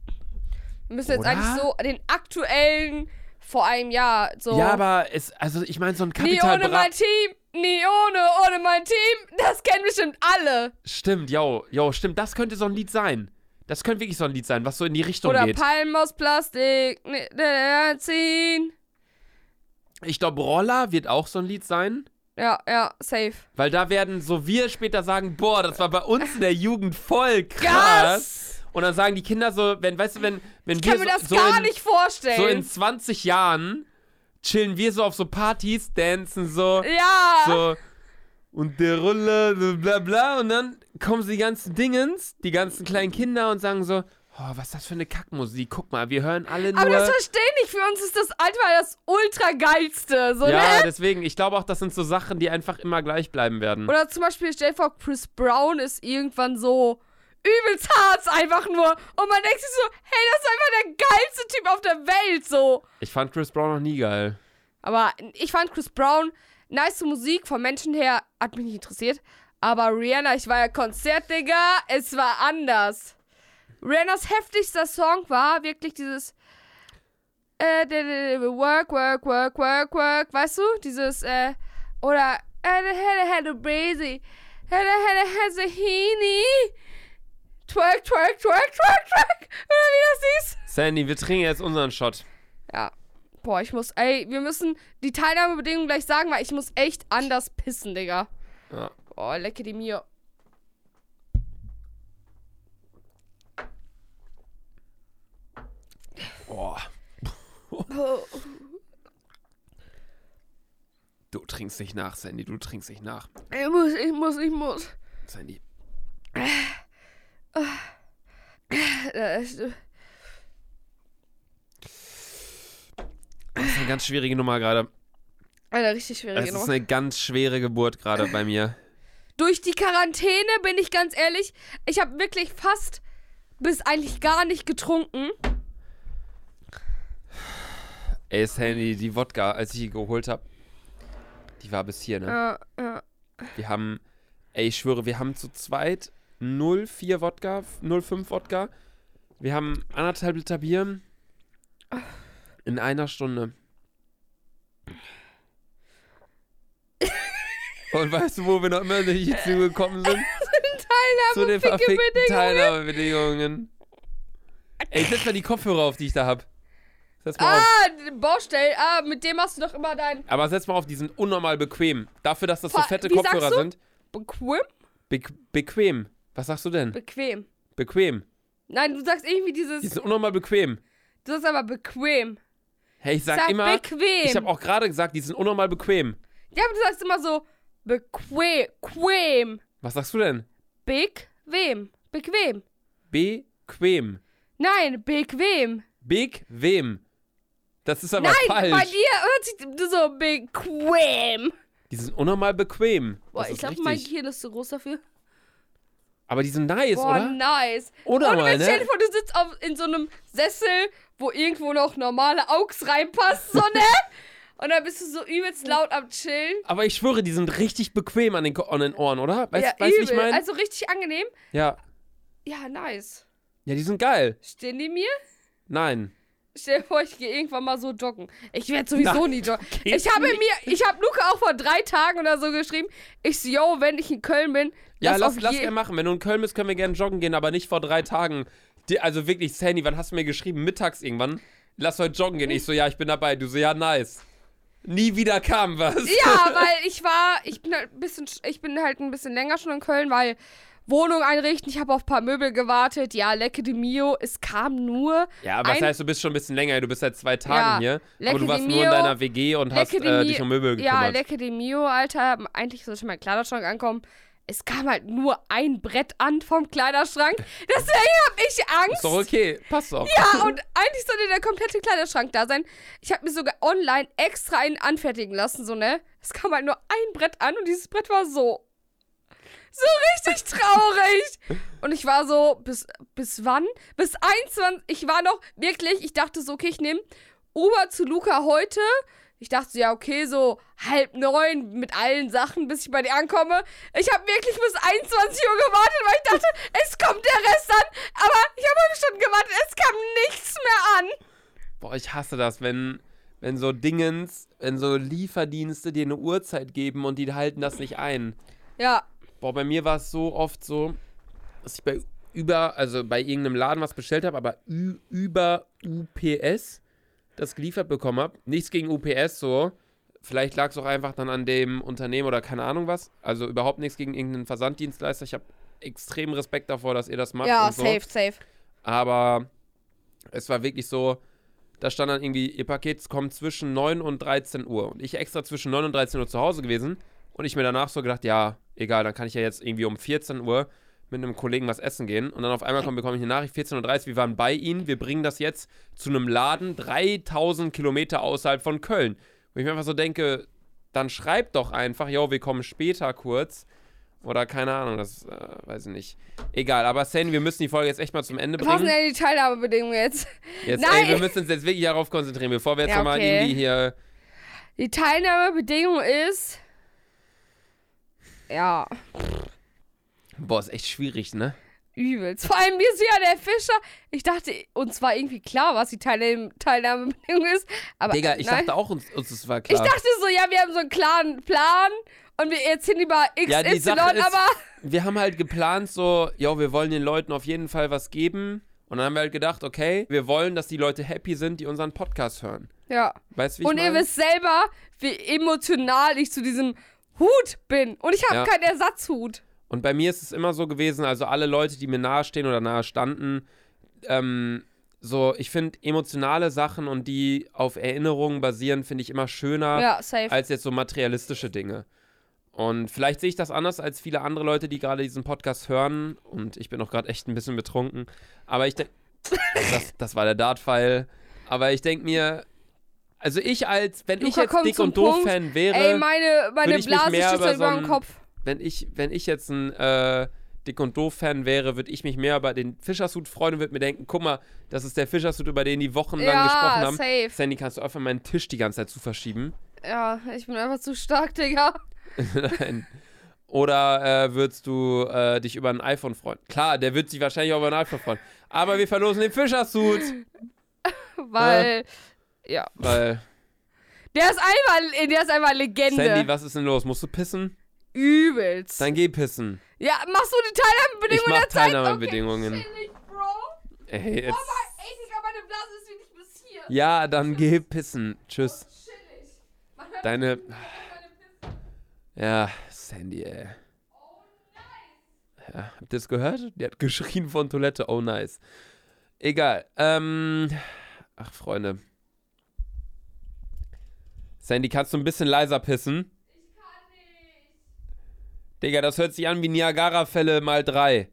Speaker 1: Wir müssen jetzt
Speaker 2: Oder?
Speaker 1: eigentlich so den aktuellen vor einem Jahr so.
Speaker 2: Ja, aber es, also ich meine, so ein
Speaker 1: Nie
Speaker 2: Kapital
Speaker 1: ohne
Speaker 2: Bra-
Speaker 1: mein Team, nie ohne, ohne mein Team. Das kennen bestimmt alle.
Speaker 2: Stimmt, yo, yo, stimmt, das könnte so ein Lied sein. Das könnte wirklich so ein Lied sein, was so in die Richtung
Speaker 1: Oder
Speaker 2: geht.
Speaker 1: Palmen aus Plastik, ne, ne, ne, ziehen.
Speaker 2: Ich glaube, Roller wird auch so ein Lied sein,
Speaker 1: Ja, ja, safe.
Speaker 2: weil da werden so wir später sagen, boah, das war bei uns in der Jugend voll krass.
Speaker 1: Gas!
Speaker 2: Und dann sagen die Kinder so, wenn, weißt du, wenn, wenn
Speaker 1: Ich
Speaker 2: wir
Speaker 1: kann mir das
Speaker 2: so, so,
Speaker 1: gar
Speaker 2: in,
Speaker 1: nicht
Speaker 2: so in
Speaker 1: vorstellen.
Speaker 2: 20 Jahren chillen wir so auf so Partys, dancen so,
Speaker 1: ja.
Speaker 2: so und der Roller, so bla bla und dann kommen so die ganzen Dingens, die ganzen kleinen Kinder und sagen so, oh, was ist das für eine Kackmusik? Guck mal, wir hören alle nur
Speaker 1: Aber das verstehe ich. Für uns ist das Alter das ultra geilste. So, ne?
Speaker 2: Ja, deswegen, ich glaube auch, das sind so Sachen, die einfach immer gleich bleiben werden.
Speaker 1: Oder zum Beispiel, stell dir vor, Chris Brown ist irgendwann so übelst hart einfach nur. Und man denkt sich so, hey, das ist einfach der geilste Typ auf der Welt. So.
Speaker 2: Ich fand Chris Brown noch nie geil.
Speaker 1: Aber ich fand Chris Brown, nice Musik, vom Menschen her, hat mich nicht interessiert. Aber Rihanna, ich war ja Konzert, Digga, es war anders. Rihannas heftigster Song war wirklich dieses äh, d- d- d- Work, Work, Work, Work, Work, weißt du? Dieses, äh, oder Helle, Helle, Helle, Brazy, Helle, Helle, Hesehini, Twerk, Twerk, Twerk, Twerk, Twerk, oder wie das hieß?
Speaker 2: Sandy, wir trinken jetzt unseren Shot.
Speaker 1: Ja. Boah, ich muss, ey, wir müssen die Teilnahmebedingungen gleich sagen, weil ich muss echt anders pissen, Digga.
Speaker 2: Ja.
Speaker 1: Boah, lecke die mir.
Speaker 2: Oh,
Speaker 1: Oh,
Speaker 2: du trinkst nicht nach, Sandy, du trinkst nicht nach.
Speaker 1: Ich muss, ich muss, ich muss.
Speaker 2: Sandy.
Speaker 1: Äh, ich-
Speaker 2: Das ist eine ganz schwierige Nummer gerade.
Speaker 1: Alter, richtig schwierig.
Speaker 2: Es ist eine ganz schwere Geburt gerade bei mir.
Speaker 1: Durch die Quarantäne bin ich ganz ehrlich, ich habe wirklich fast bis eigentlich gar nicht getrunken.
Speaker 2: Ey, Sandy, die Wodka, als ich die geholt habe, die war bis hier, ne?
Speaker 1: Ja, ja.
Speaker 2: Wir haben, ey, ich schwöre, wir haben zu zweit 04 Wodka, 05 Wodka. Wir haben anderthalb Liter Bier in einer Stunde. Und weißt du, wo wir noch immer nicht
Speaker 1: Äh,
Speaker 2: zugekommen sind? Zu den verfickten
Speaker 1: Teilnahmebedingungen.
Speaker 2: Teilnahmebedingungen. Ey, setz mal die Kopfhörer auf, die ich da hab. Setz mal auf.
Speaker 1: Ah, Baustell. Ah, mit dem hast du doch immer dein.
Speaker 2: Aber setz mal auf, die sind unnormal bequem. Dafür, dass das so
Speaker 1: Vor-
Speaker 2: fette
Speaker 1: wie sagst
Speaker 2: Kopfhörer
Speaker 1: du?
Speaker 2: sind.
Speaker 1: Bequem?
Speaker 2: Be bequem. Was sagst du denn?
Speaker 1: Bequem.
Speaker 2: bequem.
Speaker 1: Nein, du sagst irgendwie
Speaker 2: Die
Speaker 1: dieses.
Speaker 2: sind unnormal bequem.
Speaker 1: Du sagst aber bequem.
Speaker 2: Hey, ich sag,
Speaker 1: Sag
Speaker 2: immer.
Speaker 1: bequem.
Speaker 2: Ich habe auch gerade gesagt, die sind unnormal bequem.
Speaker 1: ja, aber du sagst immer so. Bequem. Quem.
Speaker 2: Was sagst du denn?
Speaker 1: Bequem. Bequem.
Speaker 2: Bequem.
Speaker 1: Nein, bequem.
Speaker 2: Bequem. Das ist aber
Speaker 1: Nein, bei
Speaker 2: falsch.
Speaker 1: dir hört sich so bequem.
Speaker 2: Die sind unnormal bequem.
Speaker 1: Boah,
Speaker 2: das
Speaker 1: ich
Speaker 2: ist
Speaker 1: glaube,
Speaker 2: richtig.
Speaker 1: mein Gehirn ist zu groß dafür.
Speaker 2: Aber die sind nice,
Speaker 1: Boah,
Speaker 2: oder?
Speaker 1: nice.
Speaker 2: Oder
Speaker 1: Ohne
Speaker 2: mal,
Speaker 1: Witz,
Speaker 2: ne?
Speaker 1: stell dir vor, du sitzt auf, in so einem Sessel, wo irgendwo noch normale Augs reinpasst, so, ne? Und dann bist du so übelst laut am Chillen.
Speaker 2: Aber ich schwöre, die sind richtig bequem an den, Ko- an den Ohren, oder? Weißt
Speaker 1: ja,
Speaker 2: weißt du, wie ich
Speaker 1: übel.
Speaker 2: meine?
Speaker 1: Also richtig angenehm.
Speaker 2: ja.
Speaker 1: Ja, nice.
Speaker 2: ja, die sind geil.
Speaker 1: Stehen die mir?
Speaker 2: Nein.
Speaker 1: Stell dir vor, ich gehe irgendwann mal so joggen. Ich werde sowieso nie joggen.
Speaker 2: geht's
Speaker 1: Ich habe mir, ich habe Luca auch vor drei Tagen oder so geschrieben. Ich so, yo, wenn ich in Köln bin,
Speaker 2: Ja, lass,
Speaker 1: auf
Speaker 2: lass,
Speaker 1: je-
Speaker 2: gerne machen. Wenn du in Köln bist, können wir gerne joggen gehen, aber nicht vor drei Tagen. Die, also wirklich, Sandy, wann hast du mir geschrieben? Mittags irgendwann. Lass heute joggen gehen. Ich so, ja, ich bin dabei. Du so, ja, nice. Nie wieder kam was.
Speaker 1: Ja, weil ich war, ich bin halt ein bisschen, sch- ich bin halt ein bisschen länger schon in Köln, weil Wohnung einrichten, ich habe auf ein paar Möbel gewartet, ja, Lecke de Mio, es kam nur
Speaker 2: Ja, aber das
Speaker 1: Ein-
Speaker 2: heißt, du bist schon ein bisschen länger. hier. Du bist seit zwei Tagen
Speaker 1: Ja.
Speaker 2: hier. Aber
Speaker 1: Lecke
Speaker 2: du warst
Speaker 1: di
Speaker 2: nur in
Speaker 1: mio,
Speaker 2: deiner WG und hast
Speaker 1: Lecke di
Speaker 2: äh,
Speaker 1: mio-
Speaker 2: dich um Möbel
Speaker 1: Ja,
Speaker 2: gekümmert.
Speaker 1: Lecke de Mio, Alter. Eigentlich sollte mein Kleiderschrank ankommen. Es kam halt nur ein Brett an vom Kleiderschrank. Deswegen habe ich
Speaker 2: Ist doch
Speaker 1: Angst.
Speaker 2: okay. Passt doch.
Speaker 1: Ja, und eigentlich sollte der komplette Kleiderschrank da sein. Ich habe mir sogar online extra einen anfertigen lassen, so, ne? Es kam halt nur ein Brett an und dieses Brett war so. So richtig traurig. Und ich war so, bis, bis wann? Bis 21. Ich war noch wirklich, ich dachte so, okay, ich nehme Uber zu Luca heute. Ich dachte so, ja, okay, so halb neun mit allen Sachen, bis ich bei dir ankomme. Ich habe wirklich bis 21 Uhr gewartet, weil ich dachte, es kommt der Rest an. Aber ich habe fünf Stunden gewartet, es kam nichts mehr an.
Speaker 2: Boah, ich hasse das, wenn, wenn so Dingens, wenn so Lieferdienste dir eine Uhrzeit geben und die halten das nicht ein.
Speaker 1: Ja,
Speaker 2: Boah, bei mir war es so oft so, dass ich bei über, also bei irgendeinem Laden was bestellt habe, aber ü, über UPS das geliefert bekommen habe. Nichts gegen UPS so. Vielleicht lag es auch einfach dann an dem Unternehmen oder keine Ahnung was. Also überhaupt nichts gegen irgendeinen Versanddienstleister. Ich habe extrem Respekt davor, dass ihr das macht.
Speaker 1: ja,
Speaker 2: und so.
Speaker 1: safe, safe.
Speaker 2: Aber es war wirklich so, da stand dann irgendwie, ihr Paket kommt zwischen 9 und 13 Uhr. Und ich extra zwischen 9 und 13 Uhr zu Hause gewesen. Und ich mir danach so gedacht, ja, egal, dann kann ich ja jetzt irgendwie um 14 Uhr mit einem Kollegen was essen gehen. Und dann auf einmal kommt, bekomme ich eine Nachricht, 14.30 Uhr, wir waren bei Ihnen, wir bringen das jetzt zu einem Laden 3000 Kilometer außerhalb von Köln. Wo ich mir einfach so denke, dann schreibt doch einfach, yo, wir kommen später kurz. Oder keine Ahnung, das äh, weiß ich nicht. Egal, aber Sandy, wir müssen die Folge jetzt echt mal zum Ende
Speaker 1: Was sind
Speaker 2: bringen.
Speaker 1: denn die Teilnahmebedingungen jetzt?
Speaker 2: Jetzt,
Speaker 1: Nein.
Speaker 2: ey, wir müssen uns jetzt wirklich darauf konzentrieren, bevor wir jetzt
Speaker 1: Ja,
Speaker 2: nochmal
Speaker 1: okay.
Speaker 2: irgendwie hier.
Speaker 1: Die Teilnahmebedingung ist. Ja,
Speaker 2: Boah, ist echt schwierig, ne?
Speaker 1: übelst. Vor allem mir ist ja der Fischer. Ich dachte, uns war irgendwie klar, was die Teilnehm Teilnahmebedingung ist. Aber
Speaker 2: Digga, ich
Speaker 1: nein.
Speaker 2: dachte auch, uns, uns das war
Speaker 1: Ich
Speaker 2: klar.
Speaker 1: dachte so, ja, wir haben so einen klaren Plan und wir erzählen über XY,
Speaker 2: Ja, die Sache ist-
Speaker 1: aber
Speaker 2: wir haben halt geplant, so, ja, wir wollen den Leuten auf jeden Fall was geben. Und dann haben wir halt gedacht, okay, wir wollen, dass die Leute happy sind, die unseren Podcast hören.
Speaker 1: ja.
Speaker 2: Weißt du, wie ich
Speaker 1: Und ihr
Speaker 2: mein?
Speaker 1: wisst selber, wie emotional ich zu diesem Hut bin. Und ich habe
Speaker 2: Ja.
Speaker 1: keinen Ersatzhut.
Speaker 2: Und bei mir ist es immer so gewesen, also alle Leute, die mir nahestehen oder nahe standen, ähm, so, ich finde emotionale Sachen und die auf Erinnerungen basieren, finde ich immer schöner.
Speaker 1: Ja, safe.
Speaker 2: als jetzt so materialistische Dinge. Und vielleicht sehe ich das anders als viele andere Leute, die gerade diesen Podcast hören. Und ich bin auch gerade echt ein bisschen betrunken. Aber ich denke, das, das war der Dartpfeil. Aber ich denke mir, also ich als, wenn ich
Speaker 1: Luca,
Speaker 2: jetzt
Speaker 1: komm
Speaker 2: dick
Speaker 1: zum
Speaker 2: und doof
Speaker 1: Punkt.
Speaker 2: Fan wäre,
Speaker 1: Ey, meine,
Speaker 2: würde
Speaker 1: meine
Speaker 2: ich mich
Speaker 1: Blase
Speaker 2: mehr
Speaker 1: steht
Speaker 2: über
Speaker 1: über
Speaker 2: so
Speaker 1: dem
Speaker 2: ein-
Speaker 1: Kopf.
Speaker 2: wenn ich, wenn ich jetzt ein äh, Dick und Doof-Fan wäre, würde ich mich mehr über den Fischersuit freuen und würde mir denken, guck mal, das ist der Fischersuit, über den die wochenlang gesprochen
Speaker 1: Ja,
Speaker 2: haben.
Speaker 1: safe.
Speaker 2: Sandy, kannst du einfach meinen Tisch die ganze Zeit zu verschieben?
Speaker 1: Ja, ich bin einfach zu stark,
Speaker 2: Äh.
Speaker 1: Digga.
Speaker 2: Nein. Oder äh, würdest du äh, dich über ein iPhone freuen? Klar, der wird sich wahrscheinlich auch über ein iPhone freuen. Aber wir verlosen den Fischersuit.
Speaker 1: Weil, ja.
Speaker 2: Weil,
Speaker 1: Der ist einmal, der ist einmal Legende.
Speaker 2: Sandy, was ist denn los? Musst du pissen?
Speaker 1: Übelst.
Speaker 2: Dann geh pissen.
Speaker 1: ja, machst du die
Speaker 2: Ich
Speaker 1: Teilnahmebedingungen
Speaker 2: mach
Speaker 1: der Zeit?
Speaker 2: Teilnahmebedingungen.
Speaker 1: Okay. Shit, nicht, Bro.
Speaker 2: Ey, jetzt.
Speaker 1: Ey, Digga, meine Blase ist wirklich bis hier.
Speaker 2: Ja, dann geh pissen. Tschüss.
Speaker 1: Chillig.
Speaker 2: Deine. Ja, Sandy, ey. Ja, habt ihr das gehört? Die hat geschrien von Toilette. Oh, nice. Egal. Ähm, ach, Freunde. Sandy, kannst du ein bisschen leiser pissen? Digga, das hört sich an wie Niagara-Fälle mal drei.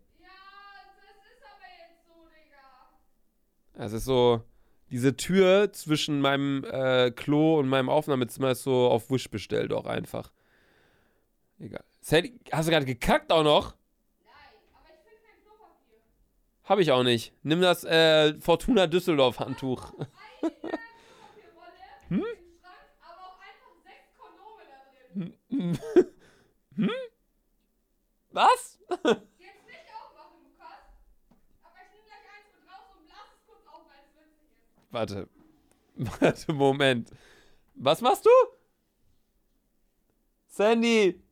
Speaker 2: Es ist so, diese Tür zwischen meinem äh, Klo und meinem Aufnahmezimmer ist so auf Wish bestellt auch einfach. Egal. Sandy, hast du gerade gekackt auch noch? Hab ich auch nicht. Nimm das äh, Fortuna Düsseldorf Handtuch. Was? Warte. Warte, Moment. Was machst du? Sandy!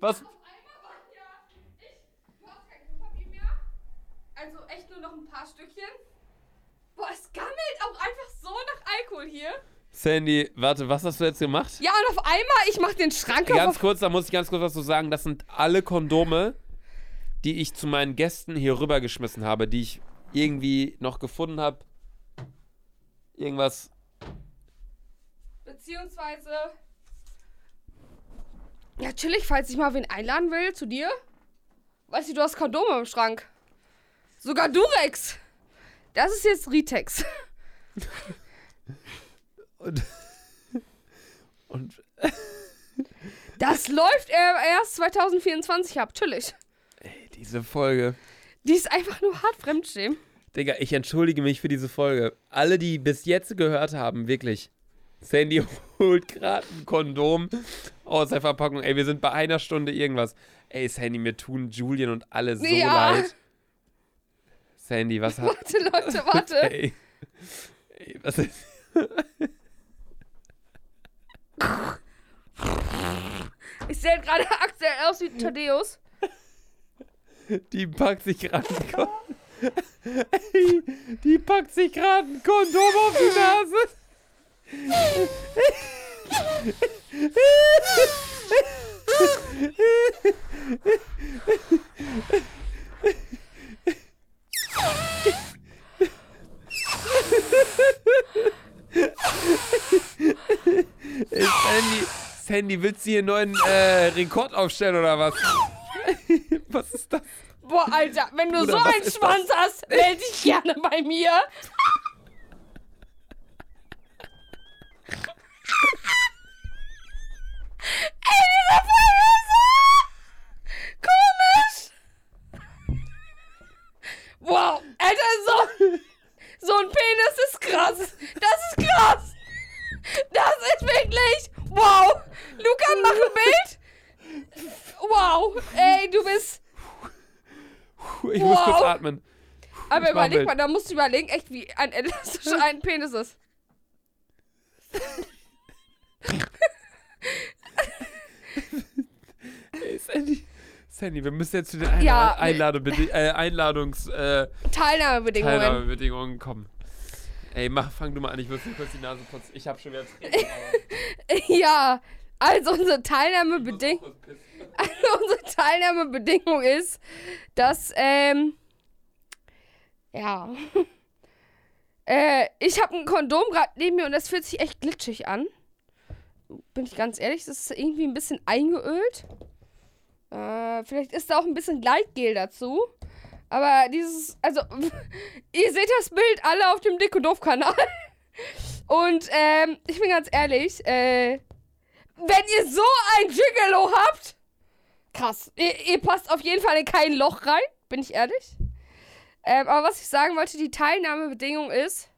Speaker 2: Was?
Speaker 1: Also echt nur noch ein paar Stückchen. Boah, es gammelt auch einfach so nach Alkohol hier.
Speaker 2: Sandy, warte, was hast du jetzt gemacht?
Speaker 1: Ja, und auf einmal, ich mach den Schrank
Speaker 2: Äh, Ganz
Speaker 1: auf.
Speaker 2: kurz, da muss ich ganz kurz was zu sagen. Das sind alle Kondome, die ich zu meinen Gästen hier rübergeschmissen habe, die ich irgendwie noch gefunden habe. Irgendwas.
Speaker 1: Beziehungsweise. Ja, chillig, falls ich mal wen einladen will zu dir. Weißt du, du hast Kondome im Schrank. Sogar Durex. Das ist jetzt Ritex.
Speaker 2: Und
Speaker 1: Das läuft äh, erst 2024 ab, chillig.
Speaker 2: diese Folge.
Speaker 1: Die ist einfach nur hart fremdschämen.
Speaker 2: Digga, ich entschuldige mich für diese Folge. Alle, die bis jetzt gehört haben, wirklich. Sandy holt gerade ein Kondom aus der Verpackung. Ey, wir sind bei einer Stunde irgendwas. Ey, Sandy, mir tun Julian und alle so
Speaker 1: Ja.
Speaker 2: leid. Sandy, was hat.
Speaker 1: Warte, Leute, warte.
Speaker 2: Ey. Ey, was ist.
Speaker 1: Ich sehe gerade Axel aus wie Thaddeus.
Speaker 2: Die packt sich gerade ein Kondom. Ey, die packt sich gerade ein Kondom auf die Nase. Ey, Sandy, Sandy, willst du hier einen neuen äh, Rekord aufstellen oder was? Was ist das?
Speaker 1: Boah, Alter, wenn du
Speaker 2: Bruder,
Speaker 1: so
Speaker 2: was
Speaker 1: einen
Speaker 2: ist
Speaker 1: Schwanz hast, melde dich gerne bei mir. Ey, diese Folge ist so komisch. Wow, Alter, so, so ein Penis ist krass. Das ist krass. Das ist wirklich, wow. Luca, mach ein Bild. Wow, ey, du bist...
Speaker 2: Puh, Ich muss
Speaker 1: Wow.
Speaker 2: kurz atmen.
Speaker 1: Aber
Speaker 2: mach ein
Speaker 1: überleg
Speaker 2: Bild.
Speaker 1: mal, da musst du überlegen, echt wie ein elastischer ein Penis ist.
Speaker 2: Ey, Sandy, Sandy, wir müssen jetzt zu den Einla
Speaker 1: Ja.
Speaker 2: Einladebedi- äh, Einladungs äh,
Speaker 1: Teilnahmebedingungen.
Speaker 2: Teilnahmebedingungen kommen. Ey, mach, fang du mal an, ich muss mir kurz die Nase putzen. Ich hab schon wieder Tränen. aber ich
Speaker 1: Ja, also unsere
Speaker 2: muss
Speaker 1: Teilnahmebeding
Speaker 2: auch kurz pissen.
Speaker 1: also unsere Teilnahmebedingung ist, dass ähm ja äh, ich habe ein Kondom gerade neben mir und das fühlt sich echt glitschig an. Bin ich ganz ehrlich, das ist irgendwie ein bisschen eingeölt. Äh, vielleicht ist da auch ein bisschen Gleitgel dazu. Aber dieses, also, ihr seht das Bild alle auf dem Dick und Doof-Kanal. Und ähm, ich bin ganz ehrlich, äh, wenn ihr so ein Gigolo habt, krass. Ihr, ihr passt auf jeden Fall in kein Loch rein, bin ich ehrlich. Ähm, aber was ich sagen wollte, die Teilnahmebedingung ist,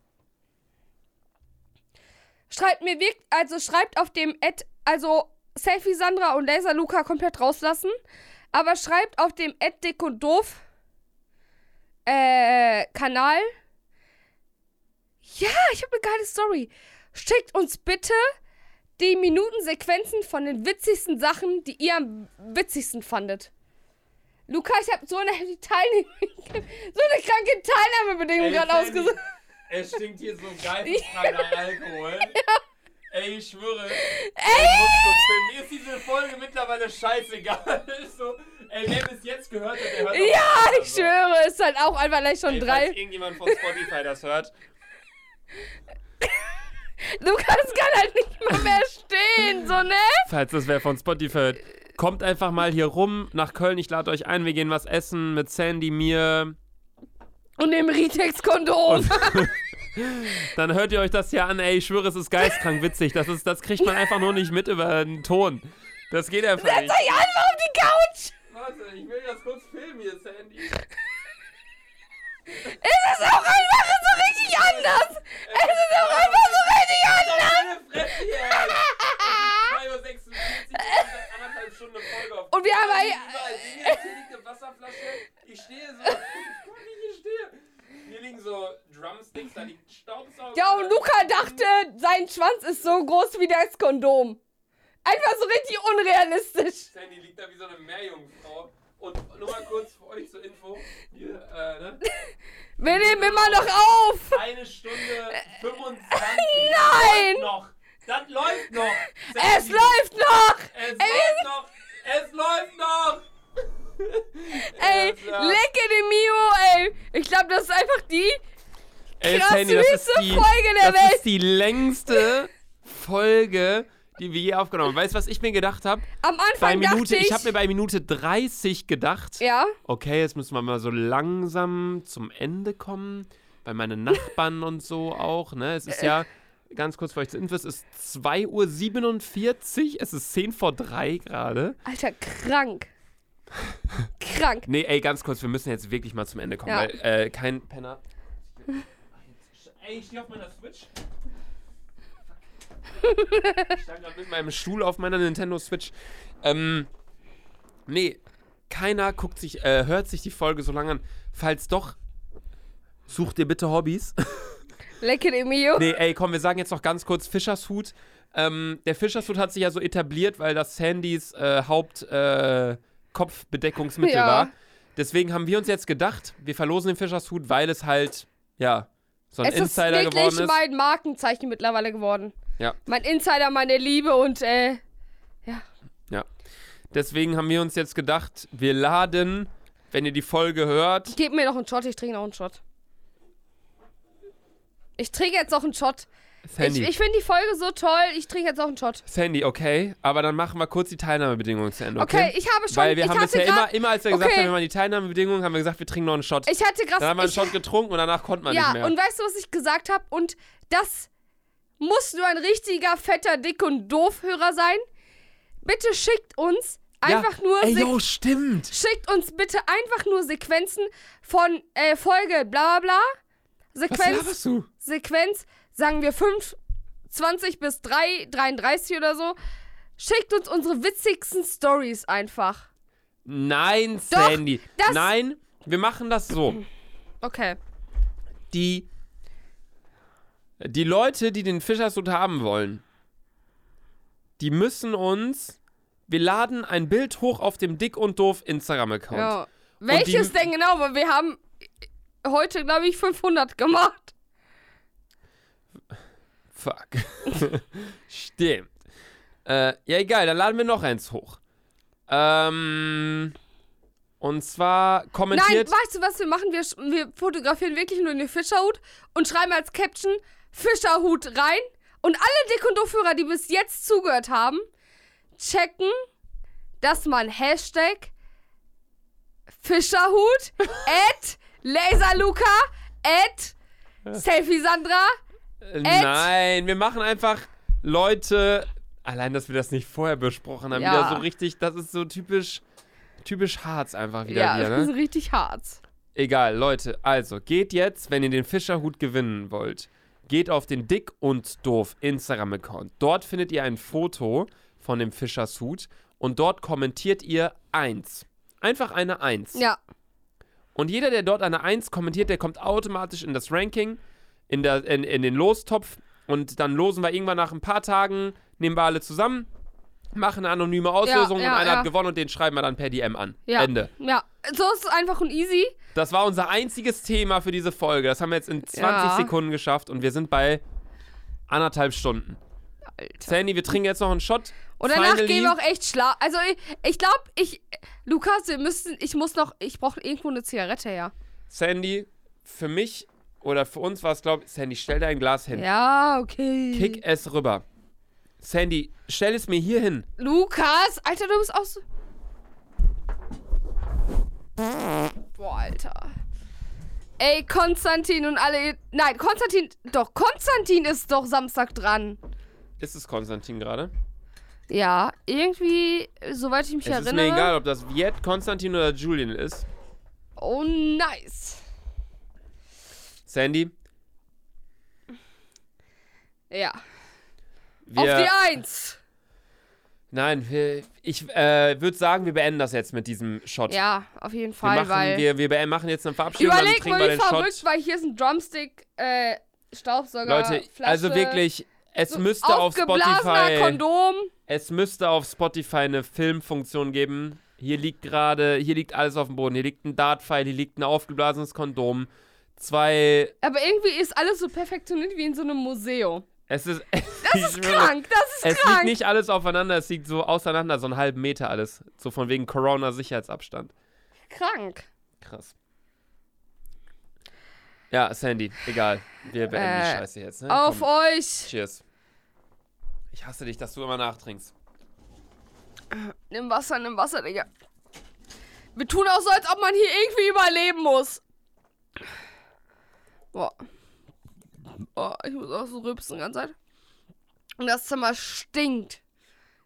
Speaker 1: schreibt mir wirklich, also schreibt auf dem Ad, also Selfie Sandra und Laser Luca komplett rauslassen, aber schreibt auf dem Ad Dick und Doof äh, Kanal. ne Ja, ich habe eine geile Story. Schickt uns bitte die Minutensequenzen von den witzigsten Sachen, die ihr am witzigsten fandet. Luca, ich habe so eine Teilnehmung, so eine kranke Teilnahmebedingung gerade ausgesucht.
Speaker 2: Es stinkt hier so geil nach Alkohol. Ey, ich schwöre. Ey! Mir ist diese Folge mittlerweile scheißegal. So, ey, wer bis jetzt gehört hat, der hört auch
Speaker 1: Ja,
Speaker 2: weiter,
Speaker 1: ich
Speaker 2: so.
Speaker 1: schwöre, ist halt auch einfach gleich schon
Speaker 2: Ey,
Speaker 1: drei.
Speaker 2: Falls irgendjemand von Spotify das hört.
Speaker 1: Lukas kann halt nicht mal mehr stehen, so, ne?
Speaker 2: Falls das wer von Spotify hört. Kommt einfach mal hier rum nach Köln. Ich lade euch ein. Wir gehen was essen mit Sandy, mir.
Speaker 1: Und dem Ritex-Kondom.
Speaker 2: Dann hört ihr euch das hier an. Ey, ich schwöre, es ist geistkrank witzig. Das, ist, das kriegt man einfach nur nicht mit über den Ton. Das geht einfach nicht.
Speaker 1: Setz euch einfach auf die Couch!
Speaker 2: Warte, ich will das kurz filmen hier, Sandy.
Speaker 1: Es ist auch einfach so richtig anders! Es ist auch einfach so richtig anders! Und wir haben ein-
Speaker 2: Ich stehe so. Hier stehe. Hier liegen so Drumsticks, da liegt Staubsauger.
Speaker 1: Ja, und Luca dachte, sein Schwanz ist so groß wie das Kondom. Einfach so richtig unrealistisch.
Speaker 2: Sandy liegt da wie so eine Meerjungfrau. Und nur mal kurz für euch zur Info. Hier, äh, ne?
Speaker 1: Wir nehmen immer noch auf!
Speaker 2: Eine Stunde 25.
Speaker 1: Nein!
Speaker 2: Das läuft noch. Das läuft noch.
Speaker 1: Es läuft noch!
Speaker 2: Es läuft noch. Es läuft noch.
Speaker 1: Ey,
Speaker 2: Alles klar.
Speaker 1: lecke den Mio, ey! Ich glaube, das ist einfach die.
Speaker 2: Ey,
Speaker 1: Krass süße Folge der
Speaker 2: das
Speaker 1: Welt.
Speaker 2: ist die längste Folge, die wir je aufgenommen haben. Weißt du, was ich mir gedacht habe?
Speaker 1: Am
Speaker 2: Bei
Speaker 1: Anfang
Speaker 2: Minute,
Speaker 1: dachte ich.
Speaker 2: ich habe mir bei Minute 30 gedacht,
Speaker 1: ja,
Speaker 2: okay, jetzt müssen wir mal so langsam zum Ende kommen. Bei meinen Nachbarn und so auch, ne? Es
Speaker 1: Äh.
Speaker 2: ist ja, ganz kurz für euch zu Infos, es ist 2.47 Uhr, es ist 10 vor 3 gerade.
Speaker 1: Alter, krank. krank.
Speaker 2: Nee, ey, ganz kurz, wir müssen jetzt wirklich mal zum Ende kommen,
Speaker 1: Ja.
Speaker 2: weil äh, kein Penner. Ey, ich stehe auf meiner Switch. Ich stand gerade mit meinem Stuhl auf meiner Nintendo Switch. Ähm, nee, keiner guckt sich, äh, hört sich die Folge so lange an. Falls doch, sucht ihr bitte Hobbys.
Speaker 1: Lecke den Mio.
Speaker 2: Nee, ey, komm, wir sagen jetzt noch ganz kurz Fischershut. Ähm, der Fischershut hat sich ja so etabliert, weil das Sandys äh, Hauptkopfbedeckungsmittel äh, Kopfbedeckungsmittel
Speaker 1: Ja.
Speaker 2: war. Deswegen haben wir uns jetzt gedacht, wir verlosen den Fischershut, weil es halt, ja, so ein
Speaker 1: es ist
Speaker 2: Insider
Speaker 1: wirklich
Speaker 2: geworden ist.
Speaker 1: mein Markenzeichen mittlerweile geworden.
Speaker 2: Ja.
Speaker 1: Mein Insider, meine Liebe und äh.
Speaker 2: Deswegen haben wir uns jetzt gedacht, wir laden, wenn ihr die Folge hört.
Speaker 1: Gib mir noch einen Shot, ich trinke noch einen Shot. Ich trinke jetzt noch einen Shot.
Speaker 2: Sandy.
Speaker 1: Ich, ich finde die Folge so toll, ich trinke jetzt noch einen Shot.
Speaker 2: Sandy, okay, aber dann machen wir kurz die Teilnahmebedingungen zu Ende, okay?
Speaker 1: Okay, ich habe schon.
Speaker 2: Weil wir
Speaker 1: ich,
Speaker 2: haben
Speaker 1: hatte
Speaker 2: bisher immer,
Speaker 1: grad,
Speaker 2: immer, als wir gesagt
Speaker 1: Okay.
Speaker 2: haben, wir machen die Teilnahmebedingungen, haben wir gesagt, wir trinken noch einen Shot.
Speaker 1: ich hatte
Speaker 2: dann haben wir
Speaker 1: gerade.
Speaker 2: einen Shot getrunken und danach konnte man
Speaker 1: ja,
Speaker 2: nicht mehr.
Speaker 1: und weißt du, was ich gesagt habe? Und das muss nur ein richtiger, fetter, dick und doof Hörer sein. Bitte schickt uns einfach nur.
Speaker 2: Ey,
Speaker 1: Se-
Speaker 2: yo, stimmt.
Speaker 1: Schickt uns bitte einfach nur Sequenzen von äh, Folge bla bla bla.
Speaker 2: Was
Speaker 1: Sequenz,
Speaker 2: laberst du?
Speaker 1: Sequenz, sagen wir 5, 20 bis 3, 33 oder so. Schickt uns unsere witzigsten Stories einfach.
Speaker 2: Nein,
Speaker 1: Doch,
Speaker 2: Sandy.
Speaker 1: das-
Speaker 2: Nein, wir machen das so.
Speaker 1: Okay.
Speaker 2: Die, die Leute, die den Fischershut haben wollen, die müssen uns. Wir laden ein Bild hoch auf dem Dick und Doof Instagram-Account.
Speaker 1: Ja. Welches
Speaker 2: die-
Speaker 1: denn genau? Weil wir haben heute, glaube ich, 500 gemacht.
Speaker 2: Fuck. Stimmt. Äh, ja, egal, dann laden wir noch eins hoch. Ähm. Und zwar kommentiert.
Speaker 1: Nein, weißt du, was wir machen? Wir, sch- wir fotografieren wirklich nur den Fischerhut und schreiben als Caption Fischerhut rein. Und alle Dick- und Doofhörer, die bis jetzt zugehört haben, checken, dass man Hashtag Fischerhut at Laserluca at Selfie Sandra.
Speaker 2: Äh, Nein, wir machen einfach Leute. Allein, dass wir das nicht vorher besprochen haben,
Speaker 1: Ja.
Speaker 2: wieder so richtig, das ist so typisch, typisch Harz einfach wieder
Speaker 1: Ja,
Speaker 2: hier,
Speaker 1: das ist
Speaker 2: ne?
Speaker 1: richtig hart.
Speaker 2: Egal, Leute, also geht jetzt, wenn ihr den Fischerhut gewinnen wollt, geht auf den Dick und Doof Instagram-Account. Dort findet ihr ein Foto von dem Fischershut und dort kommentiert ihr eins. Einfach eine Eins.
Speaker 1: Ja,
Speaker 2: Und jeder, der dort eine 1 kommentiert, der kommt automatisch in das Ranking, in, der, in, in den Lostopf. Und dann losen wir irgendwann nach ein paar Tagen nehmen wir alle zusammen, machen eine anonyme Auslösung
Speaker 1: ja,
Speaker 2: und einer
Speaker 1: ja.
Speaker 2: hat gewonnen und den schreiben wir dann per DM an.
Speaker 1: Ja.
Speaker 2: Ende.
Speaker 1: Ja, so ist es einfach und easy.
Speaker 2: Das war unser einziges Thema für diese Folge. Das haben wir jetzt in 20
Speaker 1: Ja.
Speaker 2: Sekunden geschafft und wir sind bei anderthalb Stunden.
Speaker 1: Alter.
Speaker 2: Sandy, wir trinken jetzt noch einen Shot.
Speaker 1: Und danach
Speaker 2: Finally.
Speaker 1: gehen wir auch echt schlaf. Also ich, ich glaube, ich. Lukas, wir müssen. Ich muss noch. Ich brauche irgendwo eine Zigarette her.
Speaker 2: Sandy, für mich oder für uns war es, glaube ich, Sandy, stell dein Glas hin.
Speaker 1: Ja, okay.
Speaker 2: Kick es rüber. Sandy, stell es mir hier hin.
Speaker 1: Lukas, Alter, du bist auch so. Boah, Alter. Ey, Konstantin und alle. Nein, Konstantin. Doch, Konstantin ist doch Samstag dran.
Speaker 2: Ist es Konstantin gerade?
Speaker 1: Ja, irgendwie, soweit ich mich
Speaker 2: Es
Speaker 1: erinnere.
Speaker 2: ist mir egal, ob das Viet, Konstantin oder Julian ist.
Speaker 1: Oh, nice.
Speaker 2: Sandy,
Speaker 1: Ja. Auf
Speaker 2: wir.
Speaker 1: die Eins.
Speaker 2: Nein, wir, ich äh, würde sagen, wir beenden das jetzt mit diesem Shot.
Speaker 1: Ja, auf jeden
Speaker 2: wir,
Speaker 1: Fall,
Speaker 2: machen,
Speaker 1: weil.
Speaker 2: wir, wir be- machen jetzt eine Verabschiedung, dann
Speaker 1: Überleg
Speaker 2: trinken
Speaker 1: mal,
Speaker 2: wir
Speaker 1: wie
Speaker 2: den
Speaker 1: verrückt,
Speaker 2: Shot.
Speaker 1: weil hier ist ein Drumstick, äh, Staubsauger,
Speaker 2: Leute,
Speaker 1: Flasche,
Speaker 2: also wirklich, es
Speaker 1: so
Speaker 2: müsste auf
Speaker 1: aufgeblasener
Speaker 2: Spotify.
Speaker 1: Kondom.
Speaker 2: Es müsste auf Spotify eine Filmfunktion geben. Hier liegt gerade, hier liegt alles auf dem Boden. Hier liegt ein Dartpfeil, hier liegt ein aufgeblasenes Kondom. Zwei.
Speaker 1: Aber irgendwie ist alles so perfektioniert wie in so einem Museum.
Speaker 2: Es ist.
Speaker 1: Das ist krank, das ist
Speaker 2: Es
Speaker 1: krank.
Speaker 2: liegt nicht alles aufeinander, es liegt so auseinander, so einen halben Meter alles. So von wegen Corona-Sicherheitsabstand.
Speaker 1: krank.
Speaker 2: Krass. Ja, Sandy, egal. Wir beenden
Speaker 1: Äh,
Speaker 2: die Scheiße jetzt. Ne?
Speaker 1: Auf
Speaker 2: Komm,
Speaker 1: euch.
Speaker 2: Cheers. Ich hasse dich, dass du immer nachtrinkst.
Speaker 1: Nimm Wasser, nimm Wasser, Digga. Wir tun auch so, als ob man hier irgendwie überleben muss. Boah. Boah, ich muss auch so rübsen die ganze Zeit. Und das Zimmer stinkt.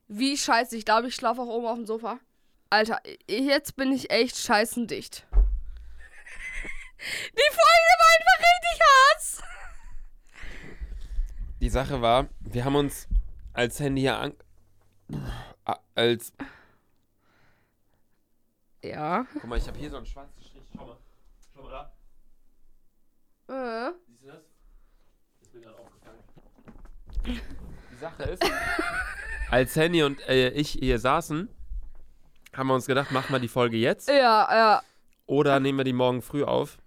Speaker 1: Wie scheiße. Ich glaube, ich schlafe auch oben auf dem Sofa. Alter, i- jetzt bin ich echt scheißendicht. Die Folge war einfach richtig Hass.
Speaker 2: Die Sache war, wir haben uns als Sandy hier an. Ah, Als.
Speaker 1: Ja.
Speaker 2: Guck mal, ich habe hier so einen schwarzen Strich. Schau mal. Schau mal da.
Speaker 1: Äh.
Speaker 2: Siehst du das? Ist mir gerade aufgefallen. Die Sache ist, als Sandy und äh, ich hier saßen, haben wir uns gedacht, mach mal die Folge jetzt
Speaker 1: Ja, ja.
Speaker 2: oder nehmen wir die morgen früh auf.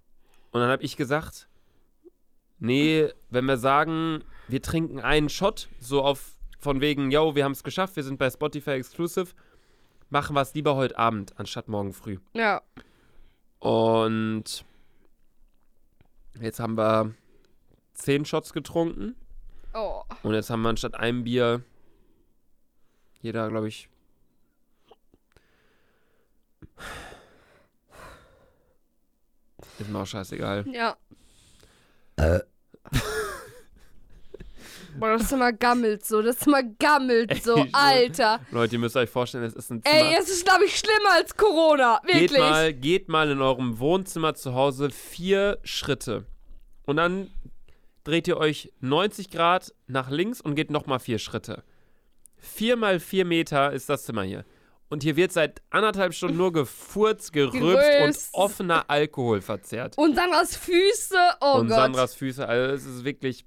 Speaker 2: Und dann habe ich gesagt, nee, wenn wir sagen, wir trinken einen Shot, so auf von wegen, yo, wir haben es geschafft, wir sind bei Spotify Exclusive, machen wir es lieber heute Abend anstatt morgen früh.
Speaker 1: Ja.
Speaker 2: Und jetzt haben wir zehn Shots getrunken.
Speaker 1: Oh.
Speaker 2: Und jetzt haben wir anstatt einem Bier jeder, glaube ich. Ist mir auch scheißegal.
Speaker 1: Ja.
Speaker 2: Äh.
Speaker 1: Boah, das Zimmer gammelt so, das Zimmer gammelt so,
Speaker 2: Ey, so.
Speaker 1: Alter.
Speaker 2: Leute, ihr müsst euch vorstellen, es ist ein Zimmer.
Speaker 1: Ey, es ist, glaube ich, schlimmer als Corona, wirklich.
Speaker 2: geht, mal, geht mal in eurem Wohnzimmer zu Hause vier Schritte. Und dann dreht ihr euch 90 Grad nach links und geht nochmal vier Schritte. Vier mal vier Meter ist das Zimmer hier. Und hier wird seit anderthalb Stunden nur gefurzt, gerülpst
Speaker 1: Gerülpst.
Speaker 2: und offener Alkohol verzehrt.
Speaker 1: Und Sandras Füße, oh
Speaker 2: und
Speaker 1: Gott.
Speaker 2: Sandras Füße. Also es ist wirklich.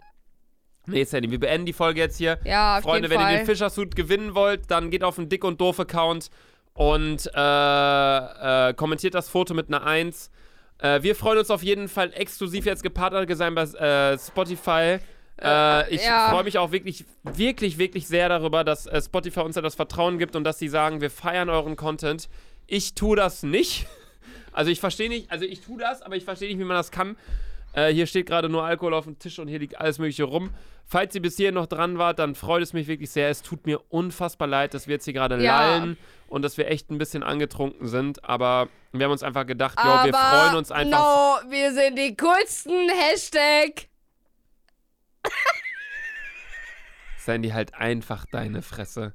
Speaker 2: Nee, Sandy, wir beenden die Folge jetzt hier.
Speaker 1: ja, auf
Speaker 2: Freunde,
Speaker 1: jeden
Speaker 2: wenn
Speaker 1: Fall.
Speaker 2: ihr den Fischersuit gewinnen wollt, dann geht auf den Dick- und Doof-Account und äh, äh, kommentiert das Foto mit einer 1. Äh, wir freuen uns auf jeden Fall exklusiv jetzt gepartnert sein bei äh, Spotify. Äh, ich
Speaker 1: ja.
Speaker 2: freue mich auch wirklich, wirklich, wirklich sehr darüber, dass äh, Spotify uns ja das Vertrauen gibt und dass sie sagen, wir feiern euren Content. Ich tue das nicht. Also ich verstehe nicht, also ich tue das, aber ich verstehe nicht, wie man das kann. Äh, hier steht gerade nur Alkohol auf dem Tisch und hier liegt alles Mögliche rum. Falls ihr bis hierhin noch dran wart, dann freut es mich wirklich sehr. Es tut mir unfassbar leid, dass wir jetzt hier gerade
Speaker 1: Ja.
Speaker 2: lallen und dass wir echt ein bisschen angetrunken sind. Aber wir haben uns einfach gedacht, jo,
Speaker 1: Aber
Speaker 2: wir freuen uns einfach.
Speaker 1: No, wir sind die coolsten, Hashtag.
Speaker 2: Sandy, halt einfach deine Fresse.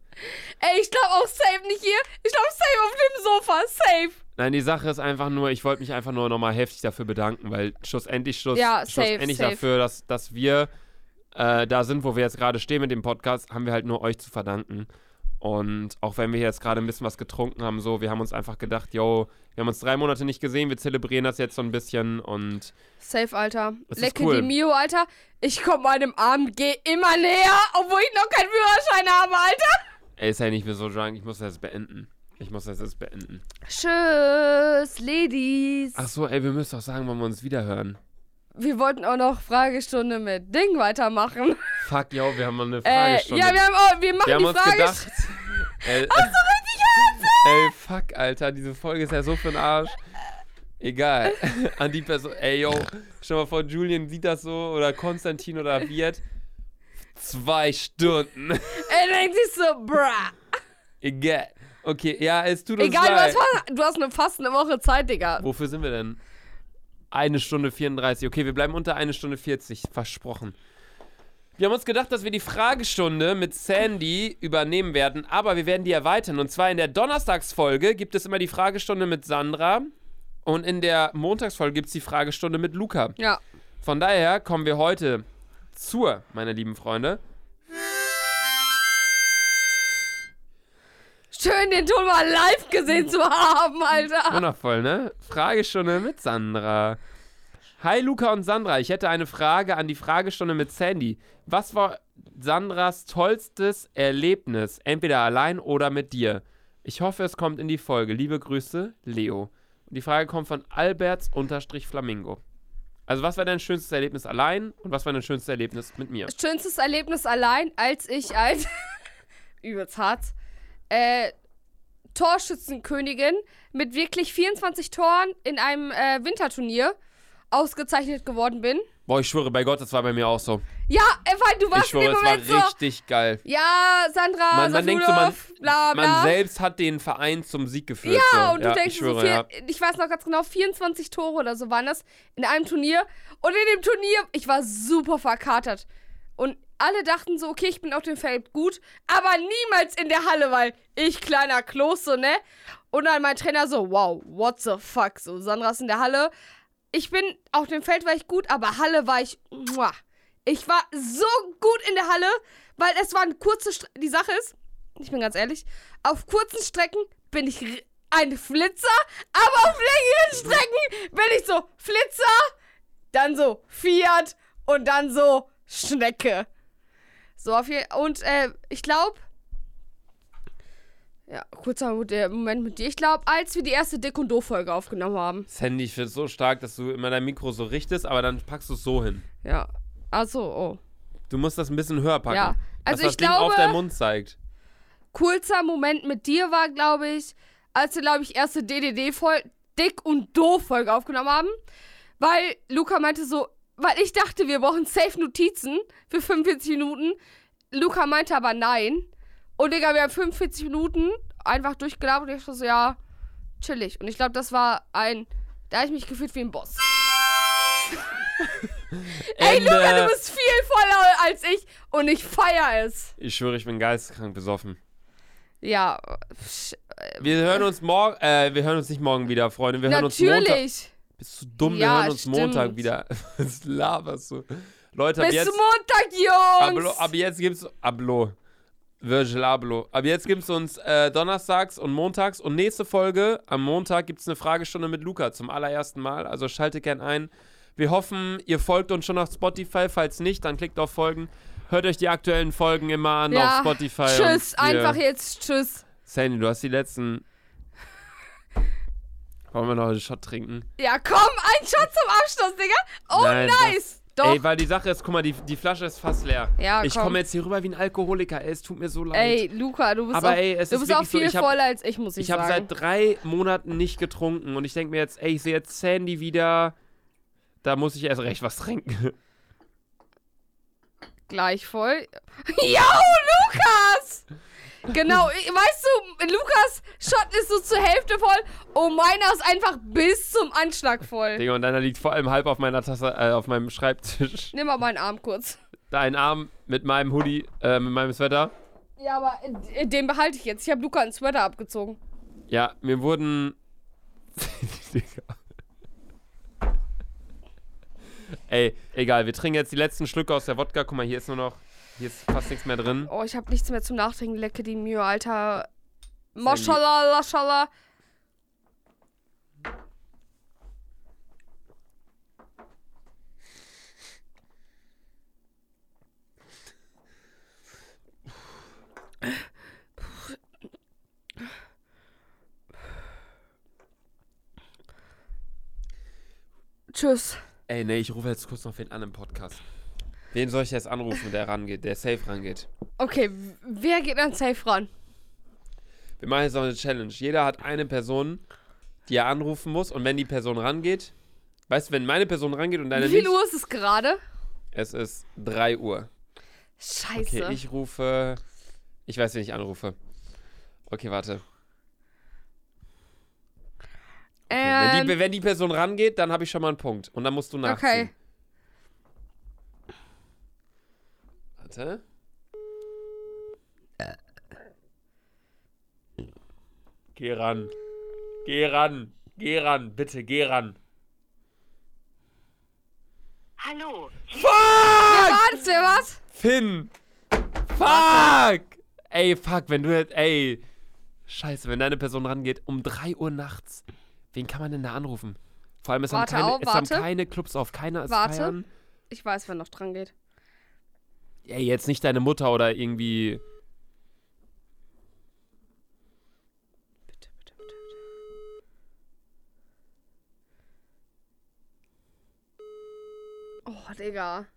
Speaker 1: Ey, ich glaube auch safe nicht hier. Ich glaube safe auf dem Sofa, safe.
Speaker 2: Nein, die Sache ist einfach nur, ich wollte mich einfach nur nochmal heftig dafür bedanken, weil schlussendlich, schluss,
Speaker 1: Ja, safe,
Speaker 2: schlussendlich
Speaker 1: safe.
Speaker 2: dafür, dass, dass wir äh, da sind, wo wir jetzt gerade stehen mit dem Podcast, haben wir halt nur euch zu verdanken. Und auch wenn wir jetzt gerade ein bisschen was getrunken haben, so, wir haben uns einfach gedacht, yo, wir haben uns drei Monate nicht gesehen, wir zelebrieren das jetzt so ein bisschen und
Speaker 1: Safe, Alter.
Speaker 2: Das ist
Speaker 1: Lecke
Speaker 2: cool.
Speaker 1: die Mio, Alter. Ich komm meinem AMG immer näher, obwohl ich noch keinen Führerschein habe, Alter.
Speaker 2: ey, ist ja nicht mehr so drunk, ich muss das jetzt beenden. Ich muss das jetzt beenden.
Speaker 1: Tschüss, Ladies.
Speaker 2: Ach so, ey, wir müssen auch sagen, wann wir uns wiederhören.
Speaker 1: Wir wollten auch noch Fragestunde mit Ding weitermachen.
Speaker 2: Fuck, yo, wir haben mal eine
Speaker 1: Äh,
Speaker 2: Fragestunde.
Speaker 1: ja, wir haben, auch, wir machen
Speaker 2: Wir haben
Speaker 1: die
Speaker 2: uns
Speaker 1: Frage.
Speaker 2: gedacht. Ey, Ey, fuck, Alter, diese Folge ist ja so für den Arsch. Egal. An die Person. Ey, yo, stell mal vor, Julian sieht das so oder Konstantin oder Wirt. Zwei Stunden.
Speaker 1: Er denkt sich so, brah.
Speaker 2: Egal. Okay, ja, es tut uns
Speaker 1: Egal, du hast,
Speaker 2: leid.
Speaker 1: fa- du hast eine, fast eine Woche Zeit, Digga.
Speaker 2: Wofür sind wir denn? Eine Stunde 34. Okay, wir bleiben unter eine Stunde 40. Versprochen. Wir haben uns gedacht, dass wir die Fragestunde mit Sandy übernehmen werden, aber wir werden die erweitern. Und zwar in der Donnerstagsfolge gibt es immer die Fragestunde mit Sandra und in der Montagsfolge gibt es die Fragestunde mit Luca.
Speaker 1: Ja.
Speaker 2: Von daher kommen wir heute zur, meine lieben Freunde.
Speaker 1: Schön, den Ton mal live gesehen zu haben, Alter.
Speaker 2: Wundervoll, ne? Fragestunde mit Sandra. Hi Luca und Sandra, ich hätte eine Frage an die Fragestunde mit Sandy. Was war Sandras tollstes Erlebnis, entweder allein oder mit dir? Ich hoffe, es kommt in die Folge. Liebe Grüße, Leo. Und die Frage kommt von Alberts-Flamingo. Also, was war dein schönstes Erlebnis allein und was war dein schönstes Erlebnis mit mir?
Speaker 1: Schönstes Erlebnis allein, als ich als übelst hart äh, Torschützenkönigin mit wirklich 24 Toren in einem äh, Winterturnier ausgezeichnet geworden bin.
Speaker 2: Boah, ich schwöre bei Gott, das war bei mir auch so.
Speaker 1: Ja, Evan, du warst
Speaker 2: ich schwöre,
Speaker 1: in dem
Speaker 2: es war
Speaker 1: Moment so.
Speaker 2: richtig geil.
Speaker 1: Ja, Sandra,
Speaker 2: Man, man denkt so, man,
Speaker 1: Safulov, bla bla.
Speaker 2: man selbst hat den Verein zum Sieg geführt.
Speaker 1: Ja,
Speaker 2: so.
Speaker 1: und du denkst,
Speaker 2: ich
Speaker 1: so
Speaker 2: schwöre,
Speaker 1: vier,
Speaker 2: ja.
Speaker 1: ich weiß noch ganz genau, 24 Tore oder so waren das in einem Turnier. Und in dem Turnier, ich war super verkatert. Und alle dachten so, okay, ich bin auf dem Feld gut, aber niemals in der Halle, weil ich kleiner Kloß, so, ne? Und dann mein Trainer so, wow, what the fuck, so, Sandra ist in der Halle. Ich bin auf dem Feld war ich gut, aber Halle war ich, muah. Ich war so gut in der Halle, weil es waren kurze, Stre die Sache ist, ich bin ganz ehrlich, auf kurzen Strecken bin ich r- ein Flitzer, aber auf längeren Strecken bin ich so Flitzer, dann so Fiat und dann so Schnecke. So auf jeden Und äh, ich glaube. Ja, kurzer Mo- der Moment mit dir. Ich glaube, als wir die erste Dick- und Do-Folge aufgenommen haben.
Speaker 2: Sandy, ich finde es so stark, dass du immer dein Mikro so richtest, aber dann packst du es so hin.
Speaker 1: Ja. Also, oh.
Speaker 2: Du musst das ein bisschen höher packen.
Speaker 1: Ja.
Speaker 2: dass
Speaker 1: Also
Speaker 2: das
Speaker 1: ich
Speaker 2: Ding auf
Speaker 1: glaube-
Speaker 2: deinen Mund zeigt.
Speaker 1: coolster Moment mit dir war, glaube ich, als wir, glaube ich, erste DDD-Folge, Dick und Doof-Folge aufgenommen haben. Weil Luca meinte so, weil ich dachte, wir brauchen safe Notizen für 45 Minuten. Luca meinte aber nein. Und Digga, wir haben 45 Minuten einfach durchgelabert und ich so, ja, chillig. Und ich glaube, das war ein, da habe ich mich gefühlt wie ein Boss. Ey,
Speaker 2: Ende.
Speaker 1: Luca, du bist viel voller als ich und ich feier es.
Speaker 2: Ich schwöre, ich bin geisteskrank besoffen.
Speaker 1: Ja, psch,
Speaker 2: Wir hören uns morgen, äh, wir hören uns nicht morgen wieder, Freunde. Wir hören uns Montag.
Speaker 1: natürlich.
Speaker 2: Bist du dumm? wir
Speaker 1: Ja,
Speaker 2: hören uns
Speaker 1: stimmt.
Speaker 2: Montag wieder. Was laberst du? Leute, ab
Speaker 1: Bis
Speaker 2: jetzt.
Speaker 1: Montag,
Speaker 2: Ablo,
Speaker 1: Jungs!
Speaker 2: ab jetzt gibt's Ablo. Virgil Ablo. Ab jetzt gibt's uns äh, donnerstags und montags und nächste Folge am Montag gibt's eine Fragestunde mit Luca zum allerersten Mal. Also schaltet gern ein. Wir hoffen, ihr folgt uns schon auf Spotify. Falls nicht, dann klickt auf Folgen. Hört euch die aktuellen Folgen immer an auf Spotify.
Speaker 1: Tschüss,
Speaker 2: und wir-
Speaker 1: einfach jetzt tschüss.
Speaker 2: Sandy, du hast die letzten. Wollen wir noch einen Shot trinken?
Speaker 1: Ja, komm, ein Shot zum Abschluss, Digga. Oh,
Speaker 2: Nein,
Speaker 1: nice. Doch.
Speaker 2: Ey, weil die Sache ist, guck mal, die, die Flasche ist fast leer.
Speaker 1: Ja,
Speaker 2: ich
Speaker 1: komm.
Speaker 2: komme jetzt hier rüber wie ein Alkoholiker. Ey, es tut mir so leid.
Speaker 1: Ey, Luca, du bist
Speaker 2: Aber
Speaker 1: auch,
Speaker 2: ey, es
Speaker 1: du
Speaker 2: ist
Speaker 1: bist auch
Speaker 2: wirklich so,
Speaker 1: viel
Speaker 2: ich hab-
Speaker 1: voller als ich, muss ich,
Speaker 2: Ich habe
Speaker 1: sagen.
Speaker 2: seit drei Monaten nicht getrunken und ich denke mir jetzt, ey, ich sehe jetzt Sandy wieder. Da muss ich erst recht was trinken.
Speaker 1: Gleich voll. Yo, Lukas! Genau, ich- weißt du, Lukas Shot ist so zur Hälfte voll und meiner ist einfach bis zum Anschlag voll.
Speaker 2: Digga, und deiner liegt vor allem halb auf meiner Tasse, äh, auf meinem Schreibtisch.
Speaker 1: Nimm mal meinen Arm kurz.
Speaker 2: Dein Arm mit meinem Hoodie, äh, mit meinem Sweater.
Speaker 1: Ja, aber äh, den behalte ich jetzt. Ich habe Luca einen Sweater abgezogen.
Speaker 2: Ja, mir wurden. Digga. Ey, egal, wir trinken jetzt die letzten Schlücke aus der Wodka. Guck mal, hier ist nur noch. Hier ist fast nichts mehr drin.
Speaker 1: Oh, ich habe nichts mehr zum Nachdenken. Lecke die Mühe, Alter. Maschallah, maschallah. Tschüss.
Speaker 2: Ey, nee, ich rufe jetzt kurz noch wen an im Podcast. Wen soll ich jetzt anrufen, der rangeht, der safe rangeht?
Speaker 1: Okay, wer geht an Safe ran?
Speaker 2: Wir machen jetzt noch eine Challenge. Jeder hat eine Person, die er anrufen muss. Und wenn die Person rangeht, weißt du, wenn meine Person rangeht und deine
Speaker 1: Wie viel
Speaker 2: nicht,
Speaker 1: Uhr ist es gerade?
Speaker 2: es ist 3 Uhr.
Speaker 1: Scheiße.
Speaker 2: Okay, ich rufe. Ich weiß, wen ich anrufe. Okay, warte. Okay,
Speaker 1: ähm,
Speaker 2: wenn, die, wenn die Person rangeht, dann habe ich schon mal einen Punkt. Und dann musst du nachziehen.
Speaker 1: Okay.
Speaker 2: Warte. Äh. Geh ran. Geh ran. Geh ran. Bitte, geh ran.
Speaker 3: Hallo,
Speaker 2: Fuck!
Speaker 1: Warst du was?
Speaker 2: Finn! Fuck! Ey, fuck, wenn du jetzt. Ey. Scheiße, wenn deine Person rangeht, um 3 Uhr nachts. Wen kann man denn da anrufen? Vor allem, es,
Speaker 1: Warte
Speaker 2: haben, keine,
Speaker 1: auf,
Speaker 2: es haben
Speaker 1: warte.
Speaker 2: keine Clubs auf. Keiner ist
Speaker 1: Warte.
Speaker 2: feiern.
Speaker 1: Ich weiß, wer noch dran geht.
Speaker 2: Ey, jetzt nicht deine Mutter oder irgendwie.
Speaker 1: Bitte, bitte, bitte, bitte. Oh, Digga.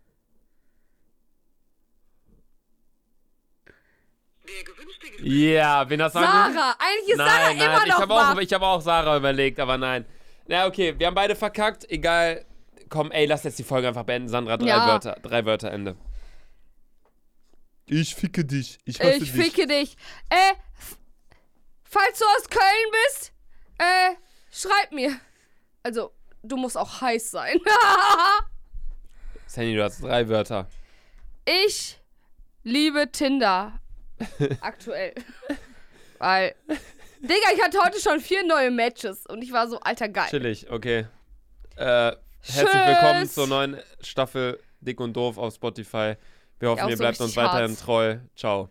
Speaker 3: der gewünschte Gespräch.
Speaker 2: Ja, wen hast du angerufen?
Speaker 1: Sarah! Eigentlich ist Sarah
Speaker 2: nein,
Speaker 1: immer
Speaker 2: ich
Speaker 1: noch
Speaker 2: hab
Speaker 1: wach.
Speaker 2: auch, Ich habe auch Sarah überlegt, aber nein. Na, okay, wir haben beide verkackt. Egal. Komm, ey, lass jetzt die Folge einfach beenden. Sandra, drei
Speaker 1: Ja.
Speaker 2: Wörter. Drei Wörter, Ende. Ich ficke dich. Ich hasse dich.
Speaker 1: Ich ficke dich. Äh, f- falls du aus Köln bist, äh, schreib mir. Also, du musst auch heiß sein.
Speaker 2: Sandy, du hast drei Wörter.
Speaker 1: ich liebe Tinder. Aktuell. Weil, Digga, ich hatte heute schon vier neue Matches und ich war so, alter, geil.
Speaker 2: Chillig, okay. Äh, herzlich
Speaker 1: Tschüss.
Speaker 2: willkommen zur neuen Staffel Dick und Doof auf Spotify. Wir hoffen,
Speaker 1: Ja, auch
Speaker 2: ihr
Speaker 1: so
Speaker 2: bleibt uns
Speaker 1: richtig
Speaker 2: weiterhin
Speaker 1: hart.
Speaker 2: treu. Ciao.